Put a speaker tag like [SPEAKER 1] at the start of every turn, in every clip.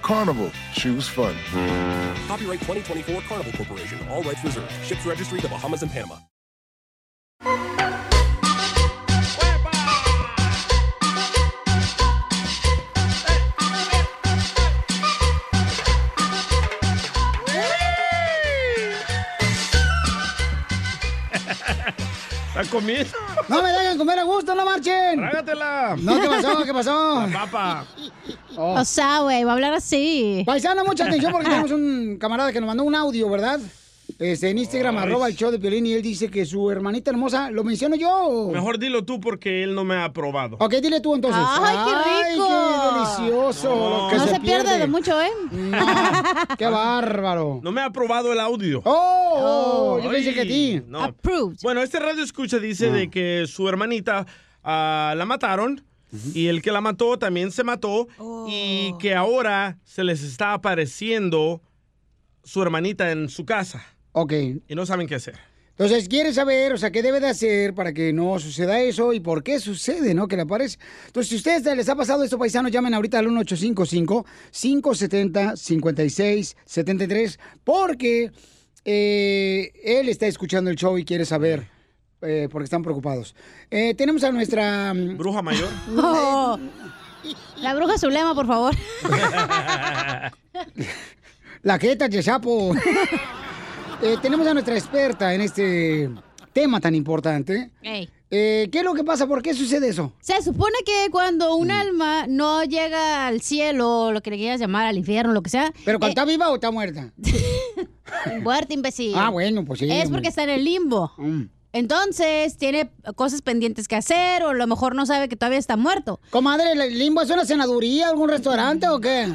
[SPEAKER 1] Carnival, choose fun.
[SPEAKER 2] Copyright 2024 Carnival Corporation. All rights reserved. Ships registry: The Bahamas and Panama.
[SPEAKER 3] ¿Están comiendo?
[SPEAKER 4] No me dejan comer a gusto, no marchen.
[SPEAKER 3] ¡Trágatela!
[SPEAKER 4] No, ¿qué pasó? ¿Qué pasó?
[SPEAKER 3] La papa.
[SPEAKER 4] Oh.
[SPEAKER 5] O sea, güey, va a hablar así.
[SPEAKER 4] Paisano, mucha atención porque tenemos un camarada que nos mandó un audio, ¿verdad? Este, en Instagram,
[SPEAKER 3] Ay.
[SPEAKER 4] arroba el show de Piolín, y él dice que su hermanita hermosa, ¿lo menciono yo?
[SPEAKER 3] Mejor dilo tú porque él no me ha aprobado.
[SPEAKER 4] Ok, dile tú entonces.
[SPEAKER 5] Ay, qué rico.
[SPEAKER 4] Ay, qué delicioso. lo que
[SPEAKER 5] no
[SPEAKER 4] se,
[SPEAKER 5] se, pierde. de mucho, ¿eh?
[SPEAKER 4] No, qué bárbaro.
[SPEAKER 3] No me ha aprobado el audio.
[SPEAKER 4] Oh, oh, yo
[SPEAKER 3] Ay,
[SPEAKER 4] pensé que a ti. Ah.
[SPEAKER 3] no.
[SPEAKER 5] Approved.
[SPEAKER 3] Bueno, este radio escucha dice de que su hermanita ah, la mataron y el que la mató también se mató y que ahora se les está apareciendo su hermanita en su casa
[SPEAKER 4] Ok,
[SPEAKER 3] y no saben qué hacer.
[SPEAKER 4] entonces quiere saber, o sea, qué debe de hacer para que no suceda eso y por qué sucede, ¿no? Que le aparece. Entonces, si a ustedes les ha pasado esto, paisanos, llamen ahorita al 1855-570-5673 porque eh, él está escuchando el show y quiere saber eh, porque están preocupados. Eh, tenemos a nuestra... mm,
[SPEAKER 3] Bruja mayor.
[SPEAKER 5] Oh. La bruja Zulema, por favor.
[SPEAKER 4] La jeta de sapo. Eh, tenemos a nuestra experta en este tema tan importante.
[SPEAKER 5] Ey.
[SPEAKER 4] Eh, ¿Qué es lo que pasa? ¿Por qué sucede eso?
[SPEAKER 5] Se supone que cuando
[SPEAKER 4] Mm.
[SPEAKER 5] un alma no llega al cielo, o lo que le quieras llamar, al infierno, lo que sea, eh,
[SPEAKER 4] ¿Pero cuando está viva o está muerta?
[SPEAKER 5] muerte imbécil.
[SPEAKER 4] Ah, bueno, pues sí.
[SPEAKER 5] Es porque está en el limbo.
[SPEAKER 4] Mm.
[SPEAKER 5] Entonces tiene cosas pendientes que hacer o a lo mejor no sabe que todavía está muerto.
[SPEAKER 4] Comadre, ¿el limbo es una cenaduría, algún restaurante o qué?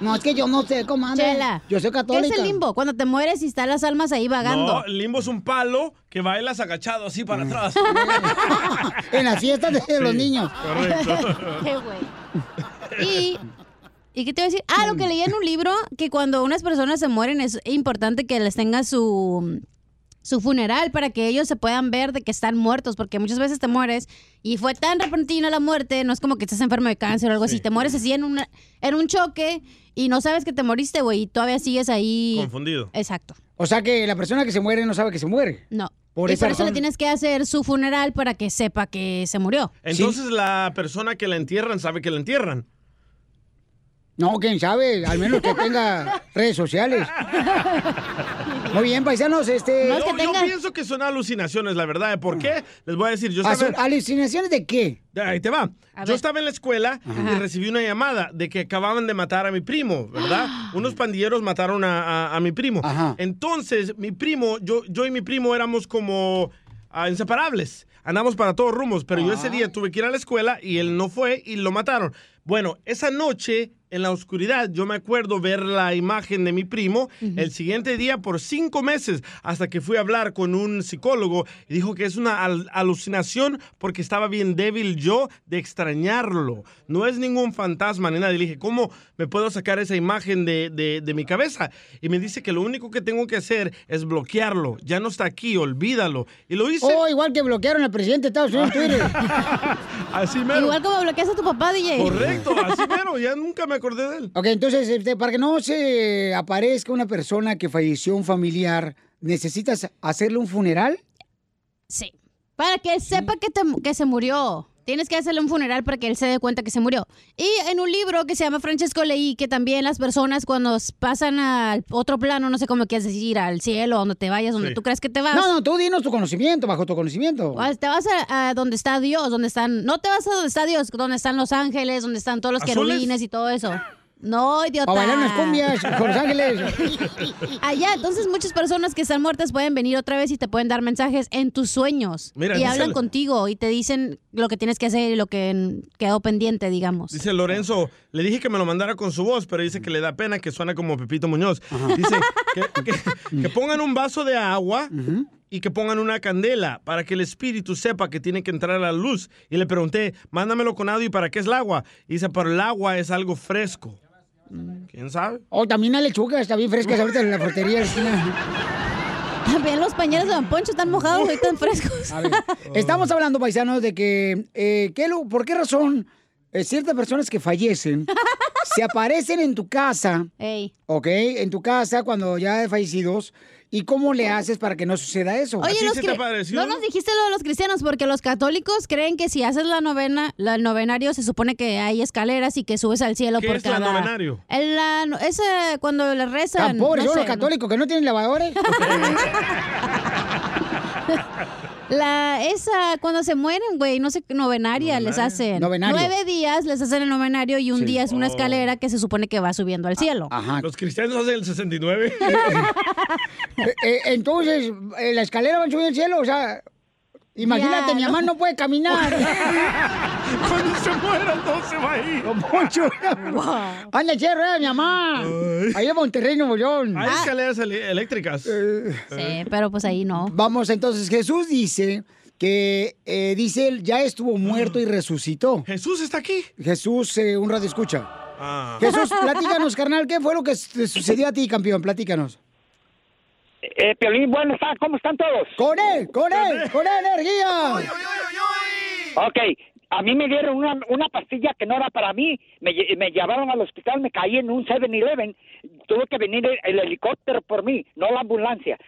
[SPEAKER 4] No, es que yo no sé, comadre.
[SPEAKER 5] Chela.
[SPEAKER 4] Yo soy
[SPEAKER 5] ¿Qué
[SPEAKER 4] católica.
[SPEAKER 5] es el limbo? Cuando te mueres y están las almas ahí vagando.
[SPEAKER 3] No, el limbo es un palo que bailas agachado así para atrás.
[SPEAKER 4] Mm. En las fiestas de eh, los niños.
[SPEAKER 3] Correcto.
[SPEAKER 5] Qué güey. Y, ¿y qué te iba a decir? Ah, lo que leí en un libro, que cuando unas personas se mueren es importante que les tenga su, su funeral para que ellos se puedan ver de que están muertos, porque muchas veces te mueres y fue tan repentina la muerte, no es como que estás enfermo de cáncer o algo así, te mueres así en, una, en un choque y no sabes que te moriste, güey, y todavía sigues ahí.
[SPEAKER 3] Confundido.
[SPEAKER 5] Exacto.
[SPEAKER 4] O sea que la persona que se muere no sabe que se muere.
[SPEAKER 5] No.
[SPEAKER 4] Por
[SPEAKER 5] y
[SPEAKER 4] esa
[SPEAKER 5] por eso le
[SPEAKER 4] razón.
[SPEAKER 5] tienes que hacer su funeral para que sepa que se murió.
[SPEAKER 3] Entonces la persona que la entierran sabe que la entierran.
[SPEAKER 4] No, quién sabe, al menos que tenga redes sociales. Muy bien, paisanos, este.
[SPEAKER 5] No, es que
[SPEAKER 3] Yo, yo
[SPEAKER 5] tenga-
[SPEAKER 3] pienso que son alucinaciones, la verdad. ¿eh? ¿Por qué? Les voy a decir, yo
[SPEAKER 4] ¿asu-
[SPEAKER 3] estaba...
[SPEAKER 4] ¿Alucinaciones de qué?
[SPEAKER 3] Ahí te va.
[SPEAKER 5] A
[SPEAKER 3] Yo
[SPEAKER 5] ver.
[SPEAKER 3] estaba en la escuela y recibí una llamada de que acababan de matar a mi primo, ¿verdad? Unos pandilleros mataron a, a- a mi primo.
[SPEAKER 4] Ajá.
[SPEAKER 3] Entonces, mi primo, yo, yo y mi primo éramos como ah, inseparables. Andamos para todos rumos, pero yo
[SPEAKER 5] Ah.
[SPEAKER 3] ese día tuve que ir a la escuela y él no fue y lo mataron. Bueno, esa noche, en la oscuridad, yo me acuerdo ver la imagen de mi primo el siguiente día por cinco meses, hasta que fui a hablar con un psicólogo y dijo que es una al- alucinación porque estaba bien débil yo de extrañarlo. No es ningún fantasma ni nada. Y le dije, ¿cómo me puedo sacar esa imagen de, de- de mi cabeza? Y me dice que lo único que tengo que hacer es bloquearlo. Ya no está aquí, olvídalo. Y lo hice.
[SPEAKER 4] Oh, igual que bloquearon al presidente de Estados Unidos en Twitter.
[SPEAKER 3] Así mero.
[SPEAKER 5] Igual como bloqueas a tu papá, DJ.
[SPEAKER 3] Correcto, así mero. Ya nunca me acordé de él.
[SPEAKER 4] Ok, entonces, este, para que no se aparezca una persona que falleció un familiar, ¿necesitas hacerle un funeral?
[SPEAKER 5] Sí. Para que sepa que, te- que se murió. Tienes que hacerle un funeral para que él se dé cuenta que se murió. Y en un libro que se llama Francesco leí que también las personas cuando s- pasan al otro plano, no sé cómo quieres decir, al cielo, donde te vayas, donde
[SPEAKER 4] Sí.
[SPEAKER 5] tú crees que te vas.
[SPEAKER 4] No, no, tú dinos tu conocimiento, bajo tu conocimiento.
[SPEAKER 5] Vas- Te vas a, a donde está Dios, donde están. No te vas a donde está Dios, donde están los ángeles, donde están todos los
[SPEAKER 4] ¿Azules?
[SPEAKER 5] querubines y todo eso. No, idiota.
[SPEAKER 4] A bailar unas cumbias con los ángeles.
[SPEAKER 5] Allá, entonces muchas personas que están muertas pueden venir otra vez y te pueden dar mensajes en tus sueños.
[SPEAKER 3] Mira,
[SPEAKER 5] y
[SPEAKER 3] dice
[SPEAKER 5] hablan
[SPEAKER 3] el-
[SPEAKER 5] contigo y te dicen lo que tienes que hacer y lo que mm, quedó pendiente, digamos.
[SPEAKER 3] Dice Lorenzo, le dije que me lo mandara con su voz, pero dice que le da pena que suena como Pepito Muñoz. Dice que, que- que pongan un vaso de agua y que pongan una candela para que el espíritu sepa que tiene que entrar a la luz. Y le pregunté, mándamelo con audio y para qué es el agua. Y dice, pero el agua es algo fresco.
[SPEAKER 4] Mm.
[SPEAKER 3] ¿Quién sabe?
[SPEAKER 4] O Oh, también la lechuga, está bien fresca ahorita en la frutería. También
[SPEAKER 5] los pañales de Don Poncho están mojados y tan frescos.
[SPEAKER 4] Estamos hablando, paisanos, de que, eh, ¿qué lo- ¿por qué razón eh, ciertas personas que fallecen se aparecen en tu casa?
[SPEAKER 5] Ey.
[SPEAKER 4] ¿Ok? En tu casa cuando ya fallecidos. ¿Y cómo le haces para que no suceda eso?
[SPEAKER 5] Oye, los cri- no nos dijiste lo de los cristianos porque los católicos creen que si haces la novena, la- el novenario se supone que hay escaleras y que subes al cielo
[SPEAKER 4] ¿Qué
[SPEAKER 5] por
[SPEAKER 4] es la
[SPEAKER 5] cada.
[SPEAKER 4] novenario?
[SPEAKER 5] El, la- no- es eh, cuando le rezan.
[SPEAKER 4] Tan pobres,
[SPEAKER 5] no
[SPEAKER 4] son los
[SPEAKER 5] sé.
[SPEAKER 4] católicos que no tienen lavadores.
[SPEAKER 5] La esa cuando se mueren, güey, no sé, novenaria les hacen.
[SPEAKER 4] Novenario.
[SPEAKER 5] Nueve días les hacen el novenario y un
[SPEAKER 3] Sí.
[SPEAKER 5] día es una
[SPEAKER 3] Oh. Ah,
[SPEAKER 5] escalera que se supone que va subiendo al cielo.
[SPEAKER 3] Los cristianos hacen el 69.
[SPEAKER 4] Eh, eh, entonces, eh, la escalera va a subir al cielo, o sea, imagínate,
[SPEAKER 5] Ya,
[SPEAKER 4] mi
[SPEAKER 5] ¿no?
[SPEAKER 4] mamá no puede caminar.
[SPEAKER 3] Cuando se muera, no se va a ir.
[SPEAKER 4] Anda, cierre, mi mamá. Ahí en Monterrey, Nuevo León. Ah. Eh.
[SPEAKER 3] Hay escaleras ele- eléctricas.
[SPEAKER 5] Sí, pero pues ahí no.
[SPEAKER 4] Vamos, entonces, Jesús dice que, eh, dice él, ya estuvo muerto y resucitó.
[SPEAKER 3] Jesús está aquí.
[SPEAKER 4] Jesús, eh, un radio escucha.
[SPEAKER 3] Ah.
[SPEAKER 4] Jesús, platícanos, carnal, ¿qué fue lo que te sucedió a ti, campeón? Platícanos.
[SPEAKER 6] Eh, Piolín, buenas tardes, ¿cómo están todos?
[SPEAKER 4] ¡Con él, con él, con energía!
[SPEAKER 6] Ok, a mí me dieron una, una pastilla que no era para mí, me, lle- me llevaron al hospital, me caí en un 7-Eleven, tuve que venir el, el helicóptero por mí, no la ambulancia.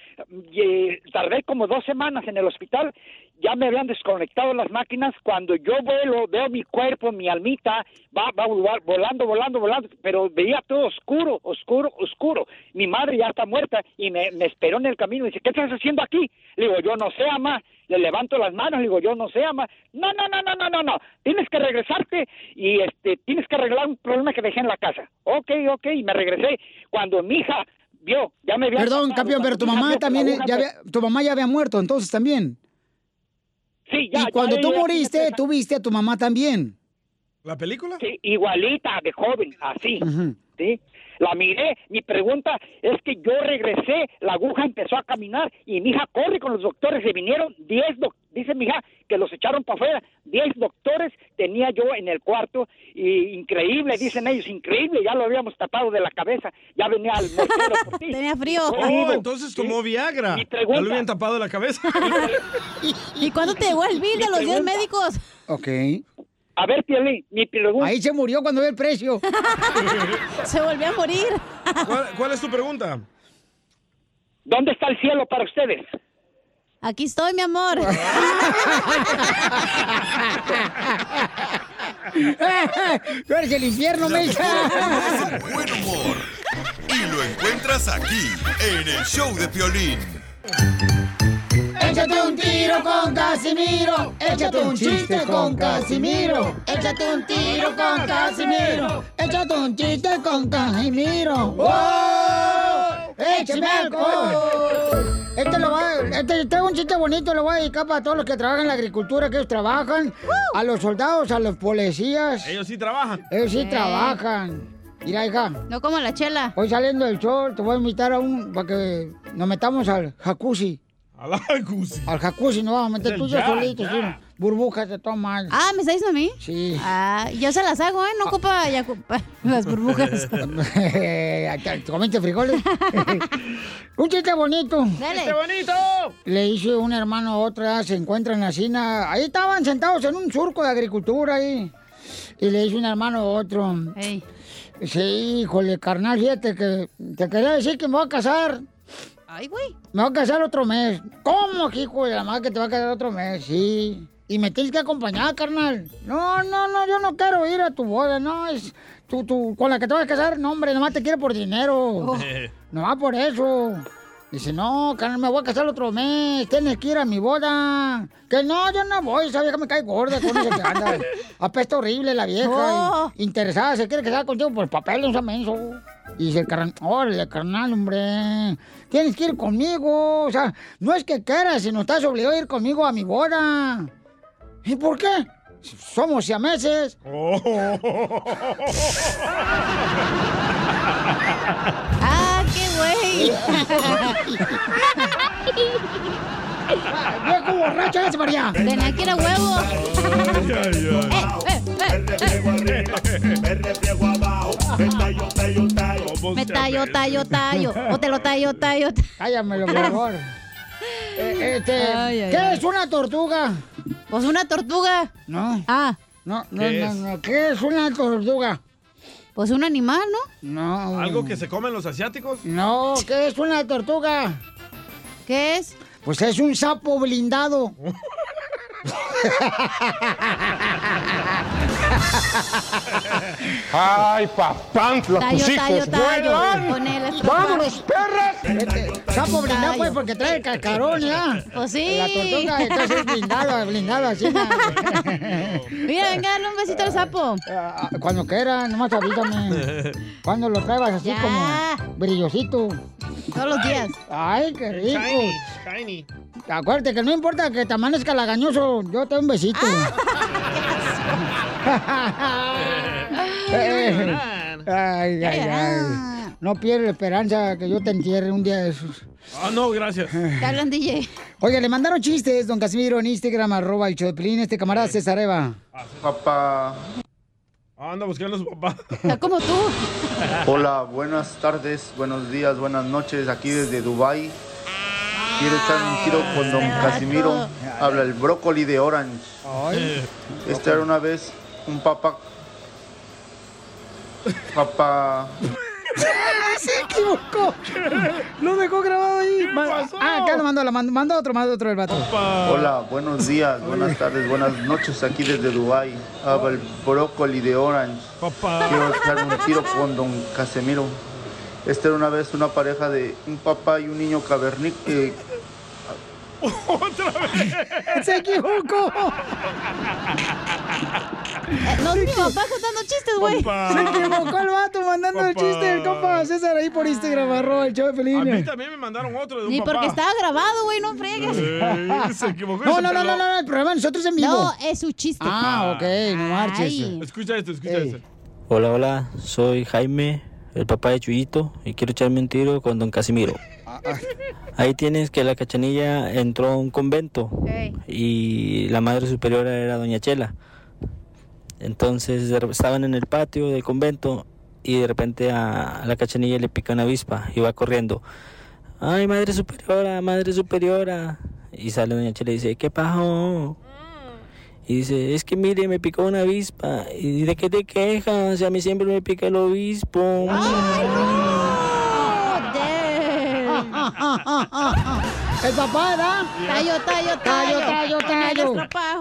[SPEAKER 6] Y, eh, tardé como dos semanas en el hospital, ya me habían desconectado las máquinas, cuando yo vuelo, veo mi cuerpo, mi almita, va, va vol- volando, volando, volando, pero veía todo oscuro, oscuro, oscuro. Mi madre ya está muerta y me, me esperó en el camino. Dice, ¿qué estás haciendo aquí? Le digo, yo no sé, ama. Le levanto las manos, le digo, yo no sé, ama. No, no, no, no, no, no, no. Tienes que regresarte y este, tienes que arreglar un problema que dejé en la casa. Ok, ok, y me regresé. Cuando mi hija vio, ya me había...
[SPEAKER 4] Perdón, campeón, pero tu mamá también, eh, ya había- tu mamá ya había muerto, entonces también.
[SPEAKER 6] Sí,
[SPEAKER 4] y cuando tú moriste, tú viste a tu mamá también.
[SPEAKER 3] ¿La película?
[SPEAKER 6] Sí, igualita, de joven, así. ¿sí? La miré, mi pregunta es que yo regresé, la aguja empezó a caminar y mi hija corre con los doctores, se vinieron 10 doc- dice mi hija que los echaron para afuera, 10 doctores tenía yo en el cuarto y increíble, dicen ellos, increíble, ya lo habíamos tapado de la cabeza, ya venía al mortero por ti.
[SPEAKER 5] Tenía frío.
[SPEAKER 6] Fue vivo.
[SPEAKER 3] Oh, entonces tomó Viagra.
[SPEAKER 6] Mi
[SPEAKER 3] Ya
[SPEAKER 6] pregunta.
[SPEAKER 3] lo habían tapado la cabeza.
[SPEAKER 5] ¿Y cuándo te llegó el bill de
[SPEAKER 6] Mi
[SPEAKER 5] los 10
[SPEAKER 6] pregunta.
[SPEAKER 5] médicos?
[SPEAKER 4] Ok.
[SPEAKER 6] A ver, Piolín, mi pregunta.
[SPEAKER 4] Ahí se murió cuando ve el precio.
[SPEAKER 5] Se volvió a morir.
[SPEAKER 3] ¿Cuál, cuál es tu pregunta?
[SPEAKER 6] ¿Dónde está el cielo para ustedes?
[SPEAKER 5] Aquí estoy, mi amor.
[SPEAKER 4] Tú eres el infierno, Mecha.
[SPEAKER 7] Buen humor. Y lo encuentras aquí, en el show de Piolín.
[SPEAKER 4] Échate un tiro con Casimiro. Échate un chiste con Casimiro. Échate un tiro con Casimiro. Échate un chiste con Casimiro. ¡Wow! ¡Échame alcohol! Este lo va, este tengo un chiste bonito, lo voy a dedicar para todos los que trabajan en la agricultura, que ellos trabajan, a los soldados, a los policías.
[SPEAKER 3] Ellos sí trabajan.
[SPEAKER 4] Ellos sí
[SPEAKER 3] Eh.
[SPEAKER 4] trabajan. Mira, hija.
[SPEAKER 5] No como la chela.
[SPEAKER 4] Hoy saliendo del sol, te voy a invitar a un. para que nos metamos al jacuzzi.
[SPEAKER 3] Al jacuzzi.
[SPEAKER 4] Al jacuzzi, no vamos a meter
[SPEAKER 5] Es
[SPEAKER 4] tú y
[SPEAKER 5] el
[SPEAKER 4] yo
[SPEAKER 5] ya,
[SPEAKER 4] solitos.
[SPEAKER 5] ya.
[SPEAKER 4] sí. Burbujas de todo mal.
[SPEAKER 5] Ah, ¿me estáis a mí?
[SPEAKER 4] Sí.
[SPEAKER 5] Ah, yo se las hago, ¿eh? No ocupa ya ocupa las burbujas.
[SPEAKER 4] ¿Te ¿Comiste frijoles? un chiste bonito.
[SPEAKER 5] Dale.
[SPEAKER 3] bonito!
[SPEAKER 4] Le hice un hermano a otra, se encuentran así. na- Ahí estaban sentados en un surco de agricultura ahí. Y le hice un hermano a otro. Sí, híjole, carnal, fíjate que te quería decir que me voy a casar.
[SPEAKER 5] Ay, güey.
[SPEAKER 4] Me voy a casar otro mes. ¿Cómo, hijo de la madre, que te va a casar otro mes? Sí. y me tienes que acompañar, carnal. No, no, no, yo no quiero ir a tu boda, no, es tú, tú, con la que te vas a casar, no, hombre, nomás te quiere por dinero.
[SPEAKER 8] Oh,
[SPEAKER 4] No va por eso. Dice, no, carnal, me voy a casar el otro mes, tienes que ir a mi boda. Que no, yo no voy, esa vieja me cae gorda, con eso que anda. Apesta horrible la vieja.
[SPEAKER 5] Oh.
[SPEAKER 4] y- Interesada, se quiere casar contigo por papel, no sea menso. Y dice el carnal, órale, carnal, hombre, tienes que ir conmigo. O sea, no es que quieras, sino estás obligado a ir conmigo a mi boda. ¿Y por qué? Somos siameses.
[SPEAKER 5] ¡Ah, qué güey!
[SPEAKER 4] ¡Viejo borracho, hágase para allá!
[SPEAKER 5] Tenía que ir a huevo. Eh, Me tallo, tallo, tallo. O te lo tallo, tallo.
[SPEAKER 4] Cállamelo, por favor. Eh, este,
[SPEAKER 5] Ay, ay,
[SPEAKER 4] ¿Qué
[SPEAKER 5] ay.
[SPEAKER 4] es una tortuga?
[SPEAKER 5] Pues una tortuga.
[SPEAKER 4] No,
[SPEAKER 5] Ah,
[SPEAKER 4] no, no,
[SPEAKER 3] ¿Qué
[SPEAKER 4] no,
[SPEAKER 3] es?
[SPEAKER 4] no. ¿Qué es una tortuga?
[SPEAKER 5] pues un animal, ¿no?
[SPEAKER 4] No.
[SPEAKER 3] ¿Algo que se comen los asiáticos?
[SPEAKER 4] No, ¿qué es una tortuga?
[SPEAKER 5] ¿Qué es?
[SPEAKER 4] Pues es un sapo blindado.
[SPEAKER 9] ¡Ay, papán! ¡Los
[SPEAKER 5] Tallo,
[SPEAKER 9] tus
[SPEAKER 5] tallo,
[SPEAKER 9] hijos
[SPEAKER 5] tallo.
[SPEAKER 9] vuelan!
[SPEAKER 5] Con el estómago.
[SPEAKER 9] ¡Vámonos, perras!
[SPEAKER 4] Este, sapo blindado,
[SPEAKER 5] Ay.
[SPEAKER 4] pues, porque trae el cascarón, ¿ya?
[SPEAKER 5] Pues sí.
[SPEAKER 4] La tortuga entonces es blindada, blindada, así. ¿no?
[SPEAKER 5] Mira, venga, dale un besito al sapo.
[SPEAKER 4] Ah, Cuando quiera, nomás avísame. Cuando lo traigas así
[SPEAKER 5] Ya.
[SPEAKER 4] como brillosito.
[SPEAKER 5] Todos los días.
[SPEAKER 4] Ay, qué rico.
[SPEAKER 3] Shiny, shiny.
[SPEAKER 4] Acuérdate que no importa que te amanezca lagañoso, yo te doy un besito.
[SPEAKER 5] Ah.
[SPEAKER 4] Eh, ay, ay, ay. No pierdes la esperanza que yo te entierre un día de esos.
[SPEAKER 3] Ah, no, gracias.
[SPEAKER 5] Te hablan, DJ.
[SPEAKER 4] Oye, le mandaron chistes, don Casimiro, en Instagram, arroba el Choplin, este camarada César Eva.
[SPEAKER 10] Papá,
[SPEAKER 3] Ah, anda buscando a su papá.
[SPEAKER 5] Está como tú.
[SPEAKER 10] hola, buenas tardes, buenos días, buenas noches, aquí desde Dubai. Quiero echar un tiro con don Casimiro. Habla el brócoli de Orange. Esta era una vez un papá. Papá.
[SPEAKER 4] Se equivocó. Lo dejó grabado ahí. Ma-
[SPEAKER 3] pasó?
[SPEAKER 4] Ah, acá lo mandó, lo mandó, mandó otro, mandó otro el vato.
[SPEAKER 10] Hola, buenos días, buenas tardes, buenas noches, aquí desde Dubai. Habla el brócoli de Orange.
[SPEAKER 3] Papá.
[SPEAKER 10] Quiero echar un tiro con don Casemiro. Esta era una vez una pareja de un papá y un niño caverní- eh,
[SPEAKER 4] Se equivocó.
[SPEAKER 5] Eh, No, mi papá contando chistes, güey.
[SPEAKER 4] Se
[SPEAKER 3] Papá.
[SPEAKER 4] equivocó el vato mandando el
[SPEAKER 3] Papá.
[SPEAKER 4] chiste del compa César ahí por Instagram, arroba el show de
[SPEAKER 3] A mí
[SPEAKER 4] Pelín.
[SPEAKER 3] también me mandaron otro de un
[SPEAKER 5] Ni
[SPEAKER 3] papá.
[SPEAKER 5] porque estaba grabado, güey, no fregues.
[SPEAKER 3] Eh, se equivocó.
[SPEAKER 4] No,
[SPEAKER 3] se
[SPEAKER 4] no, no,
[SPEAKER 3] peló.
[SPEAKER 4] no, no, el programa de nosotros en vivo.
[SPEAKER 5] No, eh. es su chiste.
[SPEAKER 4] Ah, ok, no marches.
[SPEAKER 5] Ay.
[SPEAKER 3] Escucha esto, escucha
[SPEAKER 4] Ey.
[SPEAKER 3] esto.
[SPEAKER 11] Hola, hola, soy Jaime, el papá de Chuyito, y quiero echarme un tiro con don Casimiro.
[SPEAKER 3] Ah,
[SPEAKER 11] Ahí tienes que la cachanilla entró a un convento
[SPEAKER 5] Ey.
[SPEAKER 11] y la madre superiora era doña Chela. Entonces de rep- estaban en el patio del convento y de repente a, a la cachanilla le pica una avispa y va corriendo. ¡Ay, madre superiora, madre superiora! Y sale doña Chela y dice, ¿qué pasó? Y dice, es que mire, me picó una avispa. Y ¿de qué te quejas? A mí siempre me pica el obispo.
[SPEAKER 5] Oh, damn.
[SPEAKER 4] El papá, ¿verdad?
[SPEAKER 5] Tallo, tallo,
[SPEAKER 4] Tallo,
[SPEAKER 5] tallo.
[SPEAKER 4] tallo,
[SPEAKER 5] No hagas
[SPEAKER 4] tallo.
[SPEAKER 5] trabajo.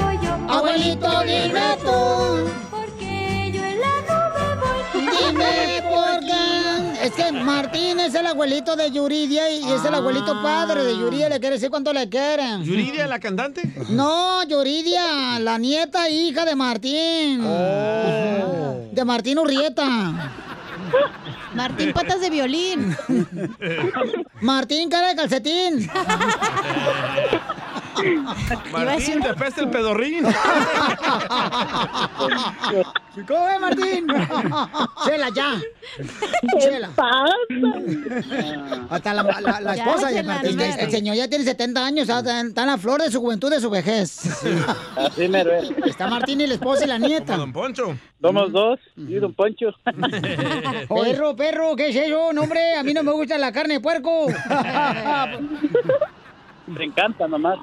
[SPEAKER 12] yo?
[SPEAKER 4] Abuelito, dime tú,
[SPEAKER 12] Porque yo en la nube voy.
[SPEAKER 4] dime por qué. Es que Martín es el abuelito de Yuridia y y es el abuelito padre de Yuridia. Le quiere decir cuánto le quieren.
[SPEAKER 3] Ah. ¿Yuridia, la cantante?
[SPEAKER 4] No, Yuridia, la nieta e hija de Martín.
[SPEAKER 3] Oh.
[SPEAKER 4] De Martín Urrieta.
[SPEAKER 5] Martín, patas de violín.
[SPEAKER 4] Martín, cara de calcetín.
[SPEAKER 3] Martín, te peste el pedorrín.
[SPEAKER 4] ¿Cómo es, Martín? Chela, ya. Chela. Hasta la, la- la
[SPEAKER 9] Ya,
[SPEAKER 4] esposa de
[SPEAKER 9] Chela,
[SPEAKER 4] Martín.
[SPEAKER 9] no
[SPEAKER 4] El,
[SPEAKER 9] marches.
[SPEAKER 4] señor ya tiene 70 años, ah, está está en la flor de su juventud, de su vejez.
[SPEAKER 13] Así mero es.
[SPEAKER 4] Está Martín y la esposa y la nieta.
[SPEAKER 3] Poncho.
[SPEAKER 13] Somos dos y Don Poncho.
[SPEAKER 4] Perro, perro, ¿qué sé yo? No, hombre, a mí no me gusta la carne de puerco.
[SPEAKER 13] Te encanta nomás.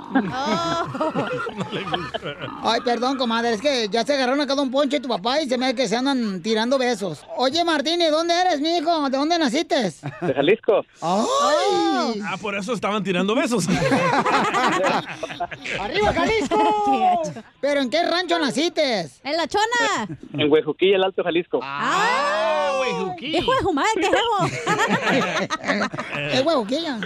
[SPEAKER 4] Ay, perdón, comadre, es que ya se agarraron acá Don Poncho y tu papá y se me hace que se andan tirando besos. Oye, Martín, ¿y dónde eres, mijo? ¿De dónde naciste?
[SPEAKER 13] De Jalisco.
[SPEAKER 4] ¡Ay!
[SPEAKER 3] Ah, por eso estaban tirando besos.
[SPEAKER 4] ¡Arriba, Jalisco! ¿Pero en qué rancho naciste?
[SPEAKER 5] ¡En La Chona!
[SPEAKER 13] En Huejuquilla, el Alto Jalisco.
[SPEAKER 5] ¡Ah! ¡Hijo de Jumada, qué
[SPEAKER 4] ¡Qué huevo, Quilla!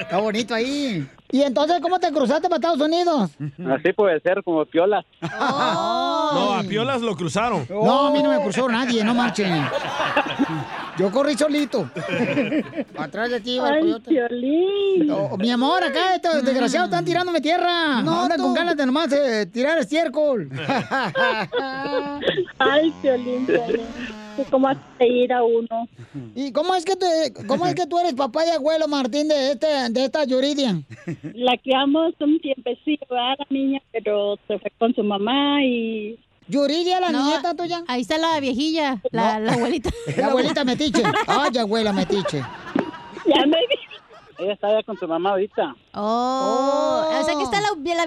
[SPEAKER 4] Está bonito ahí. ¿Y entonces cómo te cruzaste para Estados Unidos?
[SPEAKER 13] Así puede ser, como piola.
[SPEAKER 5] Oh.
[SPEAKER 3] No, a Piolas lo cruzaron.
[SPEAKER 4] No, a mí no me cruzó nadie, no marchen. Yo corrí solito. Atrás de ti,
[SPEAKER 9] Ay,
[SPEAKER 4] No, mi amor, acá estos desgraciados están tirándome tierra. No, andan con ganas de nomás eh, tirar estiércol.
[SPEAKER 14] Ay, Piolín, Piolín. que ¿Cómo hace ir a uno?
[SPEAKER 4] ¿Y cómo es que tú, cómo es que tú eres papá y abuelo, Martín, de, este, de esta Yuridia?
[SPEAKER 14] La criamos un tiempecillo, ¿verdad? La niña, pero se fue con su mamá y...
[SPEAKER 4] Yuridia, la
[SPEAKER 5] nieta
[SPEAKER 4] tuya.
[SPEAKER 5] Ahí está la viejilla, la, la abuelita.
[SPEAKER 4] La abuelita metiche. Ay, abuela metiche.
[SPEAKER 14] Ya me
[SPEAKER 13] Ella está allá con su mamá ahorita.
[SPEAKER 5] Oh, o sea que está la, la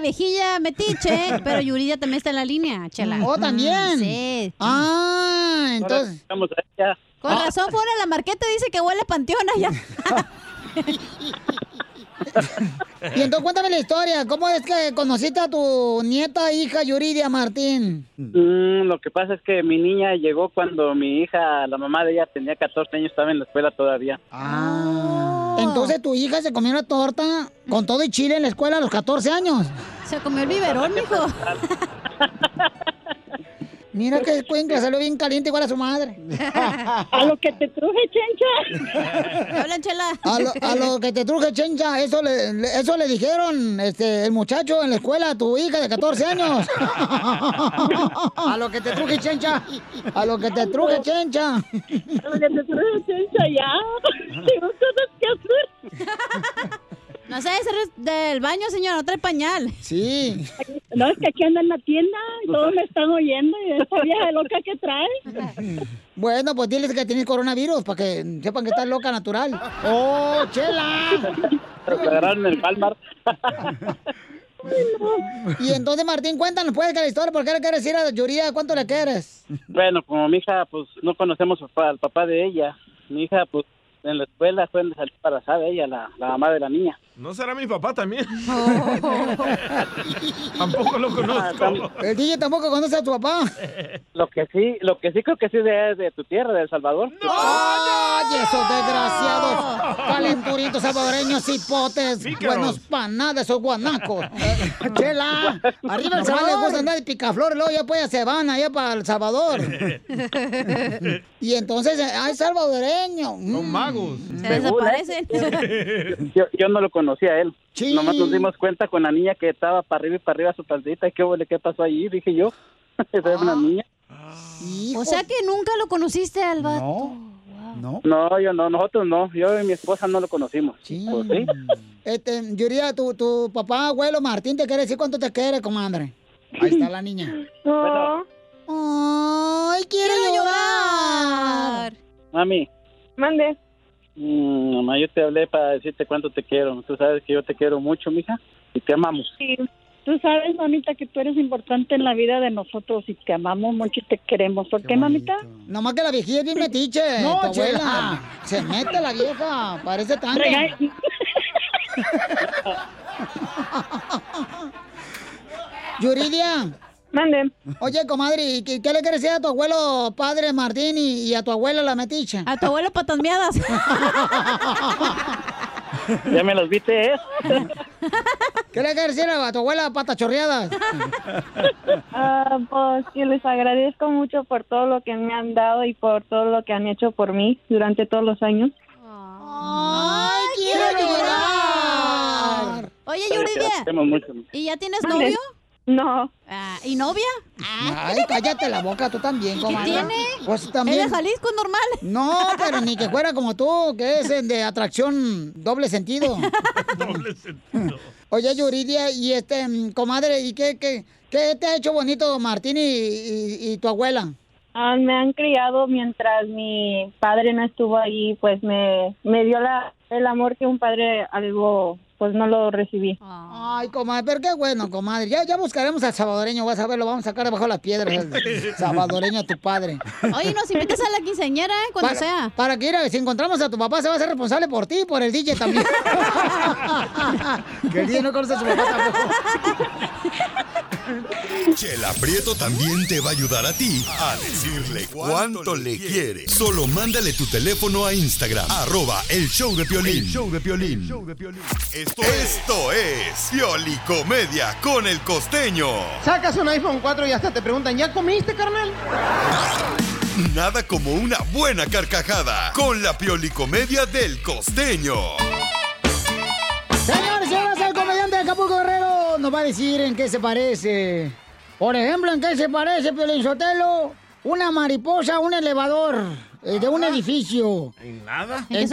[SPEAKER 5] viejilla metiche, pero Yuridia también está en la línea, chela.
[SPEAKER 4] Oh, también.
[SPEAKER 5] Mm, Sí.
[SPEAKER 4] Ah,
[SPEAKER 13] entonces- Estamos allá.
[SPEAKER 5] Con razón fuera la marqueta dice que huele a panteón allá.
[SPEAKER 4] Y entonces cuéntame la historia. ¿Cómo es que conociste a tu nieta, hija Yuridia, Martín?
[SPEAKER 13] Mm, lo que pasa es que mi niña llegó cuando mi hija, la mamá de ella, tenía 14 años, estaba en la escuela todavía.
[SPEAKER 4] Entonces tu hija se comió una torta con todo y chile en la escuela a los 14 años.
[SPEAKER 5] Se comió el biberón, mijo.
[SPEAKER 4] Mira que cuenca, salió bien caliente igual a su madre.
[SPEAKER 14] A lo que te truje, chencha.
[SPEAKER 5] Hablan, chela.
[SPEAKER 4] A lo, a lo que te truje, chencha, eso le, le- eso le dijeron este, el muchacho en la escuela a tu hija de 14 años. A lo que te truje, chencha. A lo que te truje, chencha.
[SPEAKER 14] A lo que te truje, chencha, ya. Tengo cosas que hacer.
[SPEAKER 5] No sé, ese del baño, señor, otro pañal.
[SPEAKER 4] Sí.
[SPEAKER 14] No, es que aquí anda en la tienda y todos me están oyendo y esta vieja loca que trae.
[SPEAKER 4] Bueno, pues diles que tienes coronavirus para que sepan que estás loca natural. ¡Oh, chela!
[SPEAKER 13] Nos la agarraron en el Palmar.
[SPEAKER 4] Y entonces, Martín, cuéntanos, puedes que la historia, ¿por qué le quieres ir a Yuridia? ¿Cuánto le quieres?
[SPEAKER 13] Bueno, como mi hija, pues no conocemos al papá, al papá de ella. Mi hija, pues en la escuela fue donde salió embarazada ella, la, la mamá de la niña.
[SPEAKER 3] ¿No será mi papá también? Tampoco lo conozco.
[SPEAKER 4] El DJ tampoco conoce a tu papá.
[SPEAKER 13] Lo que sí, lo que sí creo que sí es de, de tu tierra, de El Salvador.
[SPEAKER 4] ¡Ay, esos desgraciados! Calenturitos salvadoreños, hipotes,
[SPEAKER 13] Pícaros.
[SPEAKER 4] buenos panadas, esos guanacos. Eh, ¡Chela! Arriba el Salvador les gusta andar de picaflor, luego ya pues se van allá para El Salvador. y entonces, eh, ¡ay, salvadoreño! mm. Los
[SPEAKER 3] magos.
[SPEAKER 5] Se desaparecen.
[SPEAKER 13] Yo, yo no lo conocía a él.
[SPEAKER 4] Sí.
[SPEAKER 13] Nomás nos dimos cuenta con la niña que estaba para arriba y para arriba su pantita. ¿Qué, huele? ¿Qué pasó allí? Dije yo. Era una niña.
[SPEAKER 5] O sea que nunca lo conociste al vato.
[SPEAKER 13] No. No, yo no, nosotros no. Yo y mi esposa no lo conocimos. Pues, sí.
[SPEAKER 4] Mm. Este, Yuridia, tu, tu papá, abuelo Martín, ¿te quiere decir cuánto te quiere, comadre? Ahí está la niña. ¡Ay, quiero, llorar!
[SPEAKER 13] Mami. Mm,
[SPEAKER 14] Mande.
[SPEAKER 13] mamá, yo te hablé para decirte cuánto te quiero. Tú sabes que yo te quiero mucho, mija. Y te amamos.
[SPEAKER 14] Sí. Tú sabes, mamita, que tú eres importante en la vida de nosotros y Pues te amamos mucho y te queremos. ¿Por qué, mamita?
[SPEAKER 4] Nomás que la viejilla es bien metiche,
[SPEAKER 14] No,
[SPEAKER 4] tu abuela.
[SPEAKER 14] chela.
[SPEAKER 4] Se mete la vieja, parece tan.
[SPEAKER 14] Rega-
[SPEAKER 4] Yuridia.
[SPEAKER 14] Mande.
[SPEAKER 4] Oye, comadre, ¿y ¿qué, qué le quieres decir a tu abuelo, padre Martín, y, y a tu abuela la metiche?
[SPEAKER 5] A tu abuelo patas miadas.
[SPEAKER 13] Ya me las viste, ¿eh?
[SPEAKER 4] ¿Qué le quieres decir a tu abuela patas chorreadas?
[SPEAKER 14] Ah, pues que les agradezco mucho por todo lo que me han dado y por todo lo que han hecho por mí durante todos los años.
[SPEAKER 4] ¡Ay, quiero llorar!
[SPEAKER 5] Oye,
[SPEAKER 13] Te
[SPEAKER 5] Yuridia,
[SPEAKER 13] queremos mucho.
[SPEAKER 5] ¿y ya tienes
[SPEAKER 14] Mande.
[SPEAKER 5] novio? Ah,
[SPEAKER 14] No.
[SPEAKER 5] ¿Y novia?
[SPEAKER 4] Ay, cállate la boca, tú también, comadre.
[SPEAKER 5] tiene?
[SPEAKER 4] Pues también.
[SPEAKER 5] ¿Es de Jalisco normal?
[SPEAKER 4] No, pero ni que fuera como tú, que es el de atracción doble sentido. Oye, Yuridia, y este, mm, comadre, ¿y qué, qué, qué te ha hecho bonito Martín y, y- y tu abuela?
[SPEAKER 14] Ah, me han criado mientras mi padre no estuvo ahí, pues me, me dio la, el amor que un padre algo, pues no lo recibí.
[SPEAKER 4] Ay, comadre, pero qué bueno, comadre. Ya, ya buscaremos al salvadoreño, vas a ver, lo vamos a sacar debajo de las piedras. el salvadoreño, tu padre.
[SPEAKER 5] Oye, nos invitas a la quinceañera, ¿eh? Cuando
[SPEAKER 4] Para-
[SPEAKER 5] sea.
[SPEAKER 4] Para que, mira, si encontramos a tu papá, se va a hacer responsable por ti y por el DJ también. que el DJ no conoce a su papá tampoco.
[SPEAKER 7] Chela Prieto también te va a ayudar a ti a decirle cuánto le quiere. Solo mándale tu teléfono a Instagram, arroba el show de Piolín.
[SPEAKER 15] El
[SPEAKER 7] show de Piolín. Esto, esto es Pioli Comedia con el costeño.
[SPEAKER 16] Sacas un iPhone 4 y hasta te preguntan, ¿ya comiste, carnal?
[SPEAKER 7] Nada como una buena carcajada con la Pioli Comedia del costeño.
[SPEAKER 4] Señores, señoras, el comediante de Acapulco Guerrero nos va a decir en qué se parece. Por ejemplo, en qué se parece, Piolín Sotelo, una mariposa, a un elevador eh, de un edificio.
[SPEAKER 3] ¿En nada?
[SPEAKER 4] en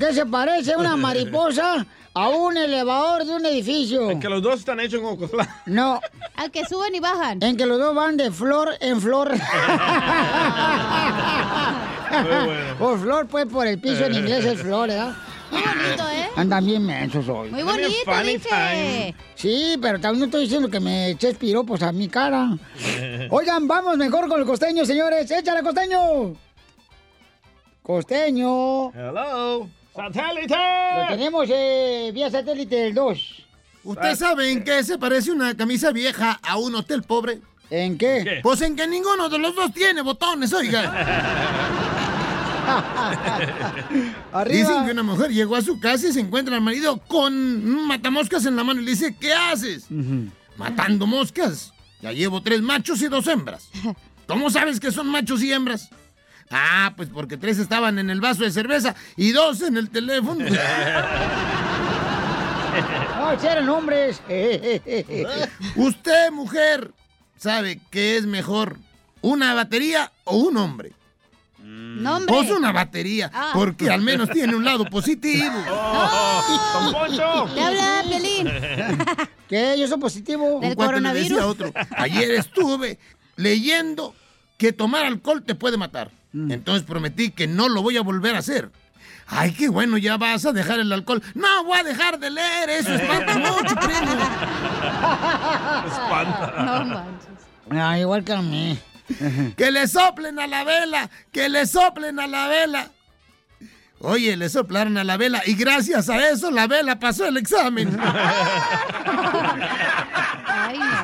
[SPEAKER 4] qué se parece una mariposa a un elevador de un edificio?
[SPEAKER 3] Que los dos están hechos en Ocotlán.
[SPEAKER 4] No.
[SPEAKER 5] Al que suben y bajan.
[SPEAKER 4] En que los dos van de flor en flor. Por flor, pues, por el piso en inglés es flor, ¿verdad?
[SPEAKER 5] Muy bonito, ¿eh?
[SPEAKER 4] Andan bien mensos hoy.
[SPEAKER 5] Muy bonito, dije.
[SPEAKER 4] Sí, pero también no estoy diciendo que me eches piropos a mi cara. Oigan, vamos mejor con el costeño, señores. ¡Échale, costeño! Costeño.
[SPEAKER 3] Hello. ¡Satélite!
[SPEAKER 4] Lo tenemos eh, vía satélite el 2.
[SPEAKER 17] ¿Ustedes saben qué se parece una camisa vieja a un hotel pobre?
[SPEAKER 4] ¿En qué?
[SPEAKER 3] ¿Qué?
[SPEAKER 17] Pues en que ninguno de los dos tiene botones, oiga. Dicen que una mujer llegó a su casa y se encuentra al marido con un matamoscas en la mano y le dice, ¿qué haces? Matando moscas. Ya llevo tres machos y dos hembras. ¿Cómo sabes que son machos y hembras? Ah, pues porque tres estaban en el vaso de cerveza y dos en el teléfono.
[SPEAKER 5] Oh,
[SPEAKER 4] No, si eran hombres.
[SPEAKER 17] Usted, mujer, sabe qué es mejor, una batería o un hombre.
[SPEAKER 5] No, hombre.
[SPEAKER 17] Pues una batería,
[SPEAKER 5] Ah.
[SPEAKER 17] porque al menos tiene un lado positivo.
[SPEAKER 5] ¡Oh! ¡Te habla, Pelín!
[SPEAKER 4] ¿Qué? Yo soy positivo.
[SPEAKER 17] Un cuate le decía a otro, ayer estuve leyendo que tomar alcohol te puede matar.
[SPEAKER 4] Mm.
[SPEAKER 17] Entonces prometí que no lo voy a volver a hacer. Ay, qué bueno, ya vas a dejar el alcohol. No, voy a dejar de leer, eso espanta mucho, primo.
[SPEAKER 5] No manches.
[SPEAKER 4] Ah, igual que a mí.
[SPEAKER 17] Que le soplen a la vela, que le soplen a la vela. Oye, le soplaron a la vela y gracias a eso la vela pasó el examen.
[SPEAKER 5] Ay, no.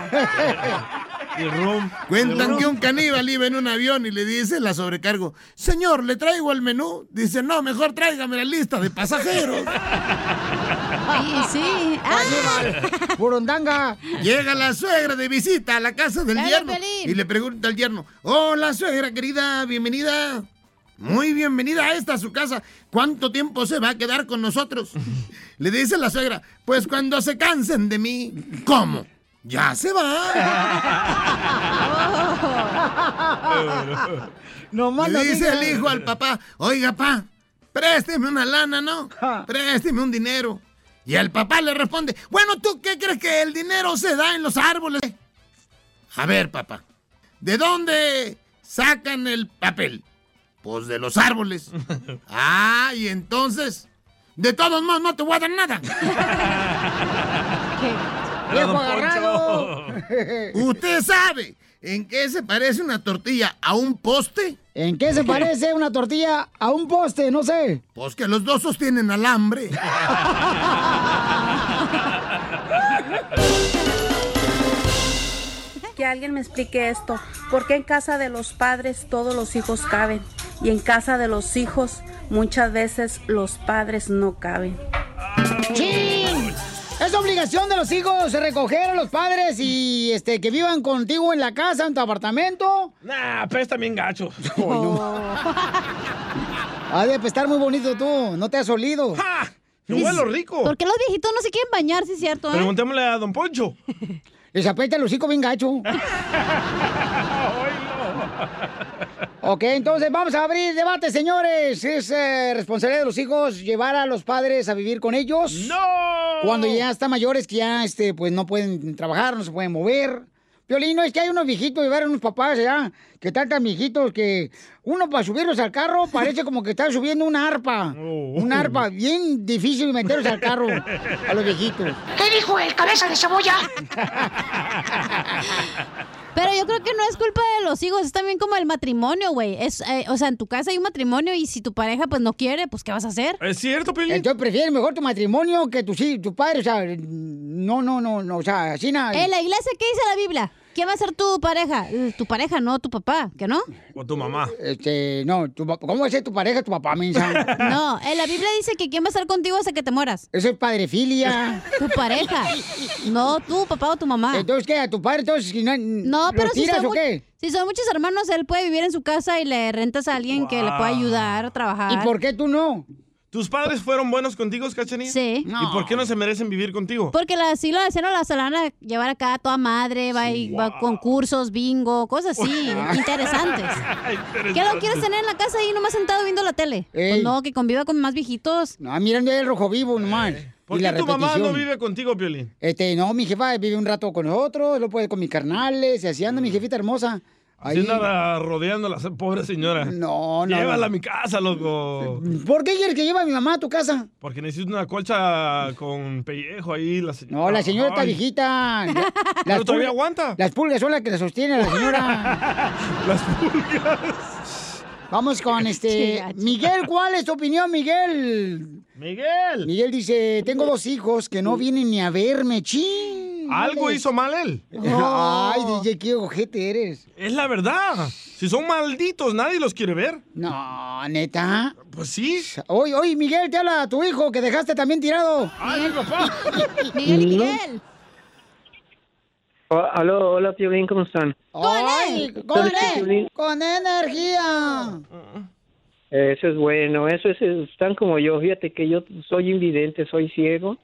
[SPEAKER 17] Cuentan que un caníbal iba en un avión y le dice la sobrecargo, señor, ¿le traigo el menú? Dice, no, mejor tráigame la lista de pasajeros.
[SPEAKER 5] Sí, sí.
[SPEAKER 4] Burundanga.
[SPEAKER 17] Llega la suegra de visita a la casa del
[SPEAKER 5] Dale,
[SPEAKER 17] yerno
[SPEAKER 5] Pelín.
[SPEAKER 17] y le pregunta al yerno, hola suegra querida, bienvenida. Muy bienvenida a esta a su casa. ¿Cuánto tiempo se va a quedar con nosotros? Le dice la suegra, pues cuando se cansen de mí. ¿Cómo? Ya se va.
[SPEAKER 4] más
[SPEAKER 17] Le
[SPEAKER 4] no
[SPEAKER 17] dice
[SPEAKER 4] digas.
[SPEAKER 17] el hijo al papá, oiga, papá, présteme una lana, ¿no? Présteme un dinero. Y el papá le responde, bueno, ¿tú qué crees que el dinero se da en los árboles? A ver, papá, ¿de dónde sacan el papel? Pues de los árboles. Ah, y entonces, de todos modos, no te voy a dar nada.
[SPEAKER 4] Era don agarrado!
[SPEAKER 17] ¿Usted sabe en qué se parece una tortilla a un poste?
[SPEAKER 4] ¿En qué se parece una tortilla a un poste? No sé.
[SPEAKER 17] Pues que los dos sostienen alambre.
[SPEAKER 18] Que alguien me explique esto. ¿Por qué en casa de los padres todos los hijos caben? Y en casa de los hijos muchas veces los padres no caben.
[SPEAKER 4] ¡Chin! Es obligación de los hijos recoger a los padres y este que vivan contigo en la casa, en tu apartamento.
[SPEAKER 3] Nah, pesta bien gacho.
[SPEAKER 4] Ha de estar muy bonito tú, no te has olido.
[SPEAKER 3] Yo huelo rico.
[SPEAKER 5] ¿Por qué los viejitos no se quieren bañar, sí es cierto? ¿eh?
[SPEAKER 3] Preguntémosle a Don Poncho.
[SPEAKER 4] Les aprieta el hocico bien gacho. Ok, entonces vamos a abrir debate, señores. ¿Es eh, responsabilidad de los hijos llevar a los padres a vivir con ellos? ¡No! Cuando ya están mayores que ya este, pues no pueden trabajar, no se pueden mover. Violín, no es que hay unos viejitos, llevaron unos papás ya, que están tan viejitos que uno para subirlos al carro parece como que está subiendo una arpa. Una arpa bien difícil de meterlos al carro a los viejitos.
[SPEAKER 15] ¿Qué dijo el cabeza de cebolla?
[SPEAKER 5] Pero yo creo que no es culpa de los hijos, es también como el matrimonio, güey. Es, eh, o sea, en tu casa hay un matrimonio y si tu pareja pues no quiere, pues ¿qué vas a hacer?
[SPEAKER 3] ¿Es cierto, Pelín?
[SPEAKER 4] Entonces prefieres Eh, mejor tu matrimonio que tu, sí, tu padre, o sea, no, no, no, no, o sea, así nada.
[SPEAKER 5] En la iglesia, ¿qué dice la Biblia? ¿Quién va a ser tu pareja? Eh, Tu pareja, no tu papá, ¿que no?
[SPEAKER 3] O tu mamá.
[SPEAKER 4] Este, no, tu pa- ¿cómo va a ser tu pareja, tu papá, mensa?
[SPEAKER 5] No, en la Biblia dice que quién va a estar contigo hasta que te mueras.
[SPEAKER 4] Eso es padrefilia.
[SPEAKER 5] Tu pareja. No, tu papá o tu mamá.
[SPEAKER 4] Entonces, ¿qué? ¿A tu padre entonces no,
[SPEAKER 5] no,
[SPEAKER 4] lo
[SPEAKER 5] pero si
[SPEAKER 4] tiras
[SPEAKER 5] son
[SPEAKER 4] o
[SPEAKER 5] mu-
[SPEAKER 4] qué?
[SPEAKER 5] Si son muchos hermanos, él puede vivir en su casa y le rentas a alguien que le pueda
[SPEAKER 3] Wow.
[SPEAKER 5] ayudar a trabajar.
[SPEAKER 3] ¿Y por
[SPEAKER 4] qué tú no?
[SPEAKER 3] ¿Tus padres fueron buenos contigo, Cachanilla?
[SPEAKER 5] Sí.
[SPEAKER 3] ¿Y por qué no se merecen vivir contigo?
[SPEAKER 5] Porque la, si lo hicieron, la se la van a llevar acá a toda madre, va, y va a concursos, bingo, cosas así, interesantes. ¿Qué lo quieres tener en la casa ahí nomás sentado viendo la tele? Pues no, que conviva con más viejitos.
[SPEAKER 4] No, mirando el rojo vivo nomás.
[SPEAKER 3] Eh, ¿Por
[SPEAKER 4] Y
[SPEAKER 3] qué
[SPEAKER 4] la
[SPEAKER 3] tu mamá no
[SPEAKER 4] repetición.
[SPEAKER 3] vive contigo, Piolín?
[SPEAKER 4] Este, no, mi jefa vive un rato con nosotros, lo puede con mis carnales, y así anda mi jefita hermosa. Ahí.
[SPEAKER 3] Sin nada rodeando a Mm. la pobre señora.
[SPEAKER 4] No, no,
[SPEAKER 3] Llévala
[SPEAKER 4] no.
[SPEAKER 3] a mi casa, loco.
[SPEAKER 4] ¿Por qué quieres que lleve a mi mamá a tu casa?
[SPEAKER 3] Porque necesito una colcha con pellejo ahí. La señora.
[SPEAKER 4] No, la señora está
[SPEAKER 3] Ay.
[SPEAKER 4] viejita. La-
[SPEAKER 3] Pero todavía
[SPEAKER 4] pulgas-
[SPEAKER 3] aguanta.
[SPEAKER 4] Las pulgas son las que la sostiene la señora.
[SPEAKER 3] las pulgas.
[SPEAKER 4] Vamos con
[SPEAKER 3] Qué
[SPEAKER 4] este.
[SPEAKER 3] gacho.
[SPEAKER 4] Miguel, ¿cuál es tu opinión, Miguel?
[SPEAKER 3] Miguel.
[SPEAKER 4] Miguel dice: Tengo dos hijos que no vienen ni a verme, ching.
[SPEAKER 3] Algo hizo mal él.
[SPEAKER 4] Ay, DJ, qué ojete eres.
[SPEAKER 3] Es la verdad. Si son malditos, nadie los quiere ver.
[SPEAKER 4] No, neta.
[SPEAKER 3] Pues sí.
[SPEAKER 4] Oye, oye, Miguel, te habla tu hijo que dejaste también tirado.
[SPEAKER 3] Ay, papá.
[SPEAKER 4] Miguel
[SPEAKER 19] y Miguel. Oh, aló, hola, Piolín, ¿cómo están?
[SPEAKER 4] Ay, con, él, con energía.
[SPEAKER 19] Eh, Eso es bueno, eso es, están como yo, fíjate que yo soy invidente, soy ciego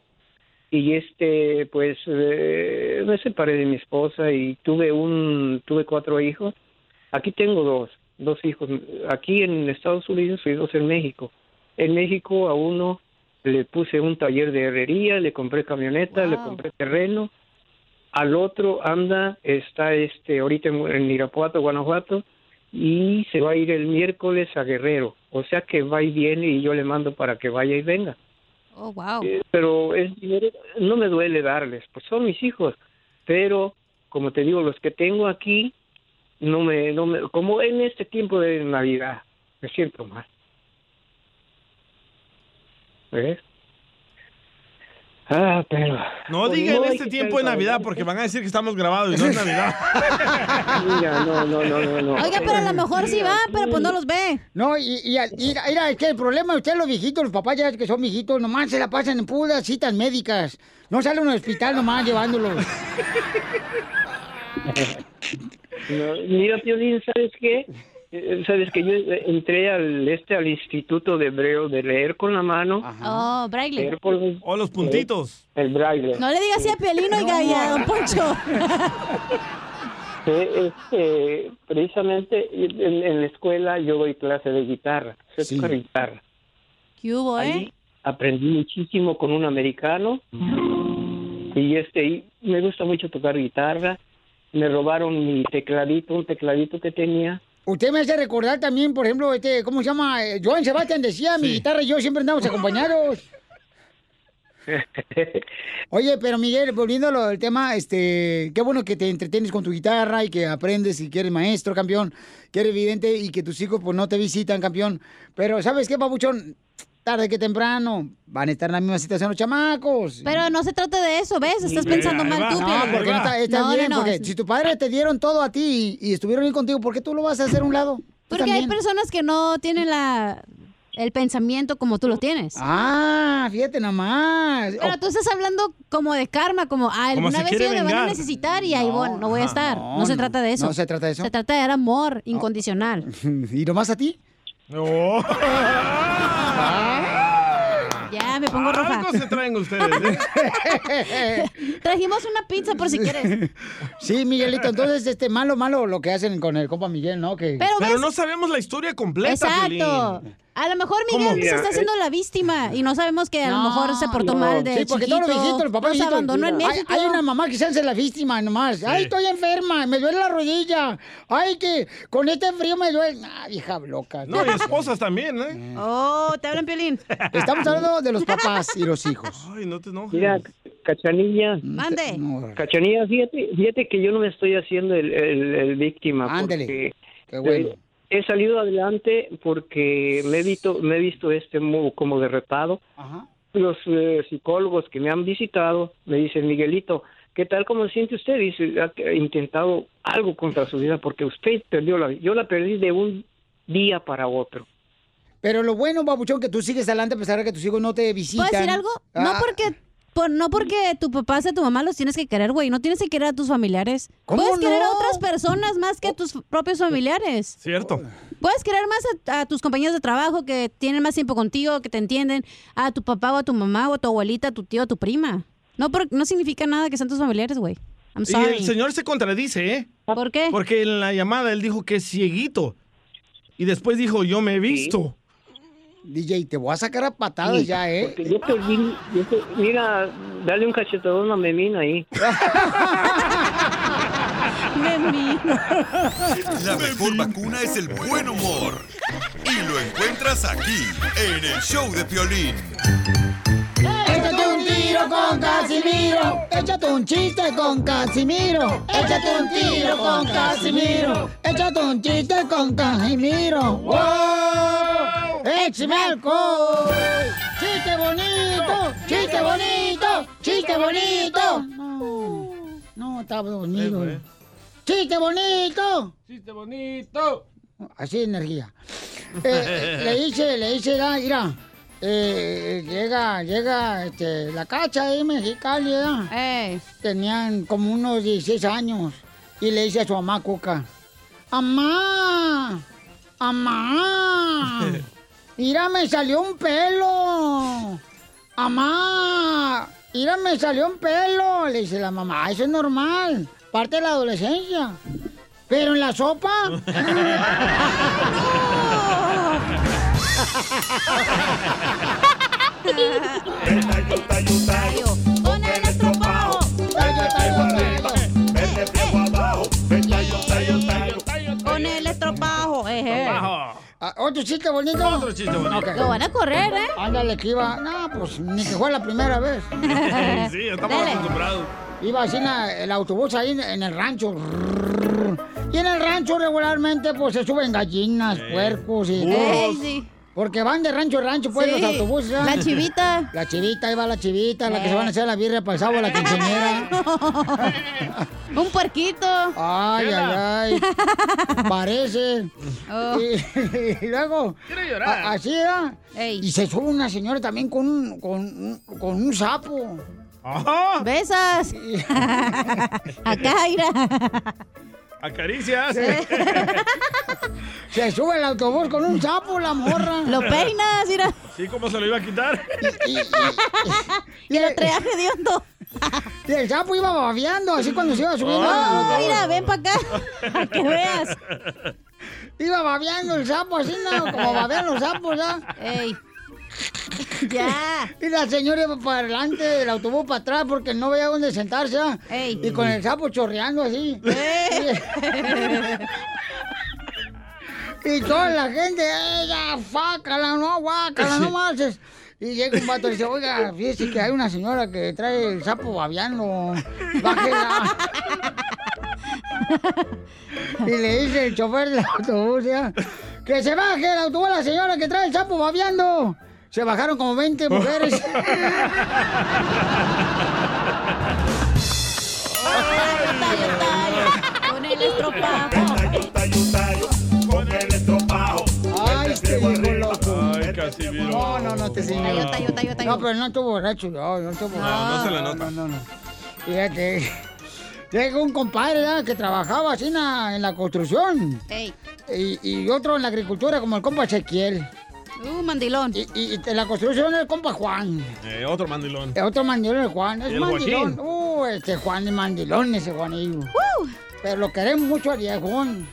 [SPEAKER 19] y este, pues, eh, me separé de mi esposa y tuve un, tuve cuatro hijos. Aquí tengo dos, dos hijos, aquí en Estados Unidos y dos en México. En México a uno le puse un taller de herrería, le compré camioneta, le compré terreno. Al otro anda, está este, ahorita en, en Irapuato, Guanajuato, y se va a ir el miércoles a Guerrero. O sea que va y viene y yo le mando para que vaya y venga.
[SPEAKER 5] Oh, wow.
[SPEAKER 19] Eh, Pero es dinero, no me duele darles, pues son mis hijos. Pero, como te digo, los que tengo aquí, no me, no me, como en este tiempo de Navidad, me siento mal. ¿Ves? Ah, pero...
[SPEAKER 3] No
[SPEAKER 19] pues
[SPEAKER 3] digan
[SPEAKER 19] no hay
[SPEAKER 3] este
[SPEAKER 19] que
[SPEAKER 3] tiempo
[SPEAKER 19] ser
[SPEAKER 3] de Navidad
[SPEAKER 19] valiente.
[SPEAKER 3] porque van a decir que estamos grabados y no es Navidad.
[SPEAKER 19] Mira, no, no, no, no, no.
[SPEAKER 5] Oiga, pero a lo mejor sí va, pero pues no los ve.
[SPEAKER 4] No, y, y, y- mira, es que el problema de ustedes, los viejitos, los papás ya que son viejitos, nomás se la pasan en puras citas médicas. No salen al hospital nomás llevándolos.
[SPEAKER 19] No, mira, Piolín, ¿sabes qué? Eh, Sabes que yo eh, entré al este al Instituto de Hebreo de leer con la mano.
[SPEAKER 5] Oh, Braille.
[SPEAKER 19] o Oh, los puntitos. El braille.
[SPEAKER 5] No le digas así a Piolín, oiga, y a Don Poncho.
[SPEAKER 19] Eh, este, precisamente en, en la escuela yo doy clase de guitarra. Sé tocar guitarra.
[SPEAKER 5] ¿Qué hubo, eh?
[SPEAKER 19] Ahí aprendí muchísimo con un americano y este y me gusta mucho tocar guitarra. Me robaron mi tecladito, un tecladito que tenía.
[SPEAKER 4] Usted me hace recordar también, por ejemplo, este, ¿cómo se llama? Eh, Joan Sebastián decía, mi guitarra y yo siempre andamos acompañados. Oye, pero Miguel, volviendo al tema, este, qué bueno que te entretienes con tu guitarra y que aprendes y que eres maestro, campeón, que eres evidente y que tus hijos pues no te visitan, campeón. Pero, ¿sabes qué, papuchón? Tarde que temprano van a estar en la misma situación los chamacos.
[SPEAKER 5] Pero no se trata de eso, ¿ves? Estás pensando mal tú,
[SPEAKER 4] No,
[SPEAKER 5] Piolín.
[SPEAKER 4] porque no está, está
[SPEAKER 5] No, no,
[SPEAKER 4] bien,
[SPEAKER 5] no.
[SPEAKER 4] porque si tu padre te dieron todo a ti y, y estuvieron bien contigo, ¿por qué tú lo vas a hacer a un lado? Tú
[SPEAKER 5] Porque hay
[SPEAKER 4] también.
[SPEAKER 5] personas que no tienen la el pensamiento como tú lo tienes.
[SPEAKER 4] Ah, fíjate nomás.
[SPEAKER 5] Pero tú estás hablando como de karma, como ah,
[SPEAKER 4] Como
[SPEAKER 5] alguna
[SPEAKER 4] se
[SPEAKER 5] vez
[SPEAKER 4] quiere
[SPEAKER 5] ellos me van a
[SPEAKER 4] vengar.
[SPEAKER 5] necesitar y ahí bueno, no voy a estar. No, se trata de eso.
[SPEAKER 4] no se trata de eso.
[SPEAKER 5] Se trata de dar amor incondicional.
[SPEAKER 4] ¿Y nomás a ti?
[SPEAKER 3] No.
[SPEAKER 5] Ya Ay, me pongo roja.
[SPEAKER 3] Algo se traen ustedes. ¿eh?
[SPEAKER 5] Trajimos una pizza por si quieres.
[SPEAKER 4] Sí, Miguelito, entonces, este, malo, malo lo que hacen con el compa Miguel, ¿no? Que...
[SPEAKER 3] Pero, no sabemos la historia completa.
[SPEAKER 5] Exacto.
[SPEAKER 3] Piolín.
[SPEAKER 5] A lo mejor Miguel
[SPEAKER 3] ¿Cómo?
[SPEAKER 5] se está haciendo la víctima y no sabemos que a lo mejor se portó mal de
[SPEAKER 4] Sí, porque
[SPEAKER 5] chiquito,
[SPEAKER 4] todos los viejitos, los papás
[SPEAKER 5] nos
[SPEAKER 4] viejitos-
[SPEAKER 5] abandonó en
[SPEAKER 4] hay,
[SPEAKER 5] México.
[SPEAKER 4] hay una mamá que se hace la víctima nomás. Ay, estoy enferma, me duele la rodilla. Ay, que con este frío me duele. Ah, hija loca.
[SPEAKER 3] No, y esposas también, ¿eh?
[SPEAKER 5] Oh, te hablan Piolín.
[SPEAKER 4] Estamos hablando de los papás y los hijos. Mm,
[SPEAKER 3] Ay, no te enojes.
[SPEAKER 19] Mira, Cachanilla.
[SPEAKER 5] Mande.
[SPEAKER 19] Cachanilla, fíjate, fíjate que yo no me estoy haciendo el, el- el víctima.
[SPEAKER 4] Ándele.
[SPEAKER 19] porque,
[SPEAKER 4] Qué bueno.
[SPEAKER 19] eh, He salido adelante porque me he visto, me he visto este mo- como derretado. Los eh, psicólogos que me han visitado me dicen, Miguelito, ¿qué tal? ¿Cómo se siente usted? Dice, ha intentado algo contra su vida porque usted perdió la vida. Yo la perdí de un día para otro.
[SPEAKER 4] Pero lo bueno, babuchón, que tú sigues adelante a pesar de que tus hijos no te visitan.
[SPEAKER 5] ¿Puedo decir algo? No
[SPEAKER 4] Ah,
[SPEAKER 5] porque por- no porque tu papá sea tu mamá los tienes que querer, güey. No tienes que querer a tus familiares.
[SPEAKER 4] ¿Cómo
[SPEAKER 5] Puedes querer a
[SPEAKER 4] no? Oh.
[SPEAKER 5] otras personas más que a tus propios familiares.
[SPEAKER 3] Cierto.
[SPEAKER 5] Puedes querer más a, a tus compañeros de trabajo que tienen más tiempo contigo, que te entienden, a tu papá o a tu mamá o a tu abuelita, a tu tío, a tu prima. No, por- no significa nada que sean tus familiares, güey. I'm
[SPEAKER 3] Y
[SPEAKER 5] sorry.
[SPEAKER 3] el señor se contradice, ¿eh?
[SPEAKER 5] ¿Por qué?
[SPEAKER 3] Porque en la llamada él dijo que es cieguito. Y después dijo, yo me he visto.
[SPEAKER 4] DJ, te voy a sacar a patadas
[SPEAKER 19] Sí,
[SPEAKER 4] ya, ¿eh?
[SPEAKER 19] porque Yo perdí, yo pe- mira, dale un cachetadón a Memina ahí.
[SPEAKER 7] La mejor vacuna es el buen humor. Y lo encuentras aquí, en el show de Piolín.
[SPEAKER 4] Échate un tiro con Casimiro. Échate un chiste con Casimiro. Échate un tiro con Casimiro. Échate un chiste con Casimiro. ¡Wow! ¡Échame alcohol! ¡Chiste bonito! ¡Chiste bonito! ¡Chiste bonito! No, no, estaba dormido. ¡Chiste bonito!
[SPEAKER 3] ¡Chiste bonito!
[SPEAKER 4] Así de energía. Eh, eh, le dice, le dice, da, mira, eh, eh, llega, llega, este, la cacha ahí en Mexicali, ¿verdad? Tenían como unos 16 años. Y le dice a su mamá Cuca, ¡Amá! ¡Amá! Mira, me salió un pelo. ¡Amá! Mira, me salió un pelo. Le dice la mamá, eso es normal. Parte de la adolescencia. Pero en la sopa.
[SPEAKER 5] Con el estropajo. eh, eh.
[SPEAKER 4] Ah, ¿Otro chiste bonito? Otro
[SPEAKER 3] chiste bonito.
[SPEAKER 5] Lo van a correr, ¿eh?
[SPEAKER 4] Ándale, que iba. No, pues ni que fue la primera vez.
[SPEAKER 3] sí, estamos acostumbrados.
[SPEAKER 4] Iba así en la- el autobús ahí en, en el rancho. Y en el rancho regularmente pues se suben gallinas, puercos y
[SPEAKER 5] Burros. Ey,
[SPEAKER 4] Porque van de rancho a rancho, pues,
[SPEAKER 5] Sí.
[SPEAKER 4] los autobuses. ¿verdad?
[SPEAKER 5] La chivita.
[SPEAKER 4] La chivita, ahí va la chivita, la que
[SPEAKER 5] Eh.
[SPEAKER 4] se van a hacer la birria para el sábado, la quinceañera.
[SPEAKER 5] Un puerquito.
[SPEAKER 4] Ay,
[SPEAKER 5] Chela.
[SPEAKER 4] ay, ay. Parece.
[SPEAKER 5] Oh.
[SPEAKER 4] Y, y luego. a- así era. Y se sube una señora también con un, con, un- con un sapo.
[SPEAKER 5] Besas. Acá, mira.
[SPEAKER 3] Acaricias.
[SPEAKER 4] Se sube el autobús con un sapo, la morra.
[SPEAKER 5] Lo peinas, mira.
[SPEAKER 3] ¿Sí? ¿Cómo se lo iba a quitar?
[SPEAKER 4] Y el
[SPEAKER 5] traje de hondo.
[SPEAKER 4] Y el sapo iba babeando, así cuando se iba subiendo.
[SPEAKER 5] Oh,
[SPEAKER 4] al autobús.
[SPEAKER 5] mira, ven para acá. Para que veas.
[SPEAKER 4] Iba babeando el sapo, así, ¿no? Como babean los sapos, ¿ya?
[SPEAKER 5] Ey. Ya.
[SPEAKER 4] Y la señora iba para adelante, el autobús para atrás, porque no veía dónde sentarse, ¿ya? Y con el sapo chorreando así. Y toda la gente, "Ey, ya, fácala, no, guácala, no marches. Y llega un vato y dice, oiga, fíjese que hay una señora que trae el sapo babeando, bájela. Y le dice el chofer del autobús, ya, que se baje el autobús la señora que trae el sapo babeando. Se bajaron como 20
[SPEAKER 9] Oh.
[SPEAKER 4] mujeres.
[SPEAKER 5] Con el estropajo.
[SPEAKER 4] Ay, este viejo loco.
[SPEAKER 3] Ay, Casimiro.
[SPEAKER 4] No, no, no, este señor. No, pero no estuvo borracho, no, no estuvo borracho.
[SPEAKER 3] No, no se le nota.
[SPEAKER 4] No, no, no. Fíjate. Llega un compadre ¿verdad? que trabajaba así en la, en la construcción. Y, y otro en la agricultura, como el compa Ezequiel.
[SPEAKER 5] Uh, mandilón.
[SPEAKER 4] Y, y- y te la construcción del compa Juan.
[SPEAKER 3] Eh, otro mandilón.
[SPEAKER 4] El otro mandilón es Juan. Es
[SPEAKER 3] El
[SPEAKER 4] mandilón.
[SPEAKER 3] guachín.
[SPEAKER 4] Uh, este Juan es mandilón, ese Juanillo. Pero lo queremos mucho al viejón.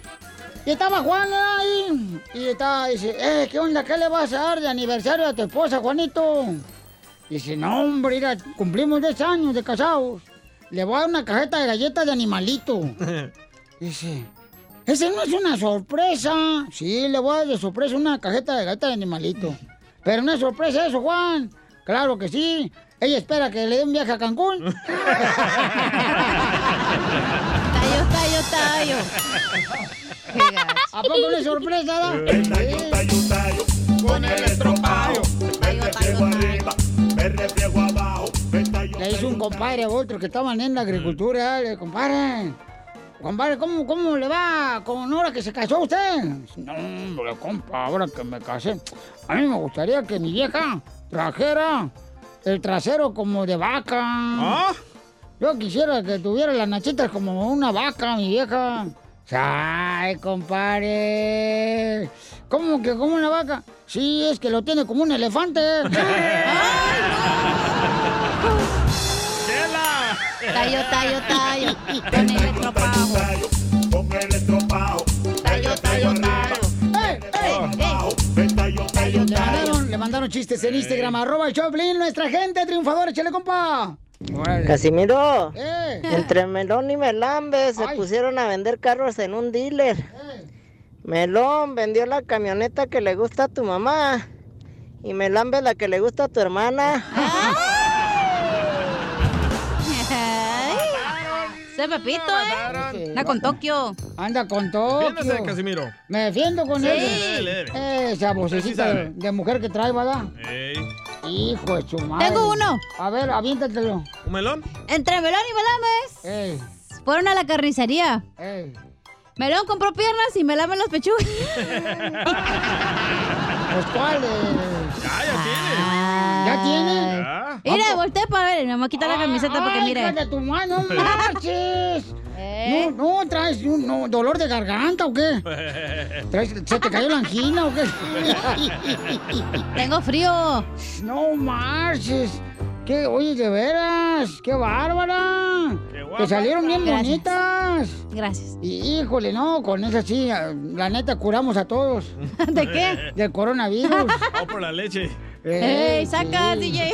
[SPEAKER 4] Y estaba Juan ahí. Y estaba, dice, eh, ¿qué onda? ¿Qué le vas a dar de aniversario a tu esposa, Juanito? Dice, no, hombre, mira, cumplimos 10 años de casados. Le voy a dar una cajeta de galletas de animalito. Dice, ese no es una sorpresa. Sí, le voy a dar de sorpresa una cajeta de gata de animalito. Pero no es sorpresa eso, Juan. Claro que sí. Ella espera que le dé un viaje a Cancún.
[SPEAKER 5] Tayo, tayo, tayo.
[SPEAKER 4] ¿A poco no es sorpresa, da? Sí.
[SPEAKER 9] Este Con el estropajo, me refriego arriba, me refriego abajo.
[SPEAKER 4] Le hizo un compadre a otro que estaban en la agricultura. Le dijo, compadre, compadre, ¿cómo, cómo le va con ahora que se casó usted? No, hombre, compa, ahora que me casé, a mí me gustaría que mi vieja trajera el trasero como de vaca. Yo quisiera que tuviera las nachitas como una vaca, mi vieja. Ay, compadre. ¿Cómo que como una vaca? Sí, es que lo tiene como un elefante.
[SPEAKER 5] Tayo, tayo, tayo. Con el estropajo.
[SPEAKER 9] Con el estropajo, tallo, tallo, tallo.
[SPEAKER 4] Le mandaron, le mandaron chistes en Instagram, arroba el Choplin, nuestra gente triunfadora, chale compa.
[SPEAKER 12] Casimiro,
[SPEAKER 4] Eh.
[SPEAKER 12] entre Melón y Melambe se pusieron a vender carros en un dealer. Melón vendió la camioneta que le gusta a tu mamá y Melambe la que le gusta a tu hermana.
[SPEAKER 5] Ese Pepito, ¿eh? Anda con Tokio.
[SPEAKER 4] Anda con Tokio.
[SPEAKER 3] Defiéndase, Casimiro.
[SPEAKER 4] Me defiendo con
[SPEAKER 3] Sí.
[SPEAKER 4] él.
[SPEAKER 3] Dele,
[SPEAKER 4] Esa vocecita de,
[SPEAKER 3] sabe.
[SPEAKER 4] de mujer que trae, ¿verdad?
[SPEAKER 3] Ey.
[SPEAKER 4] Hijo de su madre.
[SPEAKER 5] Tengo uno.
[SPEAKER 4] A ver, aviéntatelo.
[SPEAKER 3] ¿Un melón?
[SPEAKER 5] Entre Melón y
[SPEAKER 4] Melames
[SPEAKER 5] fueron a la carnicería.
[SPEAKER 4] Ey.
[SPEAKER 5] Melón compró piernas y Melames las pechugas.
[SPEAKER 4] Pues cuáles.
[SPEAKER 3] Ya, ya
[SPEAKER 4] ¿Ya tiene?
[SPEAKER 5] Ah. Mira, volteé para ver. Me voy a quitar la camiseta para que
[SPEAKER 4] Ay, hija
[SPEAKER 5] mire.
[SPEAKER 4] Ah,
[SPEAKER 5] Eh.
[SPEAKER 4] de tu madre, no marches. No, no, traes un no, dolor de garganta o qué? ¿Traes- ¿Se te cayó la angina o qué?
[SPEAKER 5] Tengo frío.
[SPEAKER 4] No marches. ¿Qué? Oye, de veras, qué bárbara.
[SPEAKER 5] guapa.
[SPEAKER 4] Te salieron bien
[SPEAKER 5] Gracias.
[SPEAKER 4] bonitas.
[SPEAKER 5] Gracias.
[SPEAKER 4] Híjole, no, con esa sí, ah, la neta curamos a todos.
[SPEAKER 5] ¿De qué?
[SPEAKER 4] Del coronavirus.
[SPEAKER 3] O por la leche.
[SPEAKER 4] Eh,
[SPEAKER 5] ¡Ey, saca,
[SPEAKER 4] sí.
[SPEAKER 5] DJ!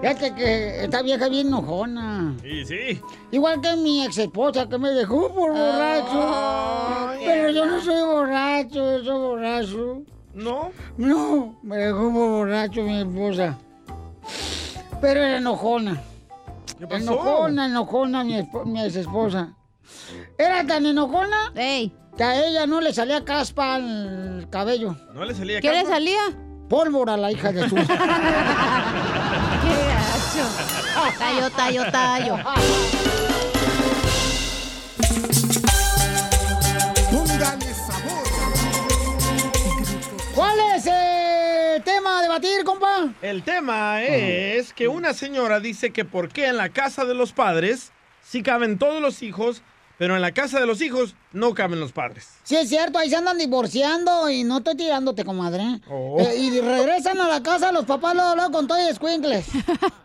[SPEAKER 4] Fíjate que esta vieja es bien enojona.
[SPEAKER 3] Y sí.
[SPEAKER 4] Igual que mi ex esposa que me dejó por borracho. Pero yo no soy borracho, yo soy borracho.
[SPEAKER 3] ¿No?
[SPEAKER 4] No, me dejó por borracho mi esposa. Pero era enojona.
[SPEAKER 3] ¿Qué pasó?
[SPEAKER 4] Enojona, enojona mi, esp- mi ex esposa. Era tan enojona que a ella no le salía caspa al cabello.
[SPEAKER 3] No le salía
[SPEAKER 4] ¿Qué le
[SPEAKER 3] capa?
[SPEAKER 4] salía? Pólvora a la hija de su.
[SPEAKER 5] ¡Qué gacho! Tallo, tallo, tallo.
[SPEAKER 17] Póngale sabor.
[SPEAKER 4] ¿Cuál es el tema a debatir, compa?
[SPEAKER 3] El tema es que una señora dice que por qué en la casa de los padres sí caben todos los hijos, pero en la casa de los hijos no caben los padres.
[SPEAKER 4] Sí, es cierto, ahí se andan divorciando y no estoy tirándote, comadre.
[SPEAKER 3] Oh.
[SPEAKER 4] Eh, y regresan a la casa los papás luego, luego con todo y escuincles.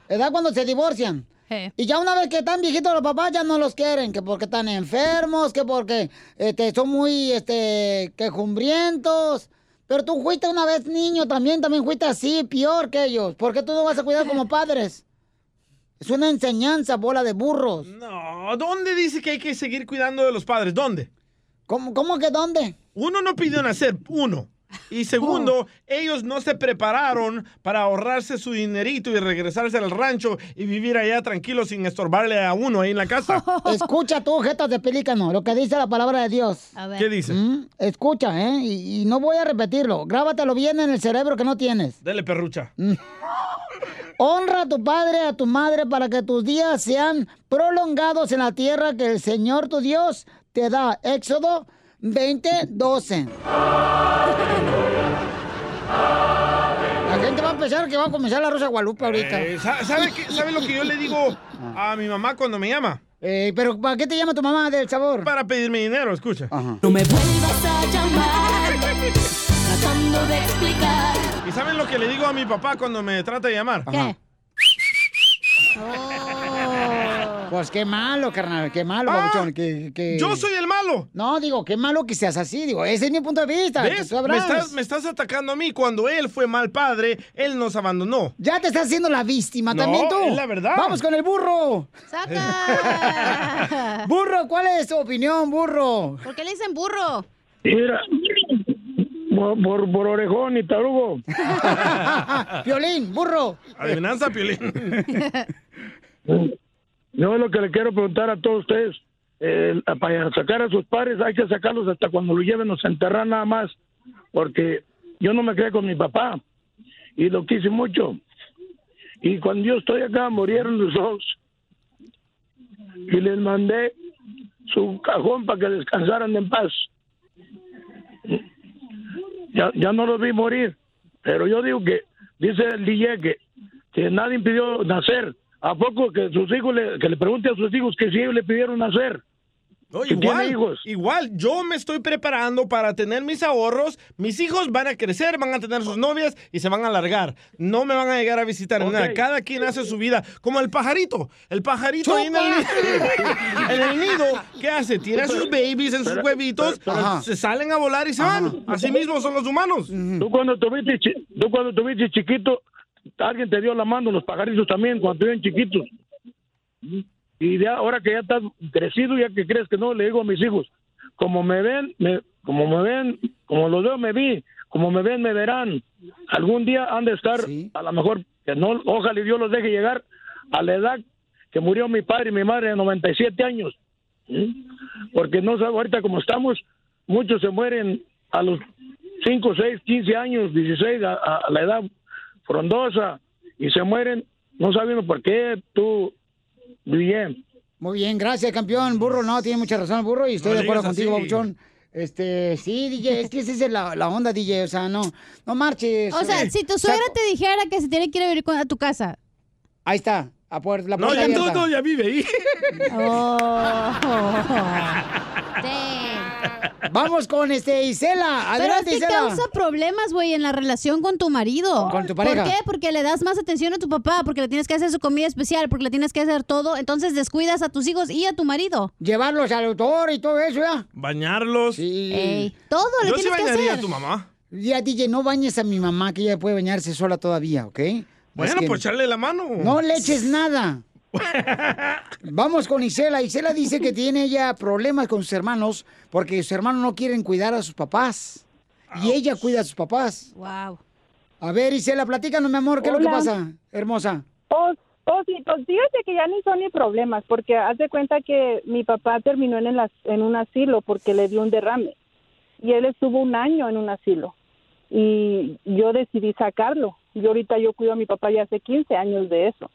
[SPEAKER 4] ¿Verdad? Cuando se divorcian. Y ya una vez que están viejitos los papás ya no los quieren, que porque están enfermos, que porque este, son muy este, quejumbrientos. Pero tú fuiste una vez niño también, también fuiste así, peor que ellos. ¿Por qué tú no vas a cuidar como padres? Es una enseñanza, bola de burros.
[SPEAKER 3] No, ¿dónde dice que hay que seguir cuidando de los padres? ¿Dónde?
[SPEAKER 4] ¿Cómo, cómo que dónde? Oh.
[SPEAKER 3] Uno no pidió nacer, uno. Y segundo, ellos no se prepararon para ahorrarse su dinerito y regresarse al rancho y vivir allá tranquilo sin estorbarle a uno ahí en la casa.
[SPEAKER 4] Escucha tú, jetas de pelícano, lo que dice la palabra de Dios.
[SPEAKER 5] A
[SPEAKER 3] ver. ¿Qué dice?
[SPEAKER 4] Mm, Escucha, ¿eh? Y, y no voy a repetirlo. Grábatelo bien en el cerebro que no tienes. Mm.
[SPEAKER 3] Dele perrucha.
[SPEAKER 4] Honra a tu padre, a tu madre, para que tus días sean prolongados en la tierra que el Señor tu Dios te da. Éxodo 20, 12. La gente va a pensar que va a comenzar la Rosa de Guadalupe ahorita.
[SPEAKER 3] Eh, ¿sa- ¿sabe, qué- sabe lo que yo le digo a mi mamá cuando me llama?
[SPEAKER 4] Eh, ¿Pero para qué te llama tu mamá del sabor?
[SPEAKER 3] Para pedirme dinero, escucha.
[SPEAKER 4] Ajá.
[SPEAKER 3] No me
[SPEAKER 5] Vas a llamar. A
[SPEAKER 15] tratando de explicar.
[SPEAKER 3] ¿Y saben lo que le digo a mi papá cuando me trata de llamar?
[SPEAKER 4] ¿Qué? Pues qué malo, carnal, qué malo, babuchón. Que, que-
[SPEAKER 3] Ah, yo soy el malo.
[SPEAKER 4] No, digo, qué malo que seas así, digo, ese es mi punto de vista. que
[SPEAKER 3] ¿Ves?
[SPEAKER 4] tú
[SPEAKER 3] Me
[SPEAKER 4] sabrás.
[SPEAKER 3] estás, me estás atacando a mí. Cuando él fue mal padre, él nos abandonó.
[SPEAKER 4] Ya te estás haciendo la víctima
[SPEAKER 3] No,
[SPEAKER 4] también tú.
[SPEAKER 3] es la verdad.
[SPEAKER 4] Vamos con el burro. burro, ¿cuál es tu opinión, burro?
[SPEAKER 5] ¿Por qué le dicen burro?
[SPEAKER 20] Mira, por, por, por orejón y tarugo.
[SPEAKER 4] Ah, Piolín, burro.
[SPEAKER 3] Adivinanza, Piolín.
[SPEAKER 20] Yo lo que le quiero preguntar a todos ustedes, eh, para sacar a sus padres hay que sacarlos hasta cuando lo lleven los enterrar nada más, porque yo no me quedé con mi papá y lo quise mucho. Y cuando yo estoy acá murieron los dos y les mandé su cajón para que descansaran en paz. Ya, ya no los vi morir, pero yo digo que, dice el DJ que, que nadie impidió nacer. ¿A poco que sus hijos le, que le pregunte a sus hijos que si ellos le pidieron nacer?
[SPEAKER 3] No,
[SPEAKER 20] Si
[SPEAKER 3] igual,
[SPEAKER 20] tiene hijos.
[SPEAKER 3] igual, yo me estoy preparando para tener mis ahorros. Mis hijos van a crecer, van a tener sus novias y se van a alargar. No me van a llegar a visitar.
[SPEAKER 20] Ok.
[SPEAKER 3] nada. Cada quien hace su vida. Como el pajarito. El pajarito ahí en el, nido- en el nido, ¿qué hace? Tira sus babies en sus
[SPEAKER 20] Pero-
[SPEAKER 3] huevitos,
[SPEAKER 20] pero- pero-
[SPEAKER 3] se salen a volar y se van. Así mismo son los humanos.
[SPEAKER 20] Tú cuando tuviste, chi- tú cuando tuviste chiquito, alguien te dio la mano, los pajaritos también, cuando estuvieron chiquitos. Y ya, ahora que ya estás crecido, ya que crees que no, le digo a mis hijos, como me ven, me, como me ven, como los veo, me vi, como me ven, me verán. Algún día han de estar, a lo mejor, que no, ojalá y Dios los deje llegar a la edad que murió mi padre y mi madre de 97 años. ¿Mm? Porque no sabes, ahorita como estamos, muchos se mueren a los 5, 6, 15 años, 16, a, a- a la edad frondosa, y se mueren, no sabemos por qué, tú, bien.
[SPEAKER 4] Muy bien, gracias, campeón. Burro, no, tiene mucha razón, burro, y estoy
[SPEAKER 20] No
[SPEAKER 4] de acuerdo
[SPEAKER 20] digas
[SPEAKER 4] contigo,
[SPEAKER 20] así.
[SPEAKER 4] babuchón. Este, sí, DJ, es que esa es la, la onda, DJ, o sea, no, no marches. eh.
[SPEAKER 5] O sea, si tu suegra te dijera que se tiene que ir a vivir con- a tu casa.
[SPEAKER 4] Ahí está, a puerta, la
[SPEAKER 3] No,
[SPEAKER 4] puerta
[SPEAKER 3] ya,
[SPEAKER 4] abierta.
[SPEAKER 3] no, no, ya vive ahí.
[SPEAKER 5] Oh.
[SPEAKER 4] Vamos con este, Isela. Adelante,
[SPEAKER 5] Pero es que
[SPEAKER 4] Isela.
[SPEAKER 5] causa problemas, güey, en la relación con tu marido.
[SPEAKER 4] Con tu pareja.
[SPEAKER 5] ¿Por qué? Porque le das más atención a tu papá, porque le tienes que hacer su comida especial, porque le tienes que hacer todo. Entonces descuidas a tus hijos y a tu marido.
[SPEAKER 4] Llevarlos al doctor y todo eso, ¿ya?
[SPEAKER 3] Bañarlos.
[SPEAKER 4] Ey,
[SPEAKER 5] todo
[SPEAKER 4] le
[SPEAKER 3] Yo sí
[SPEAKER 4] tienes que
[SPEAKER 3] bañaría
[SPEAKER 4] hacer.
[SPEAKER 3] a tu mamá.
[SPEAKER 4] Ya, DJ, no bañes a mi mamá, que ella puede bañarse sola todavía, ¿ok?
[SPEAKER 3] Bueno,
[SPEAKER 4] Es que-
[SPEAKER 3] pues echarle la mano.
[SPEAKER 4] No le eches nada. Vamos con Isela. Isela dice que tiene ella problemas con sus hermanos porque sus hermanos no quieren cuidar a sus papás. Y ella cuida a sus papás.
[SPEAKER 5] Wow.
[SPEAKER 4] A ver, Isela, platícanos, mi amor, ¿qué es lo que
[SPEAKER 14] Hola.
[SPEAKER 4] pasa, hermosa?
[SPEAKER 14] Pues, pues, sí, pues fíjate que ya ni son ni problemas, porque haz de cuenta que mi papá terminó en, el as- en un asilo porque le dio un derrame. Y él estuvo un año en un asilo. Y yo decidí sacarlo. Y ahorita yo cuido a mi papá ya hace 15 años de eso.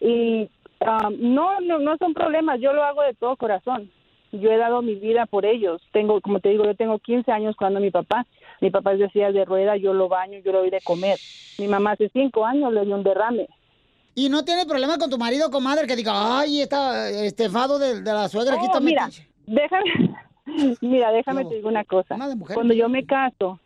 [SPEAKER 14] Y ah, no, no, no son problemas, yo lo hago de todo corazón. Yo he dado mi vida por ellos. Tengo, como te digo, yo tengo 15 años cuando mi papá, mi papá es de silla de rueda, yo lo baño, yo le doy de comer. Mi mamá hace 5 años le dio un derrame.
[SPEAKER 4] ¿Y no tiene problema con tu marido, comadre, que diga, ay, está estefado de, de la suegra,
[SPEAKER 14] Oh,
[SPEAKER 4] aquí está
[SPEAKER 14] mira,
[SPEAKER 4] metiche"?
[SPEAKER 14] déjame, mira, déjame
[SPEAKER 4] No,
[SPEAKER 14] te digo una cosa. Cuando yo me caso,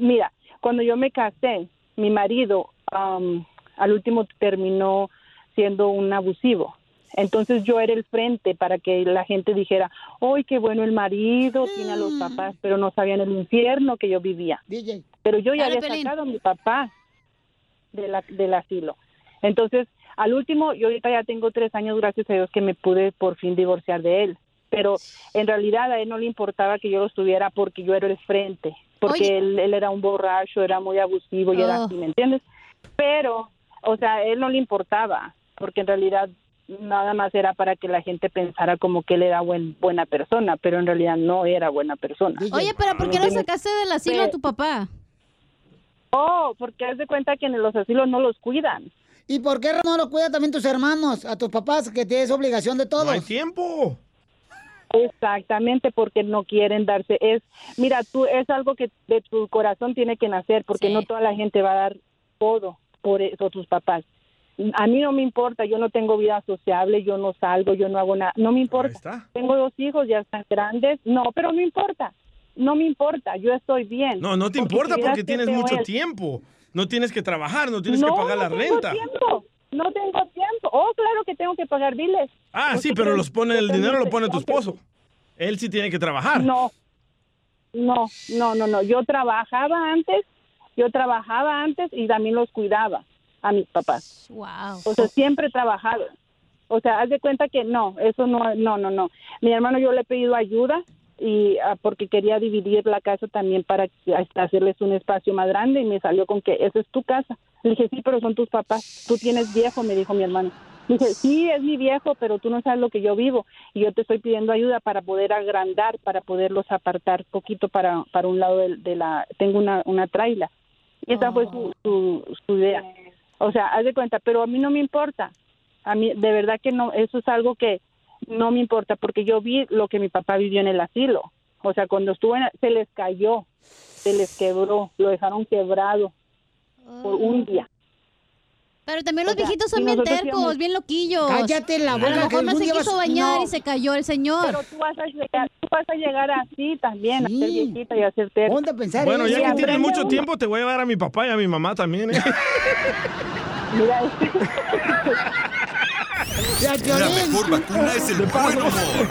[SPEAKER 14] mira, cuando yo me casé, mi marido am, al último terminó siendo un abusivo. Entonces yo era el frente para que la gente dijera, ¡ay, qué bueno el marido! Tiene a los papás, pero no sabían el infierno que yo vivía. Pero yo ya
[SPEAKER 5] Habla,
[SPEAKER 14] había
[SPEAKER 5] Pelín.
[SPEAKER 14] sacado a mi papá de la- del asilo. Entonces, al último, yo ahorita ya tengo tres años, gracias a Dios, que me pude por fin divorciar de él. Pero en realidad a él no le importaba que yo lo estuviera porque yo era el frente, porque
[SPEAKER 21] Oye.
[SPEAKER 14] él, él era un borracho, era muy abusivo y era
[SPEAKER 21] Oh.
[SPEAKER 14] así, ¿me entiendes? Pero, o sea, a él no le importaba, porque en realidad nada más era para que la gente pensara como que él era buen, buena persona, pero en realidad no era buena persona.
[SPEAKER 5] Oye, pero ¿por qué lo
[SPEAKER 14] ¿Me entiendes?
[SPEAKER 5] sacaste del asilo a tu papá?
[SPEAKER 14] Oh, porque haz de cuenta que en los asilos no los cuidan.
[SPEAKER 4] ¿Y por qué no lo cuida también tus hermanos, a tus papás, que tienes obligación de todos?
[SPEAKER 3] tiempo.
[SPEAKER 14] Exactamente, porque no quieren darse. Es, mira, tú es algo que de tu corazón tiene que nacer, porque no toda la gente va a dar todo por eso tus papás. A mí no me importa, yo no tengo vida sociable, yo no salgo, yo no hago nada, no me importa. Tengo dos hijos, ya están grandes, no, pero no importa. no me importa, yo estoy bien.
[SPEAKER 3] No, no te importa
[SPEAKER 14] quieras
[SPEAKER 3] porque
[SPEAKER 14] que
[SPEAKER 3] tienes
[SPEAKER 14] te
[SPEAKER 3] mucho
[SPEAKER 14] vaya-
[SPEAKER 3] tiempo. No tienes que trabajar, no tienes que pagar la
[SPEAKER 14] no
[SPEAKER 3] renta.
[SPEAKER 14] Tengo tiempo. No tengo tiempo. Oh, claro que tengo que pagar biles.
[SPEAKER 3] Ah,
[SPEAKER 4] Pues
[SPEAKER 3] sí, pero los pone el dinero lo pone tu esposo. Él sí tiene que trabajar.
[SPEAKER 14] No, no, no, no, no. Yo trabajaba antes, yo trabajaba antes y también los cuidaba a mis papás.
[SPEAKER 5] Wow.
[SPEAKER 14] O sea, siempre he trabajado. O sea, haz de cuenta que no, eso no, no, no, no. Mi hermano yo le he pedido ayuda y ah, porque quería dividir la casa también para que- hasta hacerles un espacio más grande y me salió con que esa es tu casa. Le dije, sí, pero son tus papás. Tú tienes viejo, me dijo mi hermano. Le dije, sí, es mi viejo, pero tú no sabes lo que yo vivo y yo te estoy pidiendo ayuda para poder agrandar, para poderlos apartar poquito para, para un lado del- de, la... Tengo una, una traila. Y esa fue su, su, su idea. O sea, haz de cuenta, pero a mí no me importa. A mí, de verdad que no, eso es algo que no me importa, porque yo vi lo que mi papá vivió en el asilo. O sea, cuando estuvo en, se les cayó, se les quebró, lo dejaron quebrado por un día.
[SPEAKER 5] Pero también los
[SPEAKER 14] O sea,
[SPEAKER 5] viejitos
[SPEAKER 14] y
[SPEAKER 5] son bien
[SPEAKER 14] nosotros
[SPEAKER 5] tercos,
[SPEAKER 14] íbamos-
[SPEAKER 5] bien loquillos.
[SPEAKER 14] Cállate la boca,
[SPEAKER 5] A lo
[SPEAKER 14] que
[SPEAKER 5] mejor no
[SPEAKER 14] algún
[SPEAKER 5] se
[SPEAKER 14] día
[SPEAKER 5] quiso
[SPEAKER 14] vas-
[SPEAKER 5] bañar
[SPEAKER 14] No.
[SPEAKER 5] y se cayó el señor.
[SPEAKER 14] Pero tú vas a llegar, tú vas a llegar así también, a ser viejita y a ser terco.
[SPEAKER 3] Bueno, ya que tienes
[SPEAKER 14] Aprende
[SPEAKER 3] mucho
[SPEAKER 14] uno.
[SPEAKER 3] tiempo, te voy a llevar a mi papá y a mi mamá también. ¿eh?
[SPEAKER 14] Mira,
[SPEAKER 7] La mejor vacuna es el buen humor.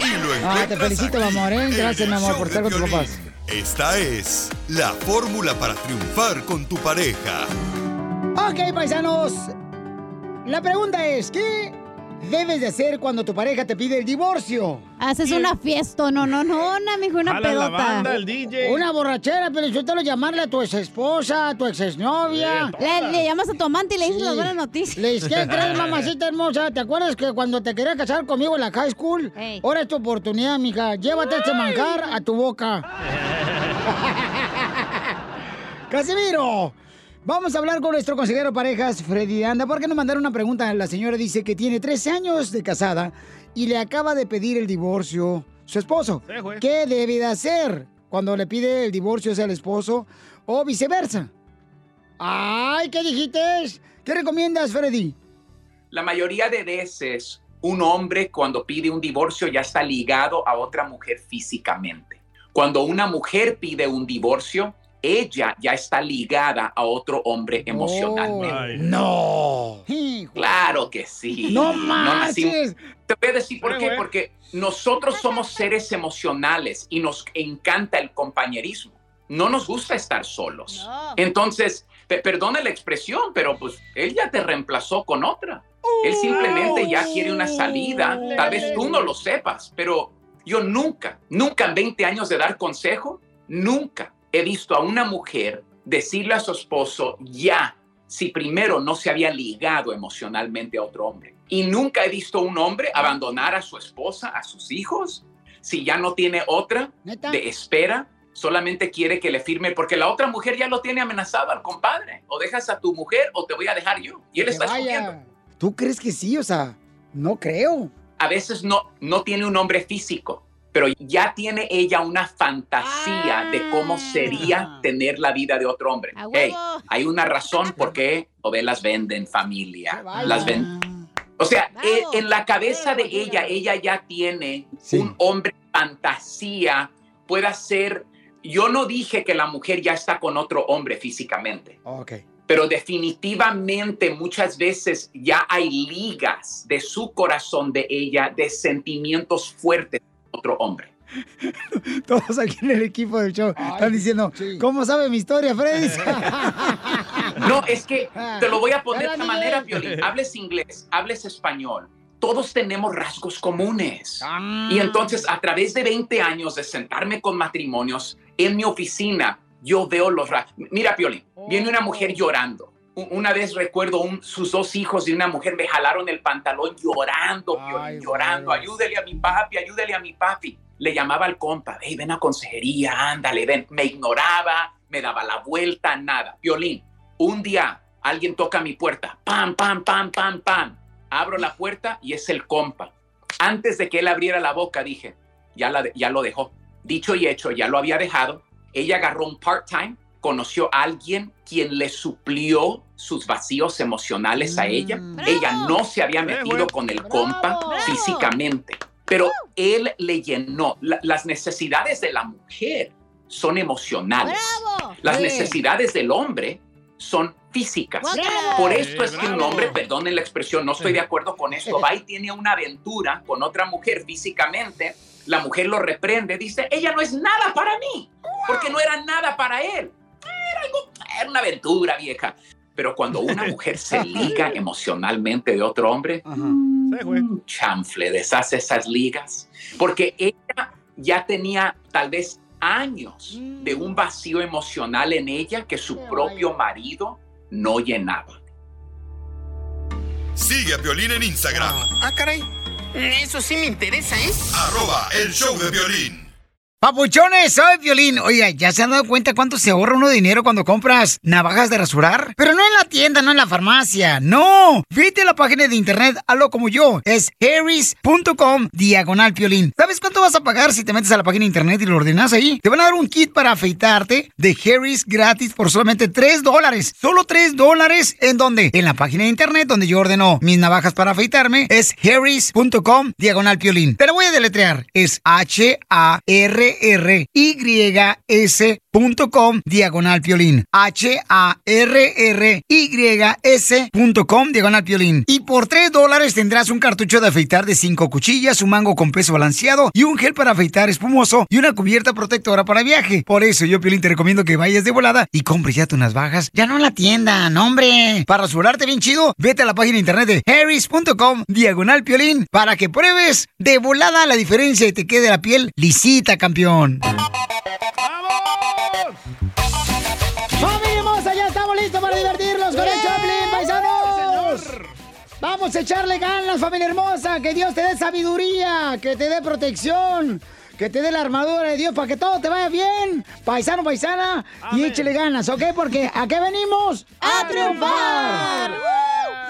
[SPEAKER 7] Y lo
[SPEAKER 4] Ah, te
[SPEAKER 7] encuentras
[SPEAKER 4] felicito, mi amor, ¿eh? Gracias, mi amor, por estar con tus papás.
[SPEAKER 7] Esta es la fórmula para triunfar con tu pareja.
[SPEAKER 4] Ok, paisanos. La pregunta es, ¿qué debes de hacer cuando tu pareja te pide el divorcio?
[SPEAKER 5] Haces una fiesta, no, no, no, una, mijo, una
[SPEAKER 4] Jala la
[SPEAKER 5] pedota.
[SPEAKER 4] banda, el Una borrachera, pero yo te lo llamarle a tu ex esposa, a tu ex exnovia.
[SPEAKER 5] Le, le llamas a tu amante y le dices las buenas noticias.
[SPEAKER 4] Le dices, ¿qué crees, mamacita hermosa? ¿Te acuerdas que cuando te querías casar conmigo en la high school? Ahora es tu oportunidad, mija. Llévate este manjar a tu boca. Casimiro, vamos a hablar con nuestro consejero de parejas, Freddy de Anda, porque nos mandaron una pregunta. La señora dice que tiene 13 años de casada y le acaba de pedir el divorcio su esposo.
[SPEAKER 3] Sí, güey.
[SPEAKER 4] ¿Qué debe de hacer cuando le pide el divorcio es el esposo o viceversa? Ay, ¿qué dijiste? ¿Qué recomiendas, Freddy?
[SPEAKER 21] La mayoría de veces un hombre cuando pide un divorcio ya está ligado a otra mujer físicamente. Cuando una mujer pide un divorcio, ella ya está ligada a otro hombre emocionalmente.
[SPEAKER 4] No.
[SPEAKER 21] Claro que sí.
[SPEAKER 4] No
[SPEAKER 21] nací-
[SPEAKER 4] marches.
[SPEAKER 21] Te voy a decir por qué. Porque nosotros somos seres emocionales y nos encanta el compañerismo. No nos gusta estar solos. Entonces, pe- perdona la expresión, pero pues él ya te reemplazó con otra. Él simplemente ya quiere una salida. Tal vez tú no lo sepas, pero yo nunca, nunca en 20 años de dar consejo, nunca he visto a una mujer decirle a su esposo ya si primero no se había ligado emocionalmente a otro hombre. Y nunca he visto un hombre abandonar a su esposa, a sus hijos, si ya no tiene otra
[SPEAKER 4] ¿Neta?
[SPEAKER 21] de espera, solamente quiere que le firme porque la otra mujer ya lo tiene amenazado al compadre. O dejas a tu mujer o te voy a dejar yo. Y él
[SPEAKER 4] Que
[SPEAKER 21] está
[SPEAKER 4] vaya.
[SPEAKER 21] escogiendo.
[SPEAKER 4] ¿Tú crees que sí? O sea, no creo.
[SPEAKER 21] a veces no, no tiene un hombre físico, pero ya tiene ella una fantasía de cómo sería tener la vida de otro hombre.
[SPEAKER 5] Ah. ¡A
[SPEAKER 21] Hey,
[SPEAKER 5] huevo!
[SPEAKER 21] hay una razón por qué novelas venden familia.
[SPEAKER 5] vaya.
[SPEAKER 21] Las ven- O sea, e- en la cabeza de ella, ella ya tiene un hombre fantasía, pueda ser... Yo no dije que la mujer ya está con otro hombre físicamente
[SPEAKER 4] Ok.
[SPEAKER 21] pero definitivamente muchas veces ya hay ligas de su corazón, de ella, de sentimientos fuertes con otro hombre.
[SPEAKER 4] Todos aquí en el equipo del show están diciendo, ¿cómo sabe mi historia, Freddy?
[SPEAKER 21] No, es que te lo voy a poner de
[SPEAKER 4] Hola,
[SPEAKER 21] esta
[SPEAKER 4] Miguel.
[SPEAKER 21] manera, Violín. Hables inglés, hables español. Todos tenemos rasgos comunes. Y entonces, a través de 20 años de sentarme con matrimonios en mi oficina, yo veo los rasgos. Mira, Piolín, viene una mujer llorando. U- Una vez recuerdo un- sus dos hijos de una mujer me jalaron el pantalón llorando, Piolín, llorando. Ayúdele a mi papi, ayúdele a mi papi. Le llamaba al compa, hey, ven a consejería, ándale, ven. Me ignoraba, me daba la vuelta, nada. Violín, un día alguien toca mi puerta, pam, pam, pam, pam, pam. Abro la puerta y es el compa. Antes de que él abriera la boca, dije, ya, la, ya lo dejó. Dicho y hecho, ya lo había dejado. Ella agarró un part-time, conoció a alguien quien le suplió sus vacíos emocionales a ella. Ella no se había metido con el compa físicamente. Pero él le llenó. La- las necesidades de la mujer son emocionales. Las
[SPEAKER 9] Sí.
[SPEAKER 21] necesidades del hombre son físicas.
[SPEAKER 9] Guácala.
[SPEAKER 21] Por esto es que un
[SPEAKER 9] Bravo.
[SPEAKER 21] hombre, perdonen la expresión, no estoy de acuerdo con esto, va y tiene una aventura con otra mujer físicamente, la mujer lo reprende, dice, ella no es nada para mí, porque no era nada para él. Era, algo- era una aventura vieja. Pero cuando una mujer se liga emocionalmente de otro hombre,
[SPEAKER 4] Mm.
[SPEAKER 9] ¿eh?
[SPEAKER 21] chanfle, deshace esas ligas, porque ella ya tenía tal vez años de un vacío emocional en ella que su propio marido no llenaba.
[SPEAKER 7] Sigue a Violín en Instagram.
[SPEAKER 16] Ah, caray. Eso sí me interesa, ¿eh?
[SPEAKER 7] Arroba el show de violín.
[SPEAKER 22] Papuchones, soy Violín. Oiga, ¿ya se han dado cuenta cuánto se ahorra uno de dinero cuando compras navajas de rasurar? Pero no en la tienda, no en la farmacia, no. Vete a la página de internet, hazlo como yo. Es harris.com diagonal Piolín. ¿Sabes cuánto vas a pagar si te metes a la página de internet y lo ordenas ahí? Te van a dar un kit para afeitarte de Harris gratis por solamente 3 dólares. Solo 3 dólares en donde? En la página de internet donde yo ordeno mis navajas para afeitarme es harris.com diagonal Piolín. Te lo voy a deletrear. Es H-A-R-R-Y-S.com diagonal Piolín. H-A-R-R-Y-S.com diagonal Piolín. Y por 3 dólares tendrás un cartucho de afeitar de 5 cuchillas, un mango con peso balanceado y un gel para afeitar espumoso y una cubierta protectora para viaje. Por eso yo, Piolín, te recomiendo que vayas de volada y compres ya tus navajas. Ya no en la tienda, no hombre. Para rasurarte bien chido, vete a la página de internet de harris.com diagonal Piolín para que pruebes de volada la diferencia y te quede la piel lisita, campeón.
[SPEAKER 4] ¡Familia hermosa! Ya estamos listos para divertirnos con el
[SPEAKER 22] ¡Eh!
[SPEAKER 4] Choplin, paisanos. Vamos a echarle ganas, familia hermosa. Que Dios te dé sabiduría, que te dé protección, que te dé la armadura de Dios para que todo te vaya bien, paisano, paisana. Y échale ganas, ¿ok? Porque ¿a qué venimos? ¡A triunfar!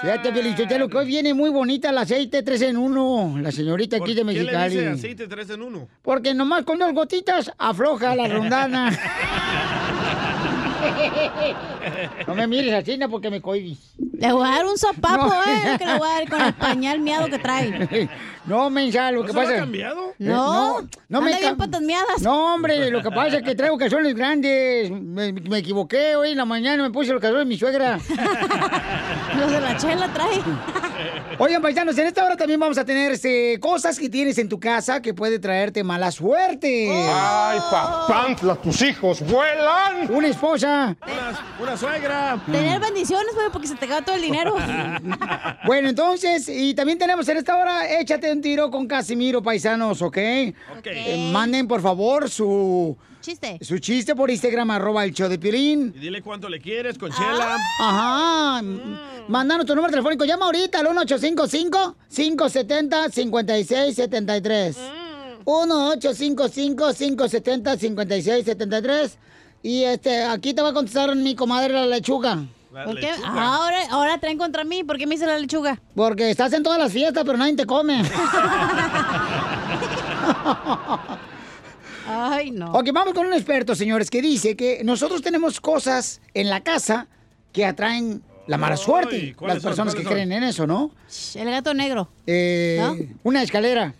[SPEAKER 4] Fíjate, Felicitelo, que hoy viene muy bonita el aceite 3 en 1, la señorita aquí de
[SPEAKER 3] ¿Qué le
[SPEAKER 4] Mexicali.
[SPEAKER 3] dice aceite 3 en 1?
[SPEAKER 4] Porque nomás con dos gotitas afloja la rondana. No me mires así, no, porque me cohibis.
[SPEAKER 5] Le voy a dar un sopapo, eh, que le voy a dar con el pañal miado que trae.
[SPEAKER 4] No, mensa, lo que
[SPEAKER 5] se lo ha
[SPEAKER 4] pasa...
[SPEAKER 5] cambiado?
[SPEAKER 4] Eh,
[SPEAKER 5] No, anda bien
[SPEAKER 4] cam- No, hombre, lo que pasa es que traigo calzones grandes. Me, me equivoqué hoy en la mañana, me puse los calzones de mi suegra.
[SPEAKER 5] Los de la chela trae.
[SPEAKER 4] Oigan, paisanos, en esta hora también vamos a tener este, cosas que tienes en tu casa que puede traerte mala suerte. ¡Ay,
[SPEAKER 5] Oh.
[SPEAKER 4] papantla, tus hijos vuelan! Una esposa.
[SPEAKER 3] Una suegra.
[SPEAKER 4] Mm.
[SPEAKER 5] Tener bendiciones, güey, porque se te acaba todo el dinero.
[SPEAKER 4] Bueno, entonces, y también tenemos en esta hora, échate un tiro con Casimiro, paisanos, ¿ok? Eh, manden, por favor, su...
[SPEAKER 5] Chiste.
[SPEAKER 4] Su chiste por Instagram, arroba el show de Piolín.
[SPEAKER 3] Y dile cuánto le quieres, con
[SPEAKER 5] Ah.
[SPEAKER 3] chela.
[SPEAKER 4] Ah. Ajá.
[SPEAKER 5] Mm.
[SPEAKER 4] Mandanos tu número telefónico. Llama ahorita al 1855-570-5673.
[SPEAKER 5] Mm.
[SPEAKER 4] 1855-570-5673. Y este, aquí te va a contestar mi comadre la lechuga.
[SPEAKER 5] La ¿Por qué? Ah, lechuga. Ahora- ahora traen contra mí. ¿Por qué me hice la lechuga?
[SPEAKER 4] Porque estás en todas las fiestas, pero nadie te come.
[SPEAKER 5] Ay, no.
[SPEAKER 4] Ok, vamos con un experto, señores, que dice que nosotros tenemos cosas en la casa que atraen la mala
[SPEAKER 5] Ay,
[SPEAKER 4] suerte.
[SPEAKER 5] ¿cuáles
[SPEAKER 4] Las
[SPEAKER 5] son?
[SPEAKER 4] personas que
[SPEAKER 5] ¿cuáles
[SPEAKER 4] creen en eso, ¿no?
[SPEAKER 5] El gato negro.
[SPEAKER 4] Eh, Una escalera.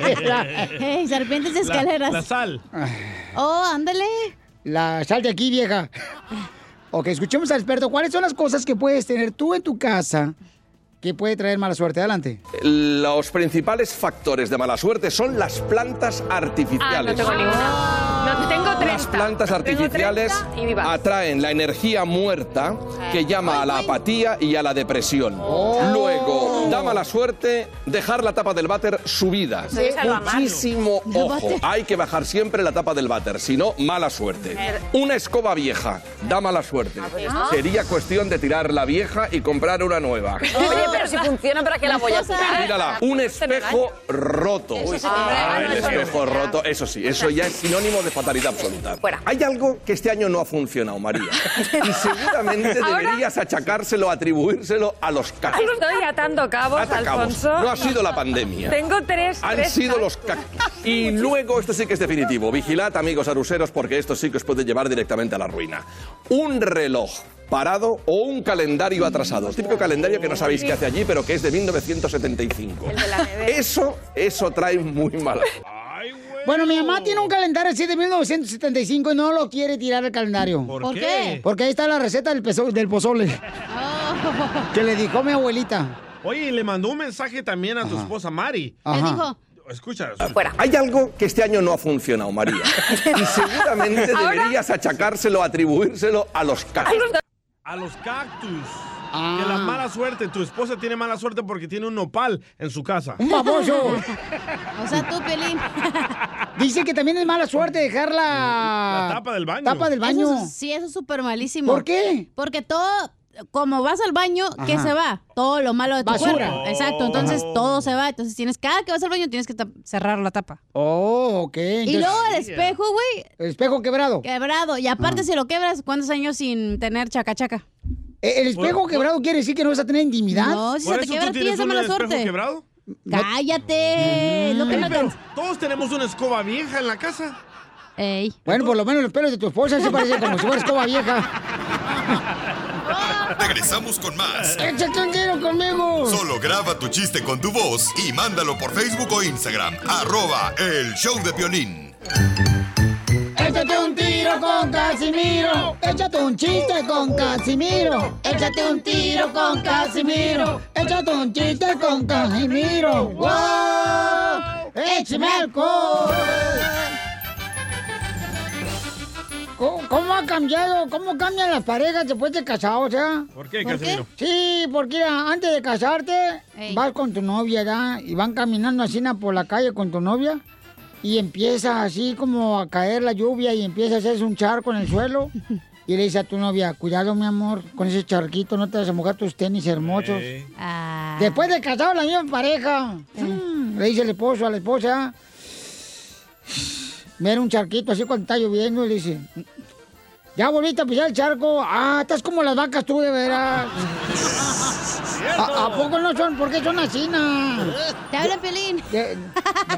[SPEAKER 4] Eh,
[SPEAKER 5] Ey, serpientes de escaleras.
[SPEAKER 4] sal.
[SPEAKER 5] Oh, ándale.
[SPEAKER 4] La sal de aquí, vieja. Ok, escuchemos al experto. ¿Cuáles son las cosas que puedes tener tú en tu casa que puede traer mala suerte? Adelante.
[SPEAKER 23] Los principales factores de mala suerte son las plantas artificiales.
[SPEAKER 24] Ah, no tengo
[SPEAKER 4] Ah.
[SPEAKER 24] ninguna. No, tengo 30.
[SPEAKER 23] Las plantas
[SPEAKER 24] Tengo
[SPEAKER 23] artificiales
[SPEAKER 24] 30 y vivas.
[SPEAKER 23] atraen la energía muerta que llama a la apatía y a la depresión.
[SPEAKER 24] Oh.
[SPEAKER 23] Luego, da mala suerte dejar la tapa del váter subida.
[SPEAKER 24] Soy salvamarlo.
[SPEAKER 23] Muchísimo
[SPEAKER 24] El
[SPEAKER 23] ojo.
[SPEAKER 24] váter.
[SPEAKER 23] Hay que bajar siempre la tapa del váter, si no, mala suerte. Una escoba vieja da mala suerte.
[SPEAKER 24] Ah.
[SPEAKER 23] Sería cuestión de tirar la vieja y comprar una nueva.
[SPEAKER 24] Oye, pero si funciona, ¿para qué la voy a tirar?
[SPEAKER 23] Mírala, un espejo roto.
[SPEAKER 24] Eso se te
[SPEAKER 23] Ah,
[SPEAKER 24] pega,
[SPEAKER 23] el
[SPEAKER 24] no es
[SPEAKER 23] espejo roto, eso sí, eso ya es sinónimo de fatalidad absoluta. Hay algo que este año no ha funcionado, María. Y seguramente
[SPEAKER 24] Ahora-
[SPEAKER 23] deberías achacárselo, atribuírselo a los
[SPEAKER 24] Ay,
[SPEAKER 23] cactus.
[SPEAKER 24] Estoy atando cabos,
[SPEAKER 23] Atacamos.
[SPEAKER 24] Alfonso.
[SPEAKER 23] No ha sido la pandemia.
[SPEAKER 24] Tengo tres.
[SPEAKER 23] Han
[SPEAKER 24] tres
[SPEAKER 23] sido los cactus. Y luego, esto sí que es definitivo. Vigilad, amigos aruseros, porque esto sí que os puede llevar directamente a la ruina. Un reloj parado o un calendario atrasado. El típico calendario que no sabéis qué hace allí, pero que es de 1975. Eso, eso trae muy mal.
[SPEAKER 4] Bueno, mi mamá tiene un calendario así de 1975 y no lo quiere tirar el calendario.
[SPEAKER 9] ¿Por ¿Por qué? qué?
[SPEAKER 4] Porque ahí está la receta del, pezo- del pozole
[SPEAKER 5] Oh.
[SPEAKER 4] que le dijo mi abuelita.
[SPEAKER 3] Oye, y le mandó un mensaje también a tu esposa Mari.
[SPEAKER 23] Ajá. dijo?
[SPEAKER 3] Escucha.
[SPEAKER 23] Hay algo que este año no ha funcionado, María. Y seguramente
[SPEAKER 3] Ahora-
[SPEAKER 23] deberías achacárselo, atribuírselo a los cactus.
[SPEAKER 3] A los cactus.
[SPEAKER 4] Ah.
[SPEAKER 3] Que la mala suerte, tu esposa tiene mala suerte porque tiene un nopal en su casa.
[SPEAKER 4] ¡Un baboso!
[SPEAKER 5] O sea, tú, Pelín.
[SPEAKER 4] Dice que también es mala suerte dejar la...
[SPEAKER 3] La tapa del baño.
[SPEAKER 4] Tapa del baño.
[SPEAKER 5] Eso es- sí, eso es súper malísimo.
[SPEAKER 4] ¿Por qué?
[SPEAKER 5] Porque todo, como vas al baño, ¿qué
[SPEAKER 4] Ajá.
[SPEAKER 5] se va? Todo lo malo de tu
[SPEAKER 4] Basura.
[SPEAKER 5] cuerpo. Exacto, entonces
[SPEAKER 4] Oh.
[SPEAKER 5] todo se va. Entonces tienes, cada que vas al baño tienes que tap- cerrar la tapa.
[SPEAKER 4] Oh, ok.
[SPEAKER 5] y
[SPEAKER 4] entonces-
[SPEAKER 5] luego el espejo, güey.
[SPEAKER 4] El espejo quebrado.
[SPEAKER 5] Quebrado. Y aparte, si lo quebras, ¿cuántos años sin tener chaca chaca?
[SPEAKER 4] Eh, El espejo quebrado quiere decir que no vas a tener intimidad.
[SPEAKER 5] No, si se te quebra, tienes de mala suerte.
[SPEAKER 3] quebrado?
[SPEAKER 5] Cállate. Lo que
[SPEAKER 3] Ey,
[SPEAKER 5] no
[SPEAKER 3] pero
[SPEAKER 5] te-
[SPEAKER 3] todos tenemos una escoba vieja en la casa.
[SPEAKER 4] Bueno, por lo menos los pelos de tu esposa se parecen como si fuera escoba vieja.
[SPEAKER 7] Regresamos con más.
[SPEAKER 4] ¡Échate un tiro conmigo!
[SPEAKER 7] Solo graba tu chiste con tu voz y mándalo por Facebook o Instagram. Arroba el show de violín.
[SPEAKER 9] Échate un tiro con Casimiro. Échate un chiste con Casimiro. Échate un tiro con Casimiro. Échate un chiste con Casimiro. ¡Wow! ¡Échame alcohol!
[SPEAKER 4] ¿Cómo, cómo ha cambiado? ¿Cómo cambian las parejas después de casados, ya?
[SPEAKER 3] ¿Por qué, Casimiro?
[SPEAKER 4] Sí, porque mira, antes de casarte, vas con tu novia, ¿verdad? Y van caminando así na, por la calle con tu novia. Y empieza así como a caer la lluvia y empieza a hacerse un charco en el suelo. Y le dice a tu novia, cuidado, mi amor, con ese charquito no te vas a mojar tus tenis hermosos.
[SPEAKER 5] Ah.
[SPEAKER 4] Después de casado, la misma pareja. Mm, Le dice el esposo a la esposa. Mira un charquito así cuando está lloviendo y le dice, ya volviste a pisar el charco. Ah, estás como las vacas tú, de veras. ¿A, a poco no son? ¿Por qué son así, na?
[SPEAKER 5] Te habla Pelín.
[SPEAKER 4] De-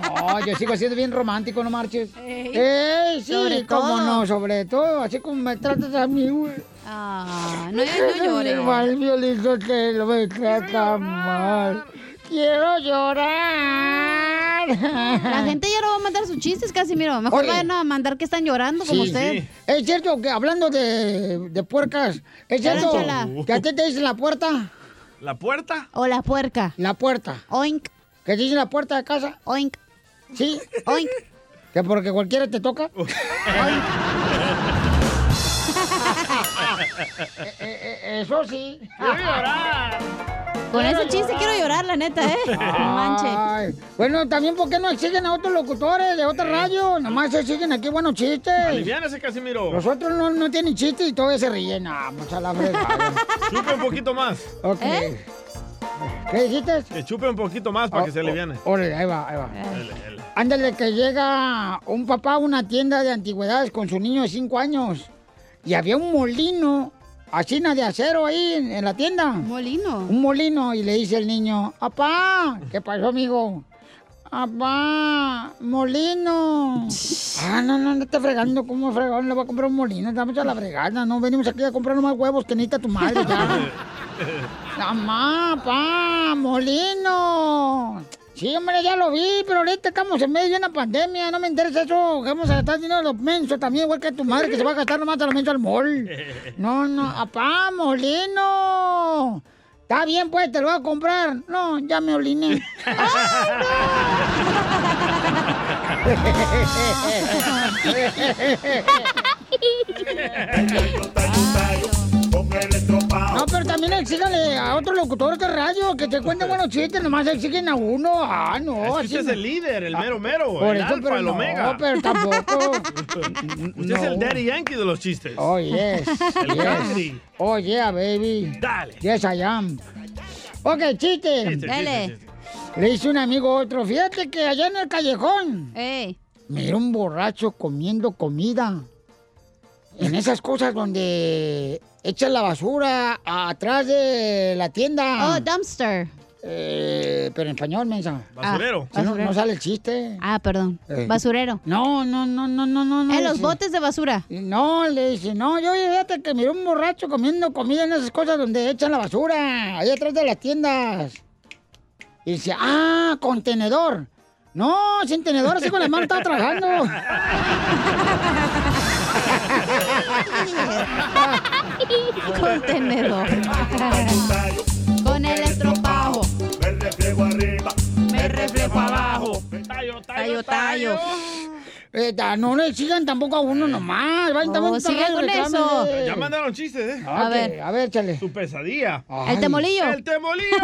[SPEAKER 4] No, yo sigo siendo bien romántico, no marches.
[SPEAKER 9] Eh,
[SPEAKER 4] Ey,
[SPEAKER 5] Ey.
[SPEAKER 4] Eh, sí,
[SPEAKER 5] Sobre
[SPEAKER 4] cómo
[SPEAKER 5] todo.
[SPEAKER 4] no, sobre todo. Así como me tratas a mí, güey.
[SPEAKER 5] Ah, no, no llores.
[SPEAKER 4] Igual Piolín Sotelo me trata mal. Quiero llorar.
[SPEAKER 5] La gente ya no va a mandar sus chistes, Casimiro. Mejor
[SPEAKER 4] Oye.
[SPEAKER 5] vayan a mandar que están llorando como usted.
[SPEAKER 4] Es cierto que hablando de, de puercas, es
[SPEAKER 5] Chela,
[SPEAKER 4] cierto
[SPEAKER 5] chela.
[SPEAKER 4] que a ti te dicen la puerta.
[SPEAKER 3] ¿La puerta?
[SPEAKER 4] O la puerca. La puerta. Oink. ¿Que te dicen la puerta de casa? Oink. ¿Sí? Oink. ¿Que porque cualquiera te toca? Eso sí.
[SPEAKER 5] Con ese chiste quiero llorar, la neta, ¿eh? No manche.
[SPEAKER 4] Ay, Bueno, también porque no exigen a otros locutores de otra radio. Nomás exigen aquí buenos chistes.
[SPEAKER 3] Aliviánese, Casimiro.
[SPEAKER 4] Los otros no, no tienen chistes y todavía se rellenamos a la fregada.
[SPEAKER 3] Chupe un poquito más.
[SPEAKER 4] Ok.
[SPEAKER 5] ¿Eh?
[SPEAKER 4] ¿Qué dijiste?
[SPEAKER 3] Que chupe un poquito más para que se aliviane.
[SPEAKER 4] Órale, ahí va, Oh, ahí va.
[SPEAKER 5] Eh.
[SPEAKER 3] Ele, ele.
[SPEAKER 4] Ándale, que llega un papá a una tienda de antigüedades con su niño de 5 años. Y había un molino, asina de acero ahí en, en la tienda. ¿Un molino? Un molino. Y le dice el niño, ¡Apá! ¿Qué pasó, amigo? ¡Apá! ¡Molino! Ah, no, no, no está fregando. ¿Cómo fregando? Le va a comprar un molino. Estamos a la fregada. No venimos aquí a comprar más huevos que necesita tu madre ya. ¡Mamá, pa, molino! Sí, hombre, ya lo vi, pero ahorita estamos en medio de una pandemia, no me interesa eso. que Vamos a gastar dinero de los mensos también, igual que tu madre que se va a gastar nomás de los mensos al mall. No, no, apá, molino. Está bien, pues, te lo voy a comprar. No, ya me oliné. No, pero también exíganle a otro locutor de radio que te cuente buenos chistes, nomás exigen a uno. Ah, no.
[SPEAKER 5] Oh,
[SPEAKER 3] Es que usted es el líder, el mero mero,
[SPEAKER 4] Ah,
[SPEAKER 3] el
[SPEAKER 4] Por eso,
[SPEAKER 3] alfa,
[SPEAKER 4] pero
[SPEAKER 3] el
[SPEAKER 4] no,
[SPEAKER 3] omega.
[SPEAKER 4] pero tampoco.
[SPEAKER 3] Usted es el daddy yankee de los chistes.
[SPEAKER 4] Oh, yes.
[SPEAKER 3] El
[SPEAKER 4] yes.
[SPEAKER 3] country.
[SPEAKER 4] Oh, yeah, baby. Dale. Yes, I am. Ok, chiste.
[SPEAKER 9] Chiste, Dale. chiste,
[SPEAKER 4] Le hice un amigo a otro. Fíjate que allá en el callejón. Mira un borracho comiendo comida. En esas cosas donde echan la basura atrás de la tienda. Oh, dumpster. Eh, pero en español, mensa.
[SPEAKER 5] Basurero.
[SPEAKER 4] Si no,
[SPEAKER 5] Basurero.
[SPEAKER 4] no sale el chiste.
[SPEAKER 5] Ah, perdón.
[SPEAKER 4] Eh.
[SPEAKER 5] Basurero.
[SPEAKER 4] No, no, no, no, no, no.
[SPEAKER 5] En los botes de basura.
[SPEAKER 4] No, le dice, no, yo fíjate que miré un borracho comiendo comida en esas cosas donde echan la basura, ahí atrás de las tiendas. Y dice, ah, con tenedor. No, sin tenedor, así con la mano estaba trabajando.
[SPEAKER 5] Con tenedor. Con electropajo.
[SPEAKER 9] Me reflejo arriba, me reflejo abajo.
[SPEAKER 5] Tallo, tallo.
[SPEAKER 4] Eh, da- no le sigan tampoco a uno nomás. Vayan también
[SPEAKER 5] Oh, sigan con eso.
[SPEAKER 3] Ya mandaron chistes, ¿eh?
[SPEAKER 4] A Ok, ver. a ver, chale.
[SPEAKER 3] Tu pesadilla.
[SPEAKER 4] El temolillo.
[SPEAKER 3] El temolillo.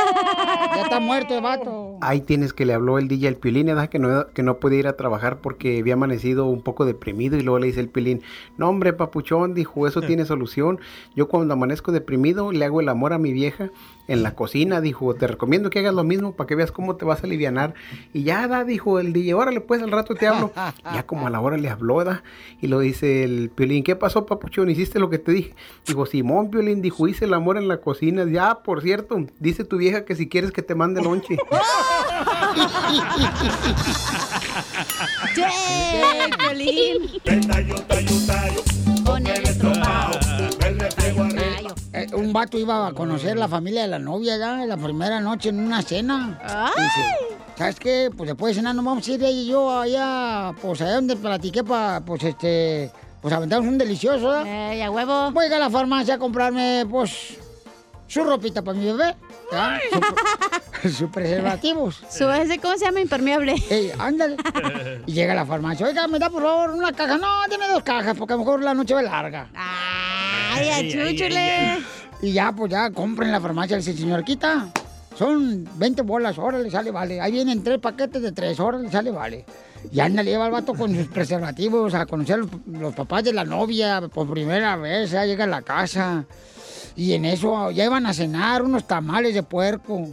[SPEAKER 4] Ya está muerto el vato.
[SPEAKER 1] Ahí tienes que le habló el DJ al Piolín, ¿verdad? Que no, que no podía ir a trabajar porque había amanecido un poco deprimido y luego le dice el Piolín, no hombre, papuchón, dijo, eso tiene solución. Yo cuando amanezco deprimido le hago el amor a mi vieja en la cocina, dijo, te recomiendo que hagas lo mismo para que veas cómo te vas a alivianar. Y ya, da, dijo el DJ, órale, pues al rato te hablo. Ya como a la hora le habló, ¿verdad? Y lo dice el Piolín, ¿qué pasó, papuchón? ¿Hiciste lo que te dije? Dijo, Simón Piolín, dijo, hice el amor en la cocina. Ya, por cierto, dice tu vieja que si quieres que te mande lonche.
[SPEAKER 9] ¡Che,
[SPEAKER 5] Piolín!
[SPEAKER 9] Tallo, tallo, tallo.
[SPEAKER 5] Con el estropajo.
[SPEAKER 9] Me reflejo arriba.
[SPEAKER 4] Eh, un vato iba a conocer la familia de la novia ya en la primera noche en una cena. Dice, ¿Sabes qué? Pues después de cenar nos vamos a ir ella y yo allá, pues allá donde platiqué para, pues este, pues aventamos un delicioso, ¿verdad?
[SPEAKER 5] Eh, ya huevo.
[SPEAKER 4] Voy a ir a la farmacia a comprarme, pues, su ropita para mi bebé, ¿ya? Su pro- Sus preservativos.
[SPEAKER 5] Su ese, ¿cómo se llama? Impermeable.
[SPEAKER 4] Ey, ándale. Y llega a la farmacia, oiga, me da por favor una caja. No, deme dos cajas, porque a lo mejor la noche va larga.
[SPEAKER 5] Ay, achúchale.
[SPEAKER 4] Y ya, pues ya, compren la farmacia, le dice, señor, quita. Son 20 bolas, órale, sale, vale. Ahí vienen tres paquetes de tres, órale, sale, vale. Y anda, le lleva al vato con sus preservativos a conocer los, los papás de la novia por primera vez, ya llega a la casa. Y en eso ya iban a cenar unos tamales de puerco.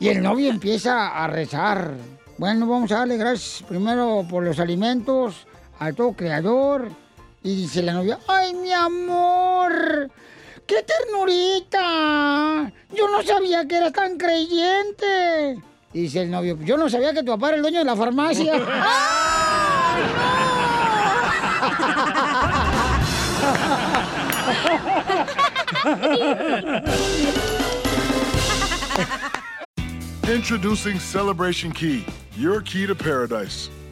[SPEAKER 4] y el novio empieza a rezar. Bueno, vamos a darle gracias primero por los alimentos, al todo creador. Y dice la novia, ay mi amor, qué ternurita. Yo no sabía que eras tan creyente. Y dice el novio, yo no sabía que tu papá era el dueño de la
[SPEAKER 9] Pues
[SPEAKER 4] farmacia.
[SPEAKER 2] Introducing Celebration Key, your key to paradise.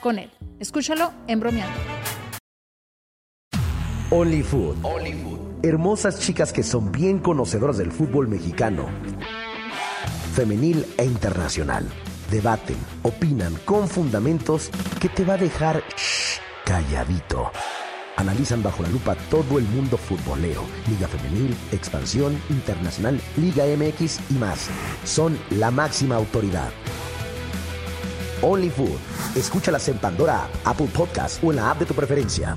[SPEAKER 25] con él. Escúchalo en bromeando.
[SPEAKER 26] Only Food. Hermosas chicas que son bien conocedoras del fútbol mexicano, femenil e internacional. Debaten, opinan con fundamentos que te va a dejar shh, calladito. Analizan bajo la lupa todo el mundo futbolero, Liga Femenil, Expansión, Internacional, Liga MX y más. Son la máxima autoridad. Only Food. Escúchalas en Pandora, app, Apple Podcast o en la app de tu preferencia.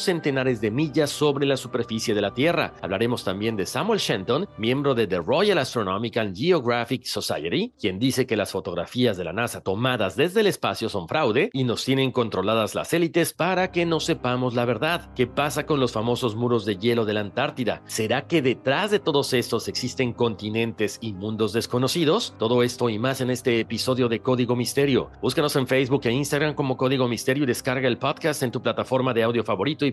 [SPEAKER 27] centenares de millas sobre la superficie de la Tierra. Hablaremos también de Samuel Shenton, miembro de The Royal Astronomical Geographic Society, quien dice que las fotografías de la NASA tomadas desde el espacio son fraude y nos tienen controladas las élites para que no sepamos la verdad. ¿Qué pasa con los famosos muros de hielo de la Antártida? ¿Será que detrás de todos estos existen continentes y mundos desconocidos? Todo esto y más en este episodio de Código Misterio. Búscanos en Facebook e Instagram como Código Misterio y descarga el podcast en tu plataforma de audio favorito y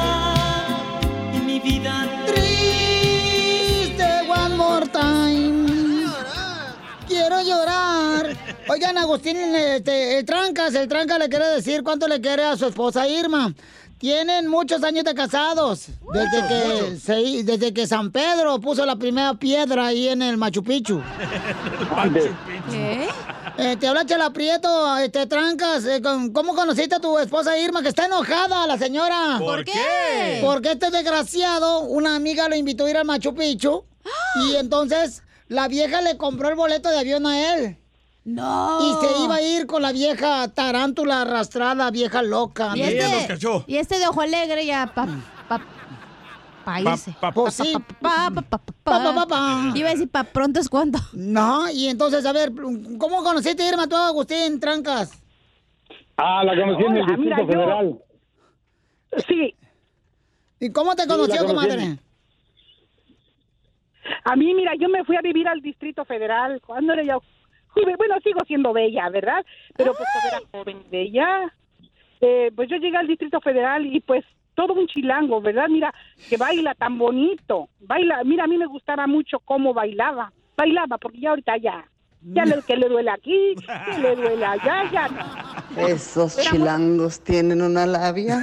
[SPEAKER 9] Amarga. Y mi vida
[SPEAKER 4] Triste, one more time. Quiero llorar. Oigan, Agustín, este, el Trancas, el Tranca le quiere decir cuánto le quiere a su esposa Irma. Tienen muchos años de casados. Desde que, se- desde que San Pedro puso la primera piedra ahí en el Machu Picchu. ¿Qué? Eh, te habla Chela Prieto, este, Trancas. eh, con- ¿Cómo conociste a tu esposa Irma? Que está enojada la señora.
[SPEAKER 9] ¿Por qué?
[SPEAKER 4] Porque este desgraciado, una amiga lo invitó a ir al Machu Picchu.
[SPEAKER 5] ¡Ah!
[SPEAKER 4] Y entonces la vieja le compró el boleto de avión a él.
[SPEAKER 5] No.
[SPEAKER 4] Y se iba a ir con la vieja tarántula arrastrada, vieja loca.
[SPEAKER 5] Y este, y este de ojo alegre ya pa, pa, pa irse.
[SPEAKER 4] Pa- pa- Pues sí.
[SPEAKER 5] pa- pa- pa- pa-
[SPEAKER 4] Pa, pa,
[SPEAKER 5] pa.
[SPEAKER 4] pa, pa.
[SPEAKER 5] Iba a decir, pa pronto es cuando.
[SPEAKER 4] No, y entonces, a ver, ¿cómo conociste a Irma tú, Agustín Trancas?
[SPEAKER 28] Ah, la conocí en el
[SPEAKER 4] Hola, mira,
[SPEAKER 28] Distrito
[SPEAKER 4] yo-
[SPEAKER 28] Federal.
[SPEAKER 4] Sí. ¿Y cómo te
[SPEAKER 28] Sí,
[SPEAKER 4] conoció,
[SPEAKER 28] la conocí en-
[SPEAKER 4] comadre?
[SPEAKER 29] A mí, mira, yo me fui a vivir al Distrito Federal cuando era ya joven. Bueno, sigo siendo bella, ¿verdad? Pero pues cuando era joven y bella. eh, pues yo llegué al Distrito Federal y pues todo un chilango, ¿verdad? Mira, que baila tan bonito. Baila, mira, a mí me gustaba mucho cómo bailaba. Bailaba, porque ya ahorita ya.
[SPEAKER 4] Mm.
[SPEAKER 29] Ya le, que le duele aquí, que le duele allá, ya. no.
[SPEAKER 8] Esos
[SPEAKER 29] Era muy-
[SPEAKER 8] chilangos tienen una labia.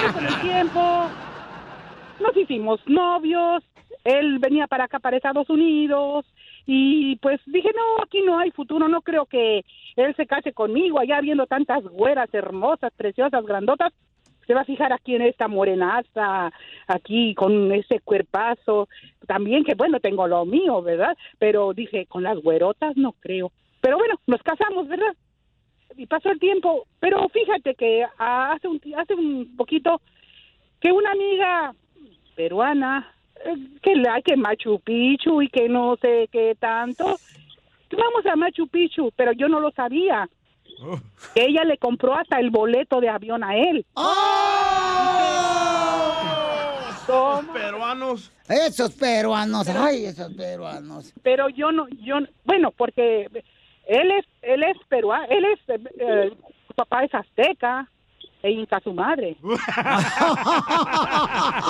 [SPEAKER 29] Pero con el tiempo nos hicimos novios, él venía para acá, para Estados Unidos, y pues dije, no, aquí no hay futuro, no creo que él se case conmigo, allá viendo tantas güeras hermosas, preciosas, grandotas, se va a fijar aquí en esta morenaza, aquí con ese cuerpazo, también que bueno, tengo lo mío, ¿verdad? Pero dije, con las güerotas no creo. Pero bueno, nos casamos, ¿verdad? y pasó el tiempo, pero fíjate que ah, hace un ti- hace un poquito que una amiga peruana eh, que la que Machu Picchu y que no sé qué tanto que vamos a Machu Picchu, pero yo no lo sabía. Que ella le compró hasta el boleto de avión a él.
[SPEAKER 3] Los peruanos.
[SPEAKER 4] Esos peruanos, ay, esos peruanos.
[SPEAKER 29] Pero yo no, yo no- bueno, porque él es, él es peruano, él es, eh, eh, su papá es azteca e inca su madre.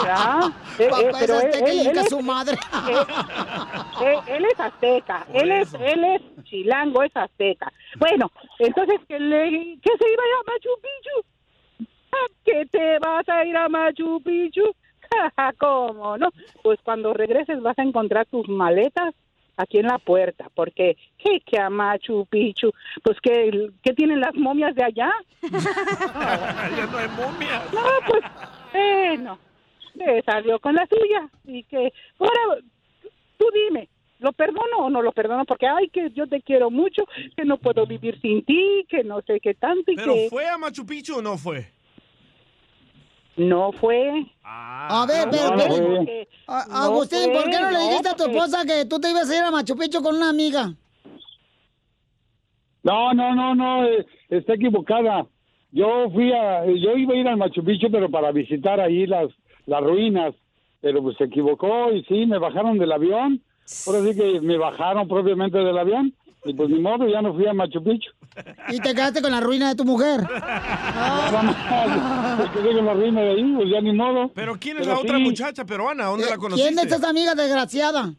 [SPEAKER 29] Ya, eh, eh,
[SPEAKER 4] Papá es
[SPEAKER 29] pero él-
[SPEAKER 4] azteca y
[SPEAKER 29] él-
[SPEAKER 4] Inca
[SPEAKER 29] él
[SPEAKER 4] su
[SPEAKER 29] es-
[SPEAKER 4] madre.
[SPEAKER 29] es- él, él es azteca, él es, él es chilango, es azteca. Bueno, entonces que le, que se iba a ir a Machu Picchu, Ah, que te vas a ir a Machu Picchu, Jaja, cómo no, pues cuando regreses vas a encontrar tus maletas aquí en la puerta, porque que, que a Machu Picchu, pues que, que tienen las momias de allá,
[SPEAKER 9] Ya no hay momia.
[SPEAKER 29] no, pues, bueno, eh, salió con la suya. Y que, ahora, tú dime, ¿lo perdono o no lo perdono? Porque, ay, que yo te quiero mucho, que no puedo vivir sin ti, que no sé qué tanto. Y
[SPEAKER 3] ¿Pero
[SPEAKER 29] que
[SPEAKER 3] fue a Machu Picchu o no fue?
[SPEAKER 29] no fue.
[SPEAKER 28] Ah,
[SPEAKER 4] A ver, pero, pero-
[SPEAKER 29] porque-
[SPEAKER 4] A-
[SPEAKER 29] no
[SPEAKER 4] Agustín, ¿por
[SPEAKER 29] fue,
[SPEAKER 4] qué no le
[SPEAKER 29] no,
[SPEAKER 4] dijiste a tu
[SPEAKER 29] porque-
[SPEAKER 4] esposa que tú te ibas a ir a Machu Picchu con una amiga?
[SPEAKER 28] No, no, no, no, eh, está equivocada. Yo fui a, eh, yo iba a ir al Machu Picchu, pero para visitar ahí las, las ruinas, pero pues se equivocó y sí, me bajaron del avión, ahora sí que me bajaron propiamente del avión, y pues ni modo, ya no fui a Machu Picchu.
[SPEAKER 4] Y te quedaste con la ruina de tu mujer.
[SPEAKER 28] Nada más, me quedé con la ruina de ahí, pues ya ni modo.
[SPEAKER 3] ¿Pero quién es
[SPEAKER 28] Pero
[SPEAKER 3] la otra
[SPEAKER 28] sí.
[SPEAKER 3] muchacha peruana? ¿Dónde la
[SPEAKER 4] Eh, ¿Quién
[SPEAKER 3] conociste?
[SPEAKER 4] de estas amigas desgraciada?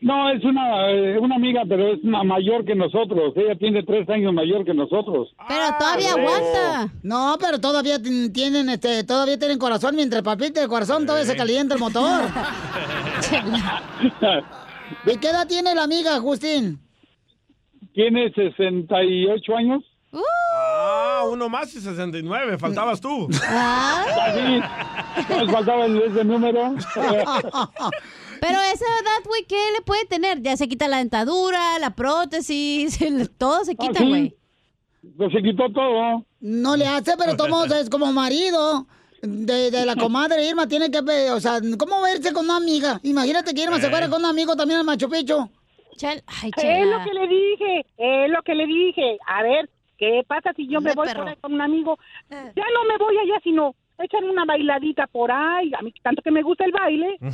[SPEAKER 28] No, es una, eh, una amiga, pero es una mayor que nosotros. Ella tiene tres años mayor que nosotros.
[SPEAKER 4] Pero todavía aguanta. No, pero todavía tin- tienen, este, todavía tienen corazón, mientras papita el corazón todavía se calienta el motor. ¿De qué edad tiene la amiga, Justin?
[SPEAKER 28] Tiene 68 años.
[SPEAKER 3] Ah,
[SPEAKER 28] ¡Uh!
[SPEAKER 3] uno más y 69. Faltabas tú.
[SPEAKER 28] Así, nos faltaba el- ese número.
[SPEAKER 5] Pero esa edad, güey, ¿qué le puede tener? Ya se quita la dentadura, la prótesis, el- todo se quita,
[SPEAKER 28] sí.
[SPEAKER 5] güey.
[SPEAKER 28] Pues se quitó todo.
[SPEAKER 4] No le hace, pero tomo, es como marido. De, de la comadre Irma tiene que, pe- o sea, ¿cómo verse con una amiga? Imagínate que Irma se fuera con un amigo también al Machu Picchu.
[SPEAKER 29] Es lo que le dije, es lo que le dije. A ver, ¿qué pasa si yo me
[SPEAKER 4] Ese
[SPEAKER 29] voy
[SPEAKER 4] perro.
[SPEAKER 29] por ahí con un amigo? Ya no me voy allá, sino echar una bailadita por ahí. A mí tanto que me gusta el baile.
[SPEAKER 28] Mm.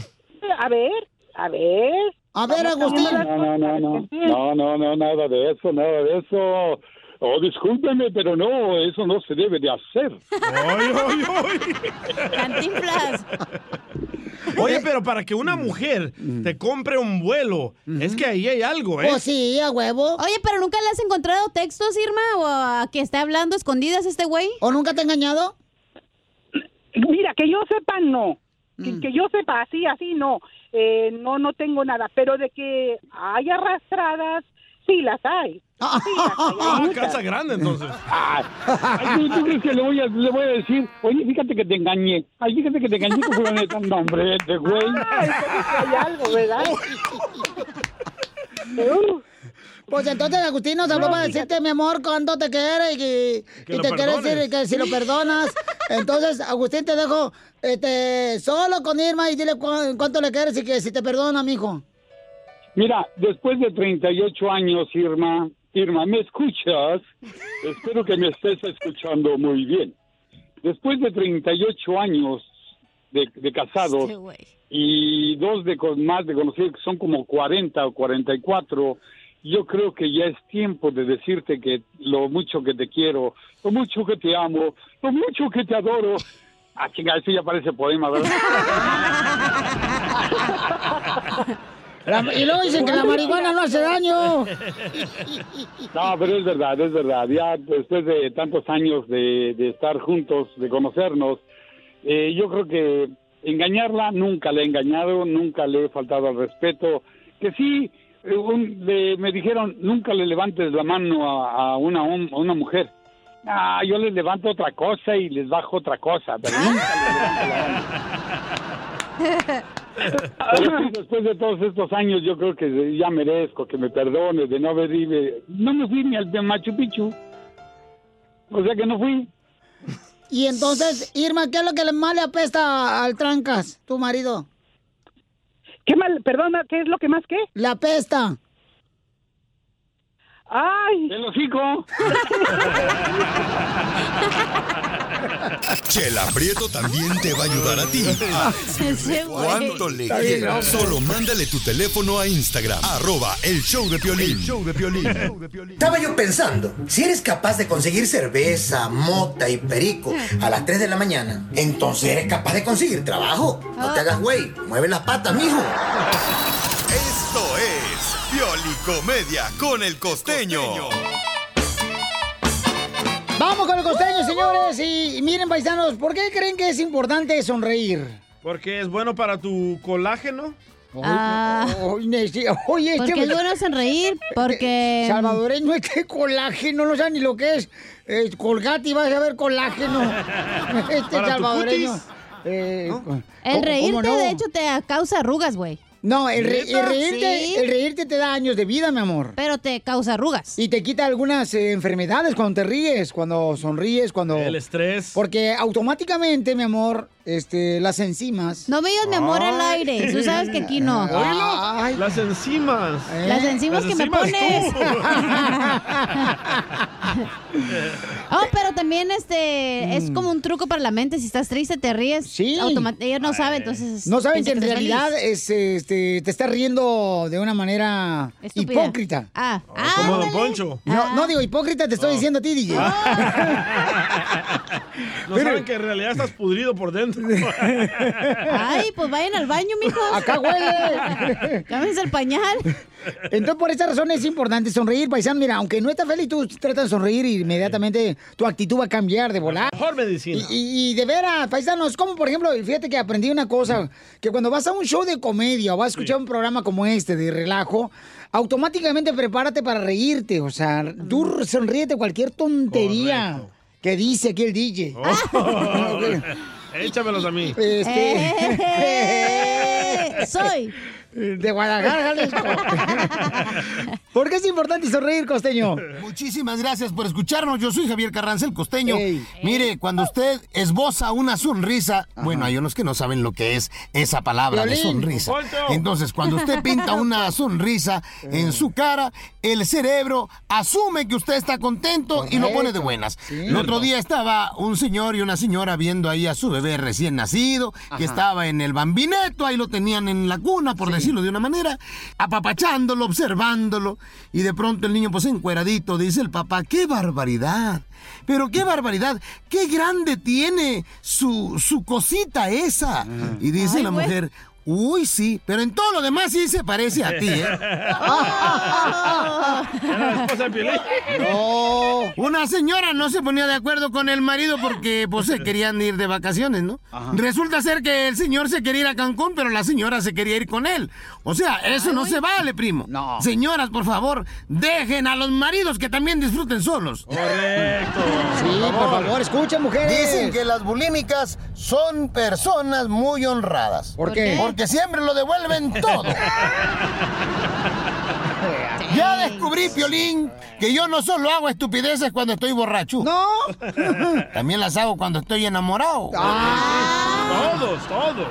[SPEAKER 29] A ver, a ver.
[SPEAKER 4] A ver,
[SPEAKER 29] Vamos
[SPEAKER 4] Agustín.
[SPEAKER 29] cambiando
[SPEAKER 28] No,
[SPEAKER 29] las
[SPEAKER 28] no, no. No, no, no, nada de eso, nada de eso. Oh, discúlpeme, pero no, eso no se debe de hacer.
[SPEAKER 3] Oye, pero para que una mujer te compre un vuelo, es que ahí hay algo, ¿eh?
[SPEAKER 5] Pues
[SPEAKER 4] sí, a huevo.
[SPEAKER 5] Oye, pero ¿nunca le has encontrado textos, Irma? ¿O a que está hablando a escondidas este güey?
[SPEAKER 4] ¿O nunca te ha engañado?
[SPEAKER 29] Mira, que yo sepa, no. Que, que yo sepa, así, así, no. Eh, no, no tengo nada. Pero de que hay arrastradas, sí las hay. Sí las hay, hay
[SPEAKER 3] Ah,
[SPEAKER 29] muchas.
[SPEAKER 3] casa grande, entonces.
[SPEAKER 28] Ay, ¿tú, tú crees que le voy, a, le voy a decir? Oye, fíjate que te engañé. Ay, fíjate que te engañé con fulanita. No, hombre, este güey.
[SPEAKER 29] hay algo, ¿verdad? Uh.
[SPEAKER 4] Pues entonces Agustín nos habló
[SPEAKER 29] No, pues
[SPEAKER 4] para decirte, mi amor, cuánto te quiere y, que-
[SPEAKER 29] Que
[SPEAKER 4] y
[SPEAKER 29] lo
[SPEAKER 4] te quiere decir
[SPEAKER 29] perdones.
[SPEAKER 4] que si lo perdonas. Entonces, Agustín, te dejo este, solo con Irma y dile cu- cuánto le quieres y que si te perdona, mijo.
[SPEAKER 28] Mira, después de 38 años, Irma, Irma, ¿me escuchas? Espero que me estés escuchando muy bien. Después de 38 años de, de
[SPEAKER 4] Ah,
[SPEAKER 28] casados y dos de con, más de conocidos que son como 40 o 44, yo creo que ya es tiempo de decirte que lo mucho que te quiero, lo mucho que te amo, lo mucho que te adoro. Ah, chinga, eso ya parece poema, ¿verdad?
[SPEAKER 4] y luego dicen que la marihuana no hace daño.
[SPEAKER 28] No, pero es verdad, es verdad. Ya después de tantos años de, de estar juntos, de conocernos, eh, yo creo que engañarla nunca le he engañado, nunca le he faltado al respeto. Que sí, eh, un- le- me dijeron, nunca le levantes la mano a, a una, hom- a una mujer. Ah, yo les levanto otra cosa y les bajo otra cosa, pero nunca les levanto la mano. Pero sí, después de todos estos años, yo creo que ya merezco que me perdone de no haber ido. No me fui ni al de Machu Picchu. O sea que no fui.
[SPEAKER 4] Y entonces, Irma, ¿qué es lo que le- más le apesta al Trancas, tu marido?
[SPEAKER 29] ¿Qué mal, perdona, qué es lo que más qué?
[SPEAKER 4] La apesta.
[SPEAKER 29] Ay.
[SPEAKER 28] El hocico.
[SPEAKER 7] Chela Prieto también te va a ayudar a ti. a decirle ¿Cuánto le
[SPEAKER 9] Está bien,
[SPEAKER 7] quieres?
[SPEAKER 9] loco.
[SPEAKER 7] Solo mándale tu teléfono a Instagram, arroba el show de Piolín.
[SPEAKER 15] Estaba yo pensando, si eres capaz de conseguir cerveza, mota y perico a las 3 de la mañana, entonces eres capaz de conseguir trabajo. No te hagas güey, mueve las patas, mijo.
[SPEAKER 7] Esto es Pioli Comedia con el costeño.
[SPEAKER 4] Vamos con el costeño, señores. Y, y miren, paisanos, ¿por qué creen que es importante sonreír?
[SPEAKER 3] Porque es bueno para tu colágeno.
[SPEAKER 4] Ah. Oye, oye, Eh,
[SPEAKER 5] Porque es bueno sonreír, porque...
[SPEAKER 4] Salvadoreño, es que colágeno, no sabe ni lo que es. Eh, colgate y vas a ver colágeno. Este
[SPEAKER 5] Para tu
[SPEAKER 4] salvadoreño.
[SPEAKER 5] cutis.
[SPEAKER 4] Eh,
[SPEAKER 5] El
[SPEAKER 4] ¿cómo
[SPEAKER 5] reírte,
[SPEAKER 4] no?
[SPEAKER 5] de hecho, te causa arrugas, güey.
[SPEAKER 4] No, el, re- el reírte,
[SPEAKER 5] Sí.
[SPEAKER 4] el reírte te da años de vida, mi amor.
[SPEAKER 5] Pero te causa arrugas.
[SPEAKER 4] Y te quita algunas eh, enfermedades cuando te ríes, cuando sonríes, cuando... El
[SPEAKER 3] estrés.
[SPEAKER 4] Porque automáticamente, mi amor, este, las enzimas...
[SPEAKER 5] No me digas, mi amor, al aire. Tú sabes que aquí no.
[SPEAKER 4] Ay.
[SPEAKER 3] Las enzimas.
[SPEAKER 28] ¿Eh?
[SPEAKER 5] Las enzimas que me pones. oh, pero también este es como un truco para la mente. Si estás triste, te ríes.
[SPEAKER 4] Mm. Sí.
[SPEAKER 5] Automa- Ellos no saben, entonces.
[SPEAKER 3] Pues,
[SPEAKER 4] No saben que
[SPEAKER 5] piensan
[SPEAKER 4] en
[SPEAKER 5] estás
[SPEAKER 4] realidad
[SPEAKER 5] feliz.
[SPEAKER 4] es, este, este, te estás riendo de una manera
[SPEAKER 3] Estúpida.
[SPEAKER 4] hipócrita.
[SPEAKER 3] Ah,
[SPEAKER 9] Como Don Poncho. Ah.
[SPEAKER 4] No, no digo hipócrita, te estoy diciendo a ti, DJ.
[SPEAKER 9] No saben que en realidad estás pudrido por dentro.
[SPEAKER 3] Ay, pues vayan al baño, mijos.
[SPEAKER 4] Acá huele.
[SPEAKER 3] Cámense el pañal.
[SPEAKER 4] Entonces, por esa razón es importante sonreír, paisano. Mira, aunque no estás feliz, tú tratas de sonreír y inmediatamente tu actitud va a cambiar de volar.
[SPEAKER 9] Mejor medicina.
[SPEAKER 4] Y, y de veras, paisanos, como por ejemplo, fíjate que aprendí una cosa, que cuando vas a un show de comedia o vas a escuchar un programa como este de relajo, automáticamente prepárate para reírte. O sea, tú sonríete cualquier tontería que dice aquí el
[SPEAKER 9] Oh,
[SPEAKER 4] DJ.
[SPEAKER 9] Échamelos a mí.
[SPEAKER 5] Eh.
[SPEAKER 4] Este-
[SPEAKER 3] soy.
[SPEAKER 4] De Guadalajara, Jalisco. ¿Por qué es importante sonreír, costeño?
[SPEAKER 17] Muchísimas gracias por escucharnos. Yo soy Javier Carranza, el costeño. Mire, cuando usted esboza una sonrisa, bueno, hay unos que no saben lo que es esa palabra de
[SPEAKER 16] Violín.
[SPEAKER 17] sonrisa.
[SPEAKER 16] Poncho.
[SPEAKER 17] Entonces, cuando usted pinta una sonrisa en su cara, el cerebro asume que usted está contento y lo pone de
[SPEAKER 16] Correcto.
[SPEAKER 17] buenas.
[SPEAKER 16] Sí.
[SPEAKER 17] El otro día estaba un señor y una señora viendo ahí a su bebé recién nacido,
[SPEAKER 16] Ajá.
[SPEAKER 17] que estaba en el bambineto, ahí lo tenían en la cuna, por decirlo de una manera, apapachándolo, observándolo, y de pronto el niño, pues encueradito, dice el papá, qué barbaridad, pero qué barbaridad, qué grande tiene su, su cosita esa. Y dice la
[SPEAKER 16] güey.
[SPEAKER 17] mujer, uy, sí, pero en todo lo demás sí se parece a ti, ¿eh? No. Una señora no se ponía de acuerdo con el marido porque pues se querían ir de vacaciones, ¿no? Resulta ser que el señor se quería ir a Cancún, pero la señora se quería ir con él. O sea, eso no se vale, primo. No. Señoras, por favor, dejen a los maridos que también disfruten solos.
[SPEAKER 9] Correcto.
[SPEAKER 17] Sí,
[SPEAKER 4] por favor, escuchen, mujeres.
[SPEAKER 17] Dicen que las bulímicas son personas muy honradas.
[SPEAKER 4] ¿Por qué?
[SPEAKER 17] Porque siempre lo devuelven todo. Ya descubrí, Piolín, que yo no solo hago estupideces cuando estoy borracho.
[SPEAKER 4] No.
[SPEAKER 17] También las hago cuando estoy enamorado.
[SPEAKER 4] Ah.
[SPEAKER 9] Todos, todos.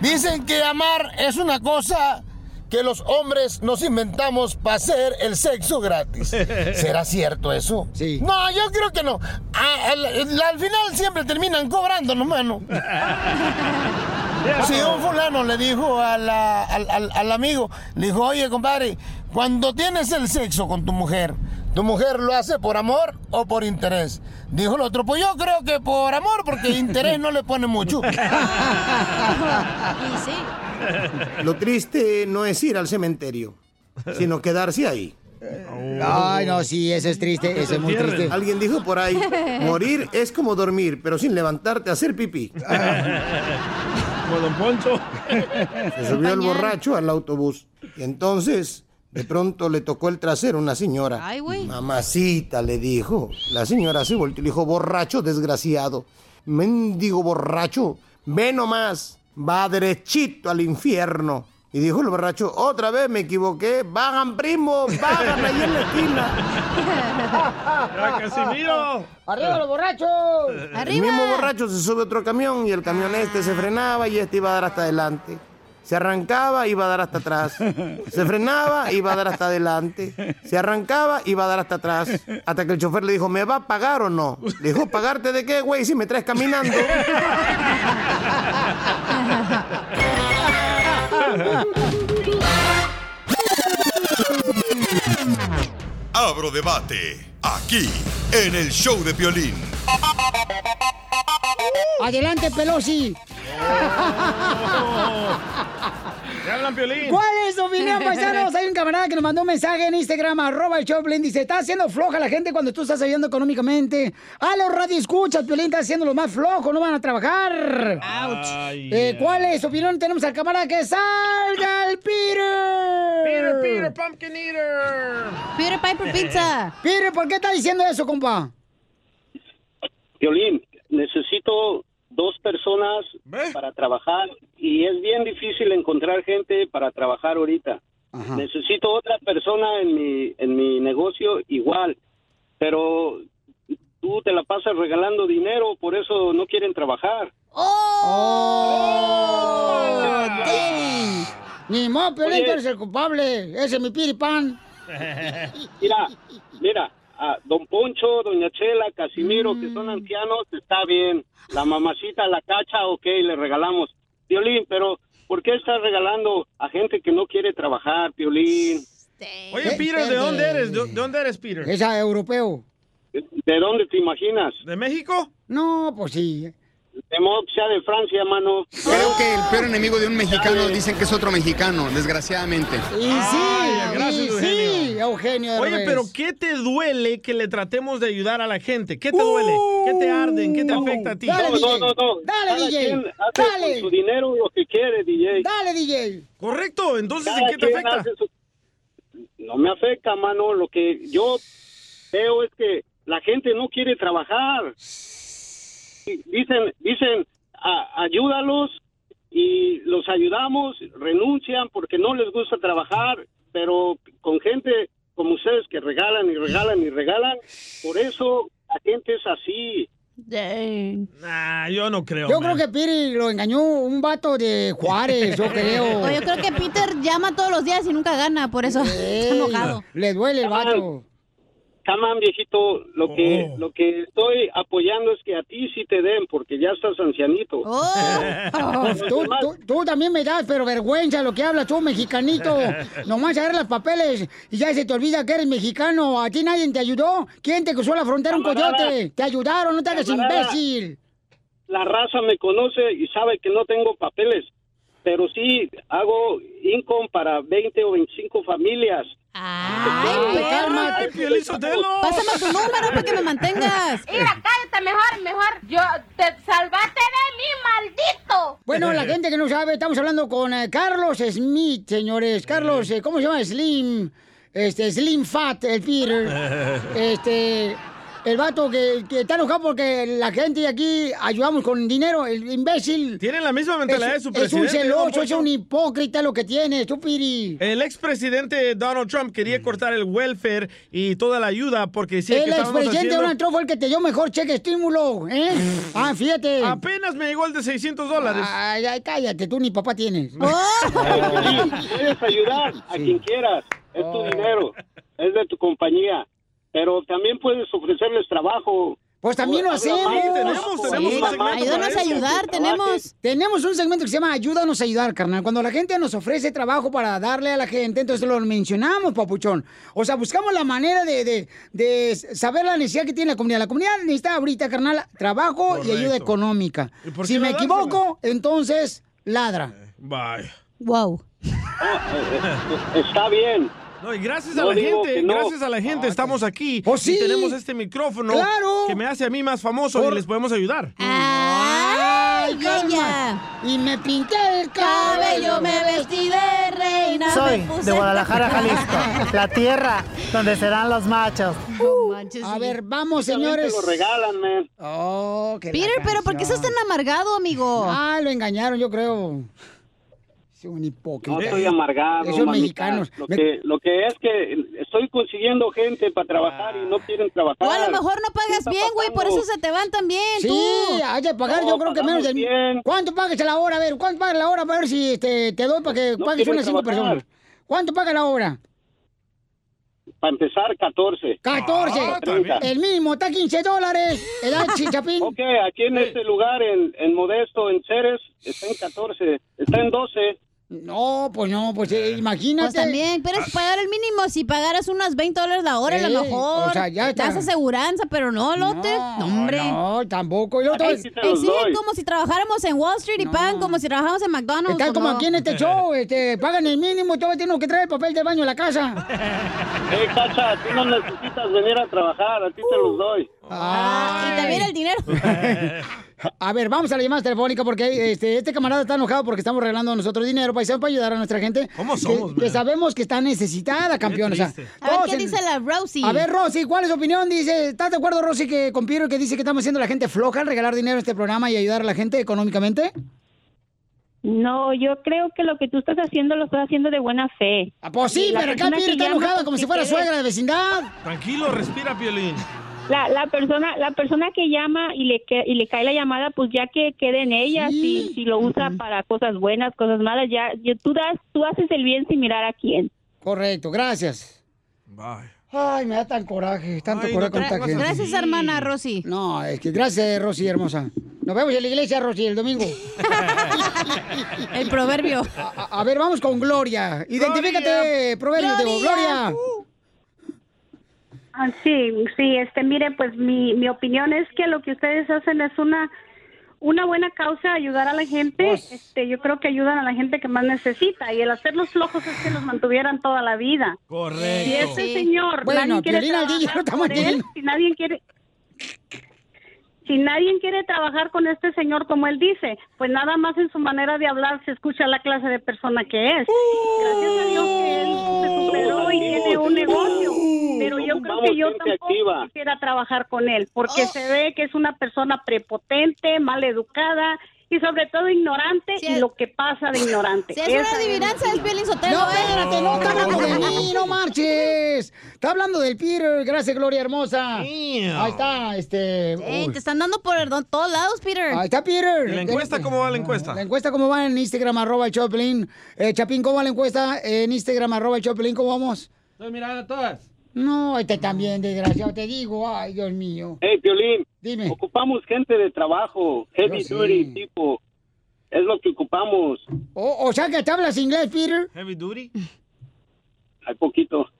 [SPEAKER 17] Dicen que amar es una cosa que los hombres nos inventamos para hacer el sexo gratis. ¿Será cierto eso? Sí. No, yo creo que no. A- al, al final siempre terminan cobrándonos, mano. Si un fulano le dijo a la- al, al- al amigo, le dijo, oye, compadre, cuando tienes el sexo con tu mujer, ¿tu mujer lo hace por amor o por interés? Dijo el otro, pues yo creo que por amor, porque interés no le pone mucho.
[SPEAKER 3] Y sí.
[SPEAKER 17] Lo triste no es ir al cementerio, sino quedarse ahí.
[SPEAKER 4] Ay, no, sí, eso es triste, eso es muy triste.
[SPEAKER 17] Alguien dijo por ahí, morir es como dormir, pero sin levantarte a hacer pipí.
[SPEAKER 9] Como Don Poncho.
[SPEAKER 17] Se subió el borracho al autobús. Y entonces, de pronto le tocó el trasero a una señora.
[SPEAKER 3] Ay, güey.
[SPEAKER 17] Mamacita, le dijo. La señora se volteó y le dijo, borracho desgraciado. Mendigo borracho, ve nomás, va derechito al infierno. Y dijo el borracho, otra vez me equivoqué, bajan primo, bajan ahí en la esquina.
[SPEAKER 9] Casimiro!
[SPEAKER 4] ¡Arriba los borrachos!
[SPEAKER 17] El mismo borracho se sube a otro camión y el camión este se frenaba y este iba a dar hasta adelante. Se arrancaba, iba a dar hasta atrás. Se frenaba, iba a dar hasta adelante. Se arrancaba, iba a dar hasta atrás. Hasta que el chofer le dijo, ¿me va a pagar o no? Le dijo, ¿pagarte de qué, güey, si me traes caminando?
[SPEAKER 7] Abro debate aquí en el show de violín.
[SPEAKER 4] Adelante, Pelosi.
[SPEAKER 9] ¡Te hablan, Piolín!
[SPEAKER 4] ¿Cuál es tu opinión, paisanos? Hay un camarada que nos mandó un mensaje en Instagram, arroba el Choplin. Dice, está haciendo floja la gente cuando tú estás ayudando económicamente. A los radioescuchas, Piolín está haciendo lo más flojo, no van a trabajar.
[SPEAKER 9] Ay,
[SPEAKER 4] Eh, ¿Cuál es tu opinión? Tenemos al camarada que salga el Peter.
[SPEAKER 9] Peter, Peter, Pumpkin Eater.
[SPEAKER 4] Peter Piper Pizza. Peter, ¿por qué está diciendo eso, compa?
[SPEAKER 18] Violín, necesito dos personas para trabajar y es bien difícil encontrar gente para trabajar ahorita. Necesito otra persona en mi, en mi negocio igual, pero tú te la pasas regalando dinero, por eso no quieren trabajar.
[SPEAKER 4] ¡Oh! Dani. Ni modo, Piolín,
[SPEAKER 18] Oye.
[SPEAKER 4] tú eres el culpable. Ese es mi piripan.
[SPEAKER 18] Mira, mira, a don Poncho, doña Chela, Casimiro, que
[SPEAKER 3] Mm.
[SPEAKER 18] son ancianos, está bien. La mamacita, la cacha, ok, le regalamos. Violín, pero ¿Por qué estás regalando a gente que no quiere trabajar, Piolín?
[SPEAKER 3] Oye, Peter, ¿de dónde eres? ¿De de dónde eres, Peter?
[SPEAKER 4] Es ah, europeo.
[SPEAKER 18] ¿De dónde te imaginas?
[SPEAKER 3] ¿De México?
[SPEAKER 4] No, pues sí.
[SPEAKER 18] De modo que sea de Francia, mano.
[SPEAKER 30] Creo que el peor enemigo de un mexicano dicen que es otro mexicano, desgraciadamente.
[SPEAKER 4] Y sí, y sí, Eugenio.
[SPEAKER 3] Oye,
[SPEAKER 4] Derbez.
[SPEAKER 3] pero ¿qué te duele que le tratemos de ayudar a la gente? ¿Qué te duele? ¿Qué te arden? ¿Qué te afecta a ti?
[SPEAKER 4] Uh, Dale,
[SPEAKER 18] No, no,
[SPEAKER 4] DJ.
[SPEAKER 18] no, no.
[SPEAKER 4] Dale,
[SPEAKER 18] Cada
[SPEAKER 4] DJ.
[SPEAKER 18] quien hace
[SPEAKER 4] Dale.
[SPEAKER 18] Con su dinero lo que quiere, DJ.
[SPEAKER 4] Dale, DJ.
[SPEAKER 3] Correcto, entonces
[SPEAKER 18] ¿en qué te afecta? No me afecta, mano. Lo que yo veo es que la gente no quiere trabajar. Y Dicen, dicen, "A- ayúdalos y los ayudamos, renuncian porque no les gusta trabajar, pero con gente como ustedes que regalan y regalan y regalan, por eso la gente es así. Ah,
[SPEAKER 3] Nah, yo no creo.
[SPEAKER 4] Yo
[SPEAKER 3] man.
[SPEAKER 4] creo que Piri lo engañó un vato de Juárez, yo creo.
[SPEAKER 5] O yo creo que Peter llama todos los días y nunca gana, por eso está enojado.
[SPEAKER 4] Le duele el vato.
[SPEAKER 18] Come on, viejito, lo que
[SPEAKER 3] Oh.
[SPEAKER 18] lo que estoy apoyando es que a ti sí te den porque ya estás ancianito.
[SPEAKER 5] Oh.
[SPEAKER 4] Pues tú, tú- tú también me das, pero vergüenza lo que hablas tú, mexicanito. Nomás agarras los papeles y ya se te olvida que eres mexicano. ¿A ti nadie te ayudó? ¿Quién te cruzó la frontera un
[SPEAKER 18] Camarada.
[SPEAKER 4] coyote? ¿Te ayudaron? No te hagas
[SPEAKER 18] Camarada.
[SPEAKER 4] imbécil.
[SPEAKER 18] La raza me conoce y sabe que no tengo papeles, pero sí hago income para 20 o 25 familias.
[SPEAKER 5] Ay, perro.
[SPEAKER 3] Ay, Piolín Sotelo.
[SPEAKER 5] Pásame tu número para que me mantengas.
[SPEAKER 31] Mira, cállate mejor, mejor. Yo te salvaste de mí, maldito.
[SPEAKER 4] Bueno, la gente que no sabe, estamos hablando con eh, Carlos Smith, señores. Carlos, eh, ¿cómo se llama? Slim. Este, Slim Fat, el Peter. Este, el vato que, que está enojado porque la gente de aquí ayudamos con dinero. El imbécil.
[SPEAKER 3] Tiene la misma mentalidad de su
[SPEAKER 4] Es
[SPEAKER 3] presidente,
[SPEAKER 4] un
[SPEAKER 3] Don
[SPEAKER 4] celoso,
[SPEAKER 3] Poncho.
[SPEAKER 4] es un hipócrita lo que tiene, tú, Piri.
[SPEAKER 3] El expresidente Donald Trump quería cortar el welfare y toda la ayuda porque decía
[SPEAKER 4] Mm. El
[SPEAKER 3] que estábamos
[SPEAKER 4] expresidente
[SPEAKER 3] haciendo...
[SPEAKER 4] Donald Trump fue el que te dio mejor cheque estímulo, ¿eh? Ah, fíjate.
[SPEAKER 3] Apenas me llegó el de 600 dólares.
[SPEAKER 4] Ay, ay, cállate, tú ni papá tienes.
[SPEAKER 18] Piolín, Puedes ayudar a quien quieras, es tu dinero, es de tu compañía, pero también puedes ofrecerles trabajo.
[SPEAKER 4] Pues también lo
[SPEAKER 18] Habla
[SPEAKER 4] hacemos.
[SPEAKER 18] más, trabajo,
[SPEAKER 4] Sí,
[SPEAKER 18] habla más,
[SPEAKER 4] ayúdanos a
[SPEAKER 18] que
[SPEAKER 3] Ah,
[SPEAKER 4] ayudar,
[SPEAKER 18] trabajes.
[SPEAKER 4] tenemos. Tenemos un segmento que se llama Ayúdanos a ayudar, carnal. Cuando la gente nos ofrece trabajo para darle a la gente, entonces lo mencionamos, papuchón. O sea, buscamos la manera de, de- de saber la necesidad que tiene la comunidad. La comunidad necesita ahorita, carnal, trabajo y ayuda económica.
[SPEAKER 3] por qué
[SPEAKER 4] Si
[SPEAKER 3] no
[SPEAKER 4] me
[SPEAKER 3] dársela?
[SPEAKER 4] equivoco, entonces
[SPEAKER 9] Eh.
[SPEAKER 4] ladra.
[SPEAKER 3] Vaya.
[SPEAKER 5] Wow.
[SPEAKER 18] Está bien.
[SPEAKER 3] No, y gracias
[SPEAKER 18] No
[SPEAKER 3] a la
[SPEAKER 18] digo
[SPEAKER 3] gente,
[SPEAKER 18] que no.
[SPEAKER 3] gracias a la gente estamos aquí.
[SPEAKER 4] Pues Ah, sí.
[SPEAKER 3] Y tenemos este micrófono
[SPEAKER 4] Claro.
[SPEAKER 3] que me hace a mí más famoso y les podemos ayudar.
[SPEAKER 4] ¡Ay,
[SPEAKER 5] ella!
[SPEAKER 4] Y me pinté el cabello,
[SPEAKER 5] Cabello me vestí de reina. me
[SPEAKER 9] Soy
[SPEAKER 5] puse-
[SPEAKER 9] de Guadalajara, Jalisco, la tierra donde serán los machos.
[SPEAKER 4] Uh. A ver, vamos,
[SPEAKER 18] Te
[SPEAKER 4] señores.
[SPEAKER 18] lo regalan, man.
[SPEAKER 4] Oh, que la
[SPEAKER 5] Peter, pero ¿por qué estás
[SPEAKER 4] canción.
[SPEAKER 5] tan amargado, amigo?
[SPEAKER 4] Ah, lo engañaron, yo creo. Es un hipócrita.
[SPEAKER 18] No estoy amargado.
[SPEAKER 4] Esos
[SPEAKER 18] mamita.
[SPEAKER 4] mexicanos.
[SPEAKER 18] Lo
[SPEAKER 4] Me-
[SPEAKER 18] que, lo que es que estoy consiguiendo gente para trabajar y no
[SPEAKER 4] Ah.
[SPEAKER 18] quieren trabajar.
[SPEAKER 5] O a lo mejor no pagas bien, güey, por eso se te van también,
[SPEAKER 4] Sí,
[SPEAKER 5] tú.
[SPEAKER 4] hay que pagar,
[SPEAKER 5] No,
[SPEAKER 4] yo creo que menos
[SPEAKER 5] pagamos
[SPEAKER 4] de... ¿Cuánto pagas a la hora? A ver, ¿cuánto pagas la hora? A ver si este, te doy para que
[SPEAKER 18] No
[SPEAKER 4] pagues
[SPEAKER 18] quieren
[SPEAKER 4] unas cinco
[SPEAKER 18] trabajar.
[SPEAKER 4] personas. ¿Cuánto pagas la hora?
[SPEAKER 18] Para empezar, Ah, 14.
[SPEAKER 4] 14. el mínimo, está 15 dólares. El H, Chapín.
[SPEAKER 18] Ok, aquí en este lugar, en, en Modesto, en Ceres, está en 14. Está en Ah. 12.
[SPEAKER 4] No, pues no, pues eh,
[SPEAKER 5] Pues
[SPEAKER 4] imagínate.
[SPEAKER 5] también, pero es pagar el mínimo. Si pagaras unas 20 dólares la hora, a
[SPEAKER 4] Sí,
[SPEAKER 5] lo mejor.
[SPEAKER 4] o sea, ya está.
[SPEAKER 5] Das aseguranza, pero no, lote. No, hombre.
[SPEAKER 4] No, tampoco. Y luego todo-
[SPEAKER 5] Exigen como si trabajáramos en Wall Street y pagan como si trabajáramos en McDonald's.
[SPEAKER 4] Está
[SPEAKER 5] ¿o
[SPEAKER 4] como
[SPEAKER 5] no?
[SPEAKER 4] aquí en este show, este, pagan el mínimo, todo tienen que traer el papel de baño a la casa.
[SPEAKER 18] Hey, Cacha, tú no necesitas venir a trabajar, a ti te los doy.
[SPEAKER 4] Ah,
[SPEAKER 5] y también el dinero.
[SPEAKER 4] A ver, vamos a la llamada telefónica porque este, este camarada está enojado porque estamos regalando nosotros dinero paisano, para ayudar a nuestra gente. ¿Cómo
[SPEAKER 5] somos,
[SPEAKER 4] Que, que sabemos que está necesitada, campeón. o sea,
[SPEAKER 5] A ver,
[SPEAKER 4] todos
[SPEAKER 5] ¿qué
[SPEAKER 4] en-
[SPEAKER 5] dice la Rosie?
[SPEAKER 4] A ver, Rosy, ¿cuál es tu opinión? Dice, ¿estás de acuerdo, Rosy, que con Piero que dice que estamos haciendo a la gente floja al regalar dinero a este programa y ayudar a la gente económicamente?
[SPEAKER 12] No, yo creo que lo que tú estás haciendo lo estás haciendo de buena fe.
[SPEAKER 4] Pues sí,
[SPEAKER 12] La
[SPEAKER 4] pero acá
[SPEAKER 12] persona
[SPEAKER 4] Piero
[SPEAKER 12] que
[SPEAKER 4] está
[SPEAKER 12] llama,
[SPEAKER 4] enojada
[SPEAKER 12] pues,
[SPEAKER 4] como si
[SPEAKER 12] sí
[SPEAKER 4] fuera
[SPEAKER 12] te
[SPEAKER 4] suegra
[SPEAKER 12] ve.
[SPEAKER 4] de vecindad.
[SPEAKER 3] Tranquilo, respira, Piolín.
[SPEAKER 12] La, la persona la persona que llama y le que- y le cae la llamada, pues ya que quede en ella, si, si lo usa para cosas buenas, cosas malas, ya ya tú das tú haces el bien sin mirar a quién.
[SPEAKER 4] Correcto, gracias. Ay, me da tan coraje, tanto
[SPEAKER 5] Ay, no
[SPEAKER 4] coraje con
[SPEAKER 5] te
[SPEAKER 4] esta
[SPEAKER 5] pongas
[SPEAKER 4] gente.
[SPEAKER 5] así. Gracias, hermana Rosy.
[SPEAKER 4] No, es que gracias, Rosy, hermosa. Nos vemos en la iglesia, Rosy, el domingo.
[SPEAKER 5] El proverbio.
[SPEAKER 4] A, a ver, vamos con Gloria. Identifícate, proverbio, digo, Gloria.
[SPEAKER 12] Ah, sí, sí, este, mire, pues mi, mi opinión es que lo que ustedes hacen es una una buena causa ayudar a la gente.
[SPEAKER 4] Pues.
[SPEAKER 12] Este, yo creo que ayudan a la gente que más necesita y el hacer los flojos es que los mantuvieran toda la vida.
[SPEAKER 3] Correcto.
[SPEAKER 12] Si este señor
[SPEAKER 4] Bueno,
[SPEAKER 12] nadie quiere
[SPEAKER 4] Piolín al DJ,
[SPEAKER 12] trabajar
[SPEAKER 4] no estamos
[SPEAKER 12] por él,
[SPEAKER 4] diciendo.
[SPEAKER 12] si nadie quiere si nadie quiere trabajar con este señor como él dice, pues nada más en su manera de hablar se escucha la clase de persona que es.
[SPEAKER 4] Uh.
[SPEAKER 12] Gracias a Dios que él se superó y tiene un negocio, pero yo creo que yo
[SPEAKER 18] gente
[SPEAKER 12] tampoco
[SPEAKER 18] activa.
[SPEAKER 12] quisiera trabajar con él
[SPEAKER 5] Oh.
[SPEAKER 12] porque se ve que es una persona prepotente, mal educada y sobre todo ignorante y lo que pasa de ignorante.
[SPEAKER 5] Si es una
[SPEAKER 12] Esa es mi
[SPEAKER 5] adivinanza, es Piolín Sotelo.
[SPEAKER 4] No,
[SPEAKER 5] ¿eh?
[SPEAKER 4] espérate, no están hablando de mí, no marches. Está hablando del Peter, gracias, Gloria hermosa. Ahí está, este.
[SPEAKER 5] Ey,
[SPEAKER 4] uy.
[SPEAKER 5] te están dando por do- todos lados, Peter.
[SPEAKER 4] Ahí está Peter.
[SPEAKER 3] ¿Y la encuesta cómo va la encuesta?
[SPEAKER 4] La encuesta, ¿cómo va en Instagram, arroba el Choplin? Eh, Chapín, ¿cómo va la encuesta en Instagram, arroba el Choplin? ¿Cómo vamos?
[SPEAKER 3] Estoy mirando todas.
[SPEAKER 4] No, este también, desgraciado, te digo. Ay, Dios mío.
[SPEAKER 18] Hey, Piolín.
[SPEAKER 4] Dime.
[SPEAKER 18] Ocupamos gente de trabajo, heavy
[SPEAKER 4] Yo
[SPEAKER 18] duty
[SPEAKER 4] sí.
[SPEAKER 18] tipo. Es lo que ocupamos.
[SPEAKER 4] O, o sea que te hablas inglés, Peter.
[SPEAKER 3] Heavy duty.
[SPEAKER 18] Hay poquito.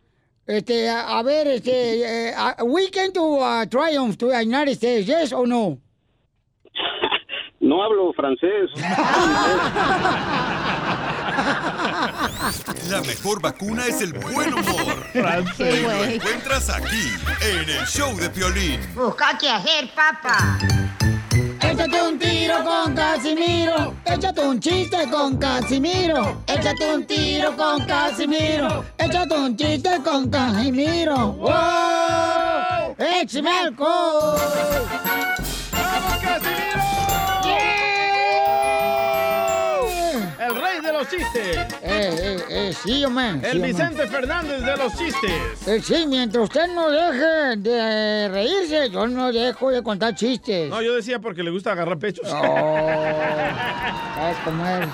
[SPEAKER 4] Este, a, a ver, este, eh, a- we came to uh, Triumph to the United States, yes or no?
[SPEAKER 18] No hablo francés.
[SPEAKER 7] La mejor vacuna es el buen humor.
[SPEAKER 32] Qué
[SPEAKER 7] Y lo
[SPEAKER 32] güey.
[SPEAKER 7] encuentras aquí, en el show de Piolín.
[SPEAKER 9] Busca qué hacer, papá. Échate un tiro con Casimiro. Échate un chiste con Casimiro. Échate un tiro con Casimiro. Échate un chiste con Casimiro. ¡Wow! ¡Échame alcohol!
[SPEAKER 3] ¡Eh! El rey de los chistes.
[SPEAKER 4] Eh, eh, eh, sí, hombre. sí,
[SPEAKER 3] El
[SPEAKER 4] hombre.
[SPEAKER 3] Vicente Fernández de los chistes.
[SPEAKER 4] Eh, sí, mientras usted no deje de reírse, yo no dejo de contar chistes.
[SPEAKER 3] No, yo decía porque le gusta agarrar pechos.
[SPEAKER 4] ¿Sabes cómo es?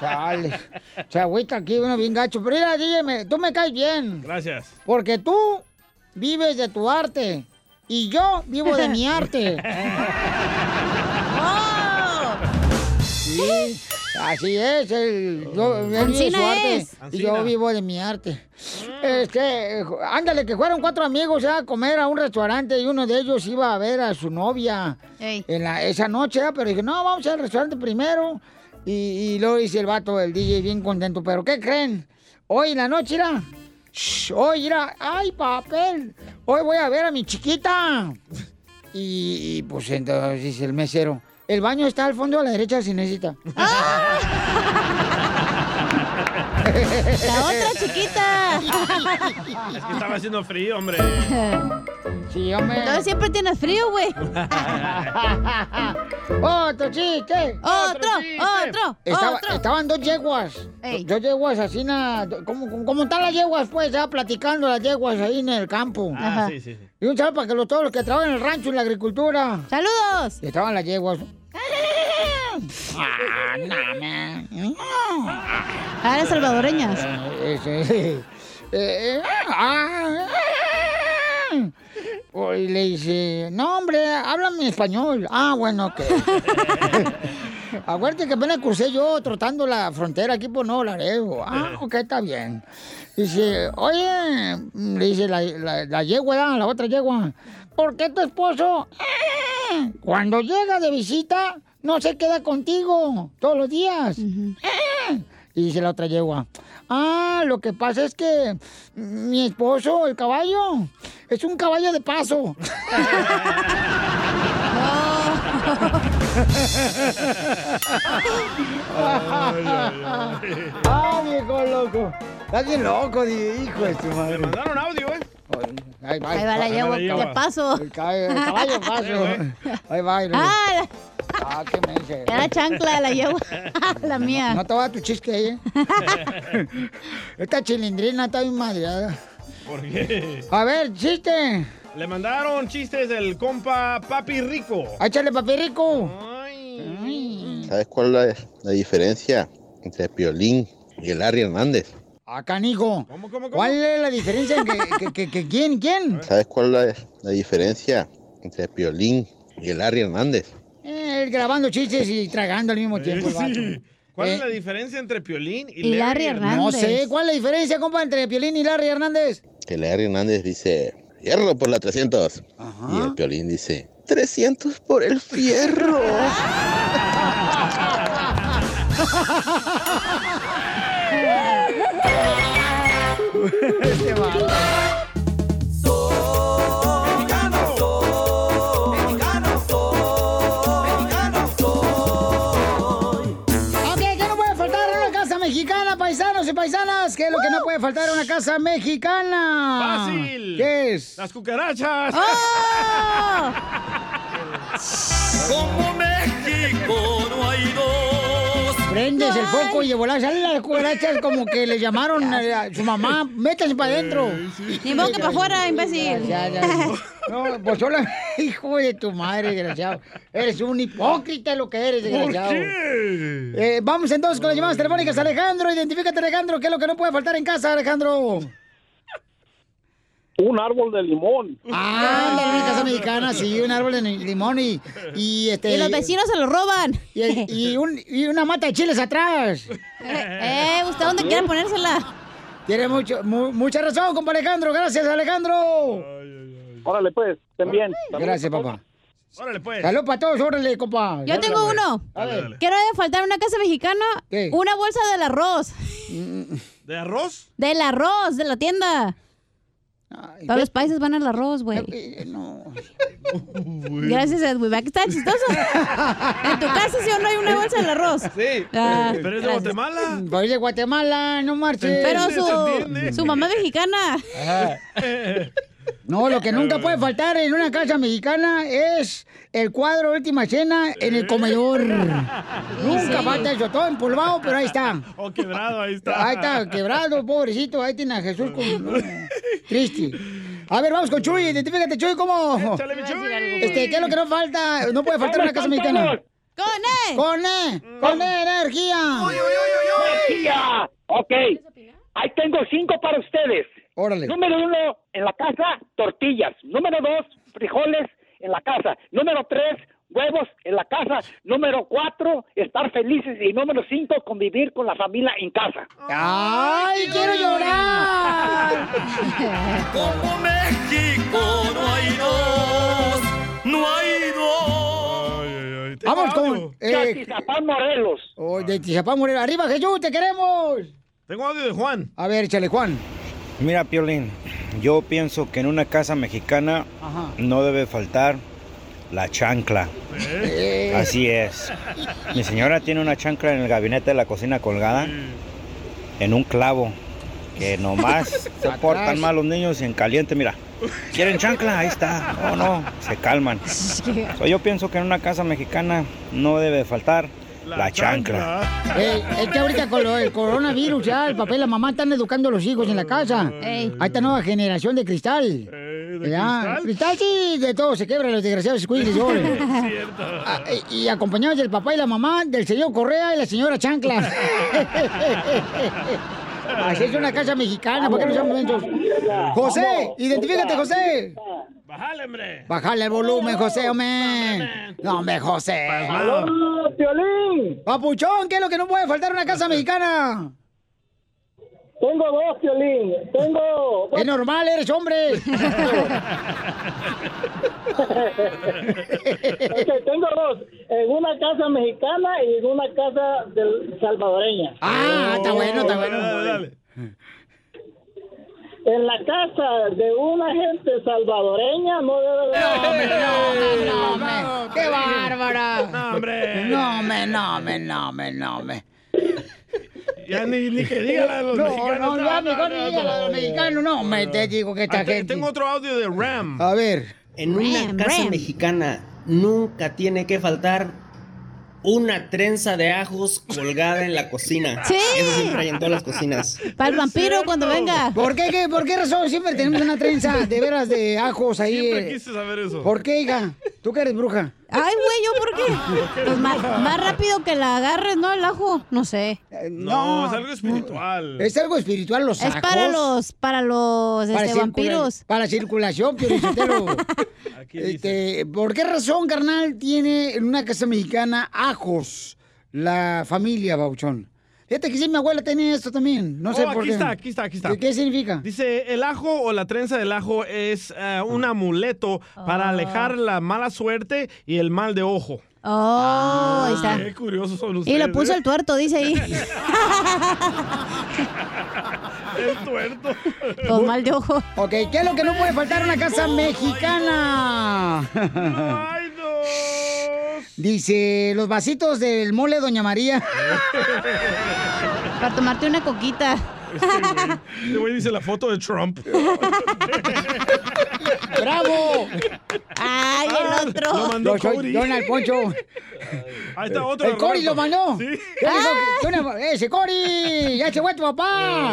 [SPEAKER 4] Chale. Se agüita aquí uno bien gacho. Pero mira, dígame, tú me caes bien.
[SPEAKER 3] Gracias.
[SPEAKER 4] Porque tú vives de tu arte. Y yo vivo de mi arte. Sí, así es. El, yo, él vive de su
[SPEAKER 32] Ancina
[SPEAKER 4] arte.
[SPEAKER 32] es.
[SPEAKER 4] Y yo
[SPEAKER 32] Ancina.
[SPEAKER 4] vivo de mi arte. Este, eh, ándale, que fueron cuatro amigos ya a comer a un restaurante y uno de ellos iba a ver a su novia en la, esa noche, ah, pero dije, no, vamos al restaurante primero. Y, y luego dice el vato, el DJ, bien contento, pero ¿qué creen? Hoy en la noche, mira, shh, hoy, mira, ay, papel, hoy voy a ver a mi chiquita. Y, y, pues entonces dice el mesero, el baño está al fondo a la derecha si necesita.
[SPEAKER 32] La otra
[SPEAKER 5] chiquita.
[SPEAKER 3] Es que estaba haciendo frío, hombre.
[SPEAKER 4] Sí, hombre.
[SPEAKER 5] Entonces siempre tienes frío, güey.
[SPEAKER 4] ¡Otro chiste!
[SPEAKER 5] ¡Otro! ¡Otro!
[SPEAKER 4] Estaba-
[SPEAKER 5] ¡Otro!
[SPEAKER 4] Estaban dos yeguas.
[SPEAKER 5] Ey.
[SPEAKER 4] Dos yeguas así, na- como, como, como están las yeguas, pues, ya platicando las yeguas ahí en el campo.
[SPEAKER 32] Ah, sí, sí, sí.
[SPEAKER 4] Y un saludo para que los, todos los que trabajan en el rancho en la agricultura.
[SPEAKER 5] ¡Saludos!
[SPEAKER 4] Estaban las yeguas. Ah, no, man.
[SPEAKER 5] Ah, eran salvadoreñas.
[SPEAKER 4] Eh, ese, eh, eh, ah, ah. Oh, Y le dice, no, hombre, háblame español. Ah, bueno, ok. Acuérdate que apenas crucé yo trotando la frontera aquí por Nuevo Laredo.
[SPEAKER 5] Eh.
[SPEAKER 4] Ah, ok, está bien. Dice, oye, le dice la, la, la yegua, ¿verdad? la otra yegua, ¿por qué tu esposo eh, cuando llega de visita no se queda contigo todos los días? Eh". Y dice la otra yegua, ah, lo que pasa es que mi esposo, el caballo, es un caballo de paso. ¡Ah, viejo loco! Estás bien loco, di- hijo de tu madre.
[SPEAKER 3] mandaron audio, ¿eh?
[SPEAKER 4] Ahí va,
[SPEAKER 5] Ahí va la yegua,
[SPEAKER 4] yegua.
[SPEAKER 5] de paso.
[SPEAKER 4] El caballo, el caballo paso. Ahí va. ahí va.
[SPEAKER 5] Ah, la-
[SPEAKER 4] Ah, qué me dice.
[SPEAKER 5] era chancla de la yegua. la mía.
[SPEAKER 4] No te va tu chiste ahí, ¿eh? Esta chilindrina está bien madreada.
[SPEAKER 3] ¿Por qué?
[SPEAKER 4] A ver, chiste.
[SPEAKER 3] Le mandaron chistes del compa Papi Rico.
[SPEAKER 4] Échale papi rico. Mm.
[SPEAKER 33] ¿Sabes cuál es la, la diferencia entre Piolín y el Larry Hernández?
[SPEAKER 4] A Ah, canijo. ¿Cuál es la diferencia? en que- que- que- que ¿Quién? ¿Quién?
[SPEAKER 33] ¿Sabes cuál es la, la diferencia entre Piolín y el Larry Hernández?
[SPEAKER 4] Eh, él grabando chistes y tragando al mismo tiempo. el vato.
[SPEAKER 3] Sí. ¿Cuál es la diferencia entre Piolín y,
[SPEAKER 4] Eh, Y Larry Hernández. No sé, ¿cuál es la diferencia, compa, entre Piolín y Larry Hernández?
[SPEAKER 33] Que Larry Hernández dice, hierro por la 300. Y el Piolín dice, 300 por el fierro.
[SPEAKER 4] Este vato. Ok, ¿qué no puede faltar en una casa mexicana, paisanos y paisanas? ¿Qué es lo que no puede faltar en una casa mexicana?
[SPEAKER 3] Fácil.
[SPEAKER 4] ¿Qué es? ¡Ah!
[SPEAKER 3] Las cucarachas.
[SPEAKER 5] ¡Oh!
[SPEAKER 9] Como México no hay dos.
[SPEAKER 4] Prendes el foco y de volar salen las cucarachas como que le llamaron a a su mamá, métanse para adentro.
[SPEAKER 5] Ni modo que pa' afuera, imbécil.
[SPEAKER 4] Ya, ya, ya. No, pues sola, hijo de tu madre, desgraciado. Eres un hipócrita lo que eres, desgraciado. Eh, vamos entonces con las llamadas telefónicas. Alejandro, identifícate, Alejandro. ¿Qué es lo que no puede faltar en casa, Alejandro?
[SPEAKER 34] Un árbol de limón.
[SPEAKER 4] Ah, la única casa mexicana, sí, un árbol de ni- limón y, y este.
[SPEAKER 5] Y los vecinos se lo roban.
[SPEAKER 4] Y, y un- y una mata de chiles atrás.
[SPEAKER 5] Eh, eh, ¿usted dónde quiere
[SPEAKER 4] ponérsela? ¿Ah, Tiene mucho, mu- mucha razón, compa Alejandro. Gracias, Alejandro.
[SPEAKER 34] Órale, pues, estén bien.
[SPEAKER 4] Gracias, papá.
[SPEAKER 3] Órale, pues.
[SPEAKER 4] Salud para todos, órale, compa.
[SPEAKER 5] Yo tengo uno. Quiero faltar en una casa mexicana. Una bolsa del arroz.
[SPEAKER 3] ¿De arroz?
[SPEAKER 5] Del arroz, de la tienda. Todos los países van al arroz, güey. Gracias, Edwin. ¿Va que está chistoso? en tu casa, sí o no, hay una bolsa del arroz.
[SPEAKER 3] Sí. Pero
[SPEAKER 5] Ah,
[SPEAKER 3] es de
[SPEAKER 5] gracias.
[SPEAKER 3] Guatemala.
[SPEAKER 4] Voy Eh, Pues, de Guatemala, no marches.
[SPEAKER 5] Pero su, su mamá mexicana.
[SPEAKER 4] No, lo que nunca puede faltar en una casa mexicana es el cuadro Última Cena en el comedor. Nunca
[SPEAKER 3] sí.
[SPEAKER 4] falta eso, todo empolvado, pero ahí está.
[SPEAKER 3] O quebrado, Oh, ahí está.
[SPEAKER 4] Ahí está, quebrado, pobrecito. Ahí tiene a Jesús con... no, triste. A ver, vamos con Chuy, identifícate, Chuy, ¿cómo? Este, ¿qué es lo que no falta? No puede faltar en una casa mexicana.
[SPEAKER 5] ¡Con E!
[SPEAKER 4] ¡Con E! ¡Con E, energía!
[SPEAKER 6] ¡Energía! Ok. Ahí tengo cinco para ustedes.
[SPEAKER 4] Órale.
[SPEAKER 6] Número uno, en la casa, tortillas. Número dos, frijoles en la casa. Número tres, huevos en la casa. Número cuatro, estar felices. Y número cinco, convivir con la familia en casa.
[SPEAKER 9] Ah.
[SPEAKER 4] ¡Ay, quiero llorar!
[SPEAKER 9] Como México no hay dos. No hay dos.
[SPEAKER 4] Vamos con...
[SPEAKER 3] eh,
[SPEAKER 4] eh,
[SPEAKER 6] Atizapán Morelos.
[SPEAKER 4] Oh, de Atizapán Morelos. ¡Arriba, Jesús, te queremos!
[SPEAKER 3] Tengo audio de Juan.
[SPEAKER 4] A ver, échale, Juan.
[SPEAKER 35] Mira, Piolín, yo pienso que en una casa mexicana
[SPEAKER 4] Ajá.
[SPEAKER 35] no debe faltar la chancla.
[SPEAKER 9] ¿Eh?
[SPEAKER 35] Así es. Mi señora tiene una chancla en el gabinete de la cocina colgada en un clavo. Que nomás se
[SPEAKER 36] Atrás.
[SPEAKER 35] portan mal los niños y en caliente, mira. ¿Quieren chancla? Ahí está. No, no, se calman. So, yo pienso que en una casa mexicana no debe faltar la, chancla.
[SPEAKER 4] Ey, Eh, es que ahorita con lo- el coronavirus, ya el papel, la mamá están educando a los hijos en la casa. A esta nueva generación de cristal. Ya, cristal? sí, de todo se quebra, los desgraciados squiggles, hombre. Ah, y, y acompañados del papá y la mamá, del señor Correa y la señora Chancla. Así es una casa mexicana, ¿por qué no somos lentos? José, identifícate, José.
[SPEAKER 3] Bájale, hombre.
[SPEAKER 4] Bájale el volumen, José, hombre. No, hombre, José.
[SPEAKER 6] Piolín!
[SPEAKER 4] Papuchón, ¿qué es lo que no puede faltar en una casa mexicana?
[SPEAKER 6] Tengo dos, Piolín. Tengo...
[SPEAKER 4] Es normal, eres hombre.
[SPEAKER 6] Ok, tengo dos. En una casa mexicana y en una casa del- salvadoreña.
[SPEAKER 4] Ah, está bueno, está bueno.
[SPEAKER 6] En la casa de una gente salvadoreña no debe de...
[SPEAKER 4] No, hombre, no, hombre, no, hombre. ¡Qué bárbara!
[SPEAKER 6] No, hombre.
[SPEAKER 4] No, hombre, no, hombre, no, hombre, no, hombre.
[SPEAKER 3] Ya ni, ni que diga la de los
[SPEAKER 4] Eh,
[SPEAKER 3] mexicanos.
[SPEAKER 4] no, No, no, ya mejor ni diga la de los mexicanos. No, hombre, te digo que esta
[SPEAKER 3] Ah, te-
[SPEAKER 4] gente...
[SPEAKER 3] Tengo otro audio de Ram.
[SPEAKER 4] A ver.
[SPEAKER 19] En una
[SPEAKER 4] Ram,
[SPEAKER 19] casa
[SPEAKER 4] Ram.
[SPEAKER 19] mexicana nunca tiene que faltar una trenza de ajos colgada en la cocina.
[SPEAKER 5] Sí.
[SPEAKER 19] Eso siempre hay en todas las cocinas.
[SPEAKER 5] Para el vampiro cuando venga.
[SPEAKER 4] ¿Por qué, qué- ¿Por qué razón siempre tenemos una trenza de veras de ajos ahí?
[SPEAKER 5] Siempre
[SPEAKER 4] eh?
[SPEAKER 5] quise saber eso.
[SPEAKER 4] ¿Por qué, hija? ¿Tú que eres bruja?
[SPEAKER 5] Ay, güey, ¿yo por qué? Pues más, más rápido que la agarres, ¿no? El ajo, no sé.
[SPEAKER 4] Eh,
[SPEAKER 3] No, es algo espiritual.
[SPEAKER 4] Es algo espiritual los
[SPEAKER 5] Es para
[SPEAKER 4] ajos.
[SPEAKER 5] los, para los
[SPEAKER 4] Para
[SPEAKER 5] este,
[SPEAKER 4] circula-
[SPEAKER 5] vampiros.
[SPEAKER 4] Para la circulación, Piolichotelo. este, ¿Por qué razón, carnal, tiene en una casa mexicana ajos la familia Bauchón? Fíjate que sí, mi abuela tenía esto también. No sé
[SPEAKER 3] Oh,
[SPEAKER 4] por
[SPEAKER 3] aquí
[SPEAKER 4] qué.
[SPEAKER 3] está, aquí está, aquí está.
[SPEAKER 4] ¿Qué- ¿Qué significa?
[SPEAKER 3] Dice, el ajo o la trenza del ajo es eh,
[SPEAKER 4] Ah.
[SPEAKER 3] un amuleto para alejar la mala suerte y el mal de ojo.
[SPEAKER 5] Oh, ahí está.
[SPEAKER 3] Qué curiosos son
[SPEAKER 5] Y
[SPEAKER 3] ustedes.
[SPEAKER 5] lo puso
[SPEAKER 3] ¿eh?
[SPEAKER 5] el tuerto, dice ahí.
[SPEAKER 3] El tuerto.
[SPEAKER 4] Pues
[SPEAKER 5] Con mal de ojo.
[SPEAKER 4] Ok, ¿qué es lo que no puede faltar en una casa mexicana? Dice, los vasitos del mole Doña María.
[SPEAKER 5] Para tomarte una coquita.
[SPEAKER 3] Este güey dice la foto de Trump.
[SPEAKER 4] ¡Bravo! Ah,
[SPEAKER 5] ¡Ay,
[SPEAKER 3] el otro. lo mandó
[SPEAKER 4] Yo soy
[SPEAKER 3] Cody.
[SPEAKER 4] Donald Poncho.
[SPEAKER 3] Ahí está otro.
[SPEAKER 4] El Cori lo
[SPEAKER 3] Rafa.
[SPEAKER 4] mandó.
[SPEAKER 3] Sí. Ah.
[SPEAKER 4] ¿Qué dijo que- que una- ¡Ese Cori! ¡Ya se fue tu papá!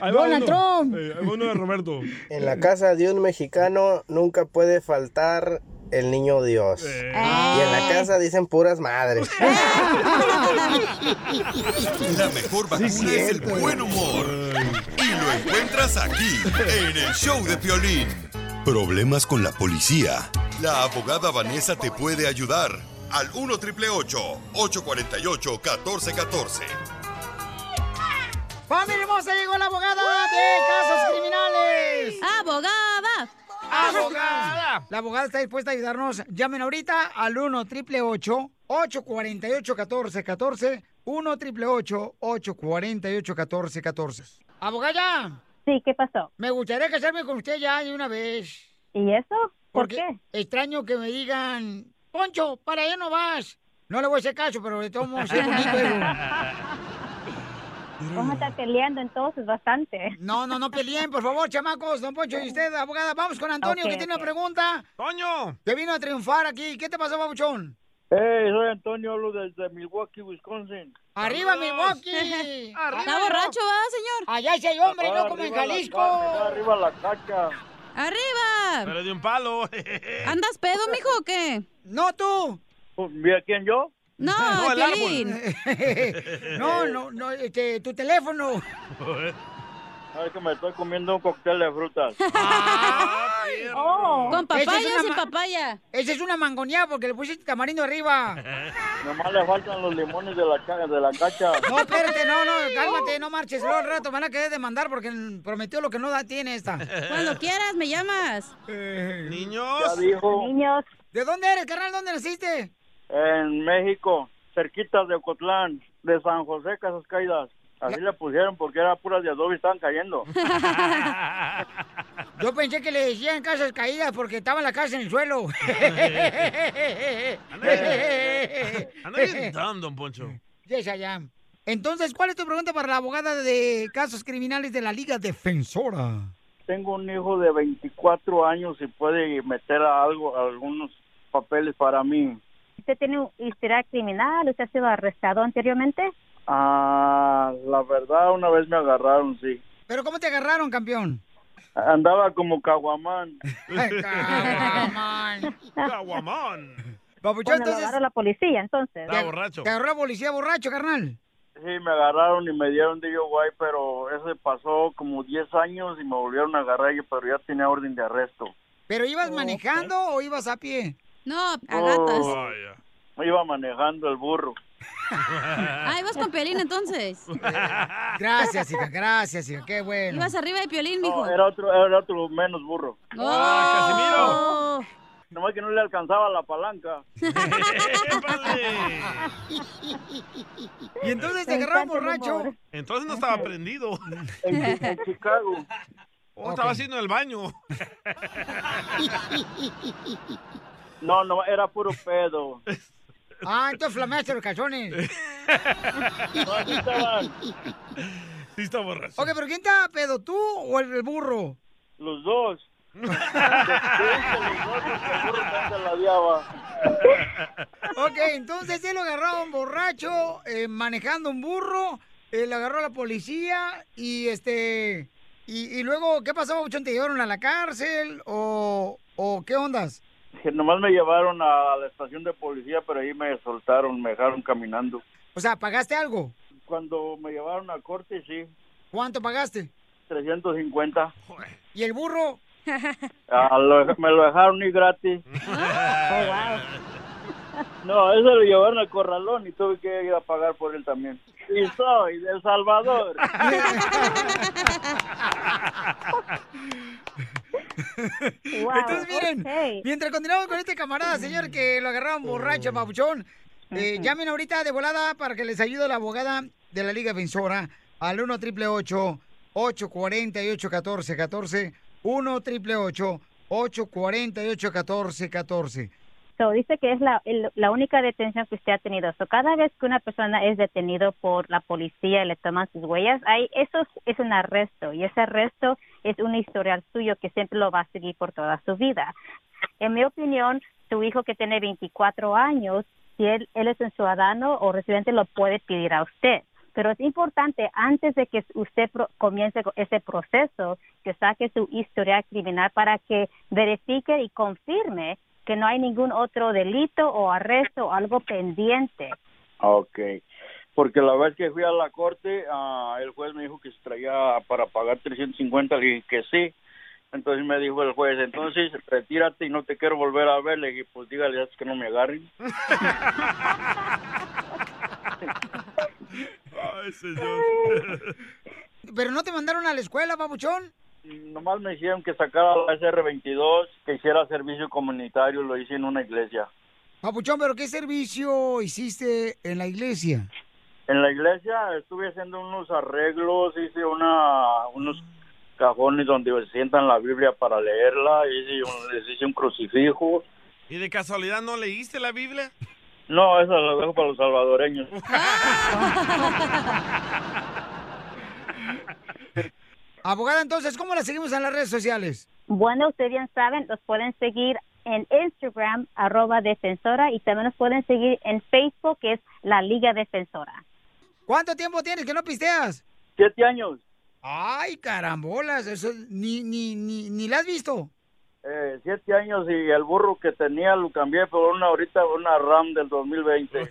[SPEAKER 3] Ahí va uno.
[SPEAKER 4] Donald Trump.
[SPEAKER 3] Eh, ahí va uno de Roberto.
[SPEAKER 35] En la casa de un mexicano nunca puede faltar el niño Dios. Y en la casa dicen puras madres.
[SPEAKER 7] La mejor vacuna es el buen humor. Y lo encuentras aquí, en el show de Piolín. Problemas con la policía. La abogada Vanessa te puede ayudar. Al 1 triple 848 1414.
[SPEAKER 4] ¡Familia hermosa! Llegó la abogada de casos criminales.
[SPEAKER 5] ¡Abogada!
[SPEAKER 4] ¡Abogada! La abogada está dispuesta a ayudarnos. Llamen ahorita al 1 triple 848 1414 1 triple 848 1414 ¡Abogada!
[SPEAKER 8] Sí, ¿qué pasó?
[SPEAKER 4] Me gustaría casarme con usted ya de una vez.
[SPEAKER 8] ¿Y eso? ¿Por
[SPEAKER 4] Porque
[SPEAKER 8] qué?
[SPEAKER 4] extraño que me digan, Poncho, para allá no vas. No le voy a hacer caso, pero le tomo eh.
[SPEAKER 8] Vamos a estar peleando entonces bastante.
[SPEAKER 4] No, no, no peleen, por favor, chamacos. Don Poncho y usted, abogada, vamos con Antonio,
[SPEAKER 8] Ok,
[SPEAKER 4] que tiene una pregunta.
[SPEAKER 3] ¡Toño!
[SPEAKER 4] Te vino a triunfar aquí. ¿Qué te pasó, babuchón?
[SPEAKER 37] Hey, soy Antonio, hablo desde Milwaukee, Wisconsin.
[SPEAKER 4] ¡Arriba, Milwaukee!
[SPEAKER 5] ¿Está borracho, va, señor?
[SPEAKER 4] Allá sí hay hombre, no como en
[SPEAKER 37] Arriba la
[SPEAKER 4] Jalisco.
[SPEAKER 37] carne, Arriba la caca.
[SPEAKER 5] ¡Arriba!
[SPEAKER 3] Pero de un palo.
[SPEAKER 5] ¿Andas pedo, mijo, o qué?
[SPEAKER 4] No, tú.
[SPEAKER 37] ¿Mira Pues, quién yo?
[SPEAKER 5] No,
[SPEAKER 37] No, el árbol.
[SPEAKER 5] Piolín.
[SPEAKER 4] no, no, no, este, tu teléfono.
[SPEAKER 37] Ay, que me estoy comiendo un cóctel de frutas.
[SPEAKER 5] Oh. ¿Con
[SPEAKER 4] Esa es
[SPEAKER 5] papaya
[SPEAKER 4] una
[SPEAKER 5] o sin
[SPEAKER 4] ma-
[SPEAKER 5] papaya?
[SPEAKER 4] Esa es una mangoneada porque le pusiste tamarindo arriba.
[SPEAKER 37] Nomás le faltan los limones de la, ca- de la cacha.
[SPEAKER 4] No, espérate, no, no, cálmate, no marches. Luego al rato van a querer demandar porque prometió lo que no da, tiene esta. Eh.
[SPEAKER 5] Cuando quieras, me llamas.
[SPEAKER 3] Niños.
[SPEAKER 37] Ya dijo.
[SPEAKER 8] Niños.
[SPEAKER 4] ¿De dónde eres, carnal? ¿Dónde naciste?
[SPEAKER 37] En México, cerquita de Ocotlán, de San José, Casas Caídas. Así le pusieron porque era puras de adobe, estaban cayendo.
[SPEAKER 4] Yo pensé que le decían casas caídas porque estaba la casa en el suelo.
[SPEAKER 3] Anda bien dumb, don Poncho.
[SPEAKER 4] Yes, I am. Entonces, ¿cuál es tu pregunta para la abogada de casos criminales de la Liga Defensora?
[SPEAKER 37] Tengo un hijo de 24 años y puede meter a algo, algunos papeles para mí.
[SPEAKER 8] ¿Usted tiene un historial criminal? ¿Usted ha sido arrestado anteriormente?
[SPEAKER 37] Ah, la verdad, una vez me agarraron, sí.
[SPEAKER 4] ¿Pero cómo te agarraron, campeón?
[SPEAKER 37] Andaba como caguamán.
[SPEAKER 3] Caguamán.
[SPEAKER 8] Bueno, lo
[SPEAKER 4] Papuchón, entonces-
[SPEAKER 8] agarró la policía, entonces.
[SPEAKER 3] Está borracho.
[SPEAKER 4] Te agarró la policía borracho, carnal.
[SPEAKER 37] Sí, me agarraron y me dieron DUI, pero eso pasó como 10 años y me volvieron a agarrar, yo- pero ya tenía orden de arresto.
[SPEAKER 4] ¿Pero ibas manejando o ibas a pie?
[SPEAKER 5] No, a
[SPEAKER 37] Oh,
[SPEAKER 5] gatas.
[SPEAKER 37] me iba manejando el burro.
[SPEAKER 5] Ah, ibas con Piolín, entonces.
[SPEAKER 4] Gracias, hija, gracias, hija, qué bueno.
[SPEAKER 5] Ibas arriba de Piolín, mijo.
[SPEAKER 37] No, era otro, era otro menos burro.
[SPEAKER 5] ¡Ah,
[SPEAKER 37] Nomás que no le alcanzaba la palanca.
[SPEAKER 4] Y entonces te agarraron borracho.
[SPEAKER 3] Entonces no estaba prendido.
[SPEAKER 37] En Chicago.
[SPEAKER 3] O estaba haciendo el baño.
[SPEAKER 37] No, no, era puro pedo.
[SPEAKER 4] Ah, entonces flameaste los calzones.
[SPEAKER 3] Sí, está borracho.
[SPEAKER 4] ok, pero ¿quién te da pedo, tú o el, el burro?
[SPEAKER 37] Los dos. Se la odiaba.
[SPEAKER 4] Ok, entonces él lo agarraron borracho, eh, manejando un burro, eh, lo agarró la policía y este... Y, y luego, ¿qué pasó, Babuchón? ¿Te llevaron a la cárcel o, o qué ondas?
[SPEAKER 37] dije, nomás me llevaron a la estación de policía, pero ahí me soltaron, me dejaron caminando.
[SPEAKER 4] O sea, ¿pagaste algo?
[SPEAKER 37] Cuando me llevaron a corte, sí,
[SPEAKER 4] ¿Cuánto pagaste?
[SPEAKER 37] 350.
[SPEAKER 4] ¿Y el burro?
[SPEAKER 37] Ah, lo- me lo dejaron ir gratis. No, eso lo llevaron al corralón y tuve que ir a pagar por él también. Y soy de El Salvador.
[SPEAKER 4] Entonces, miren, mientras continuamos con este camarada, señor, que lo agarraron borracho, papuchón, eh, llamen ahorita de volada para que les ayude la abogada de la Liga Defensora al 1 triple 848 1414 1 triple 848 1414
[SPEAKER 8] So, dice que es la, el- la única detención que usted ha tenido. So, cada vez que una persona es detenido por la policía y le toman sus huellas, ahí, eso es, es un arresto y ese arresto es un historial suyo que siempre lo va a seguir por toda su vida. En mi opinión, tu hijo que tiene 24 años, si él, él es un ciudadano o residente, lo puede pedir a usted. Pero es importante, antes de que usted pro- comience con ese proceso, que saque su historial criminal para que verifique y confirme que no hay ningún otro delito o arresto o algo pendiente.
[SPEAKER 37] ok. Porque la vez que fui a la corte, ah, el juez me dijo que se traía para pagar 350, le dije que sí. Entonces me dijo el juez, entonces retírate y no te quiero volver a ver. Le dije, pues dígale es que no me agarren.
[SPEAKER 38] Ay, señor.
[SPEAKER 4] ¿Pero no te mandaron a la escuela, papuchón?
[SPEAKER 37] Nomás me hicieron que sacara la SR22, que hiciera servicio comunitario, lo hice en una iglesia.
[SPEAKER 4] Papuchón, ¿pero qué servicio hiciste en la iglesia?
[SPEAKER 37] En la iglesia estuve haciendo unos arreglos, hice una, unos cajones donde se sientan la Biblia para leerla, hice un- les hice un crucifijo.
[SPEAKER 39] ¿Y de casualidad no leíste la Biblia?
[SPEAKER 37] No, eso lo dejo para los salvadoreños.
[SPEAKER 4] Abogada, entonces, ¿cómo la seguimos en las redes sociales?
[SPEAKER 8] Bueno, ustedes bien saben, los pueden seguir en Instagram, arroba defensora, y también nos pueden seguir en Facebook, que es la Liga Defensora.
[SPEAKER 4] ¿Cuánto tiempo tienes que no pisteas?
[SPEAKER 37] Siete años.
[SPEAKER 4] Ay, carambolas, eso ni, ni, ni, ni la has visto.
[SPEAKER 37] Eh, siete años y el burro que tenía lo cambié por una ahorita una RAM del 2020.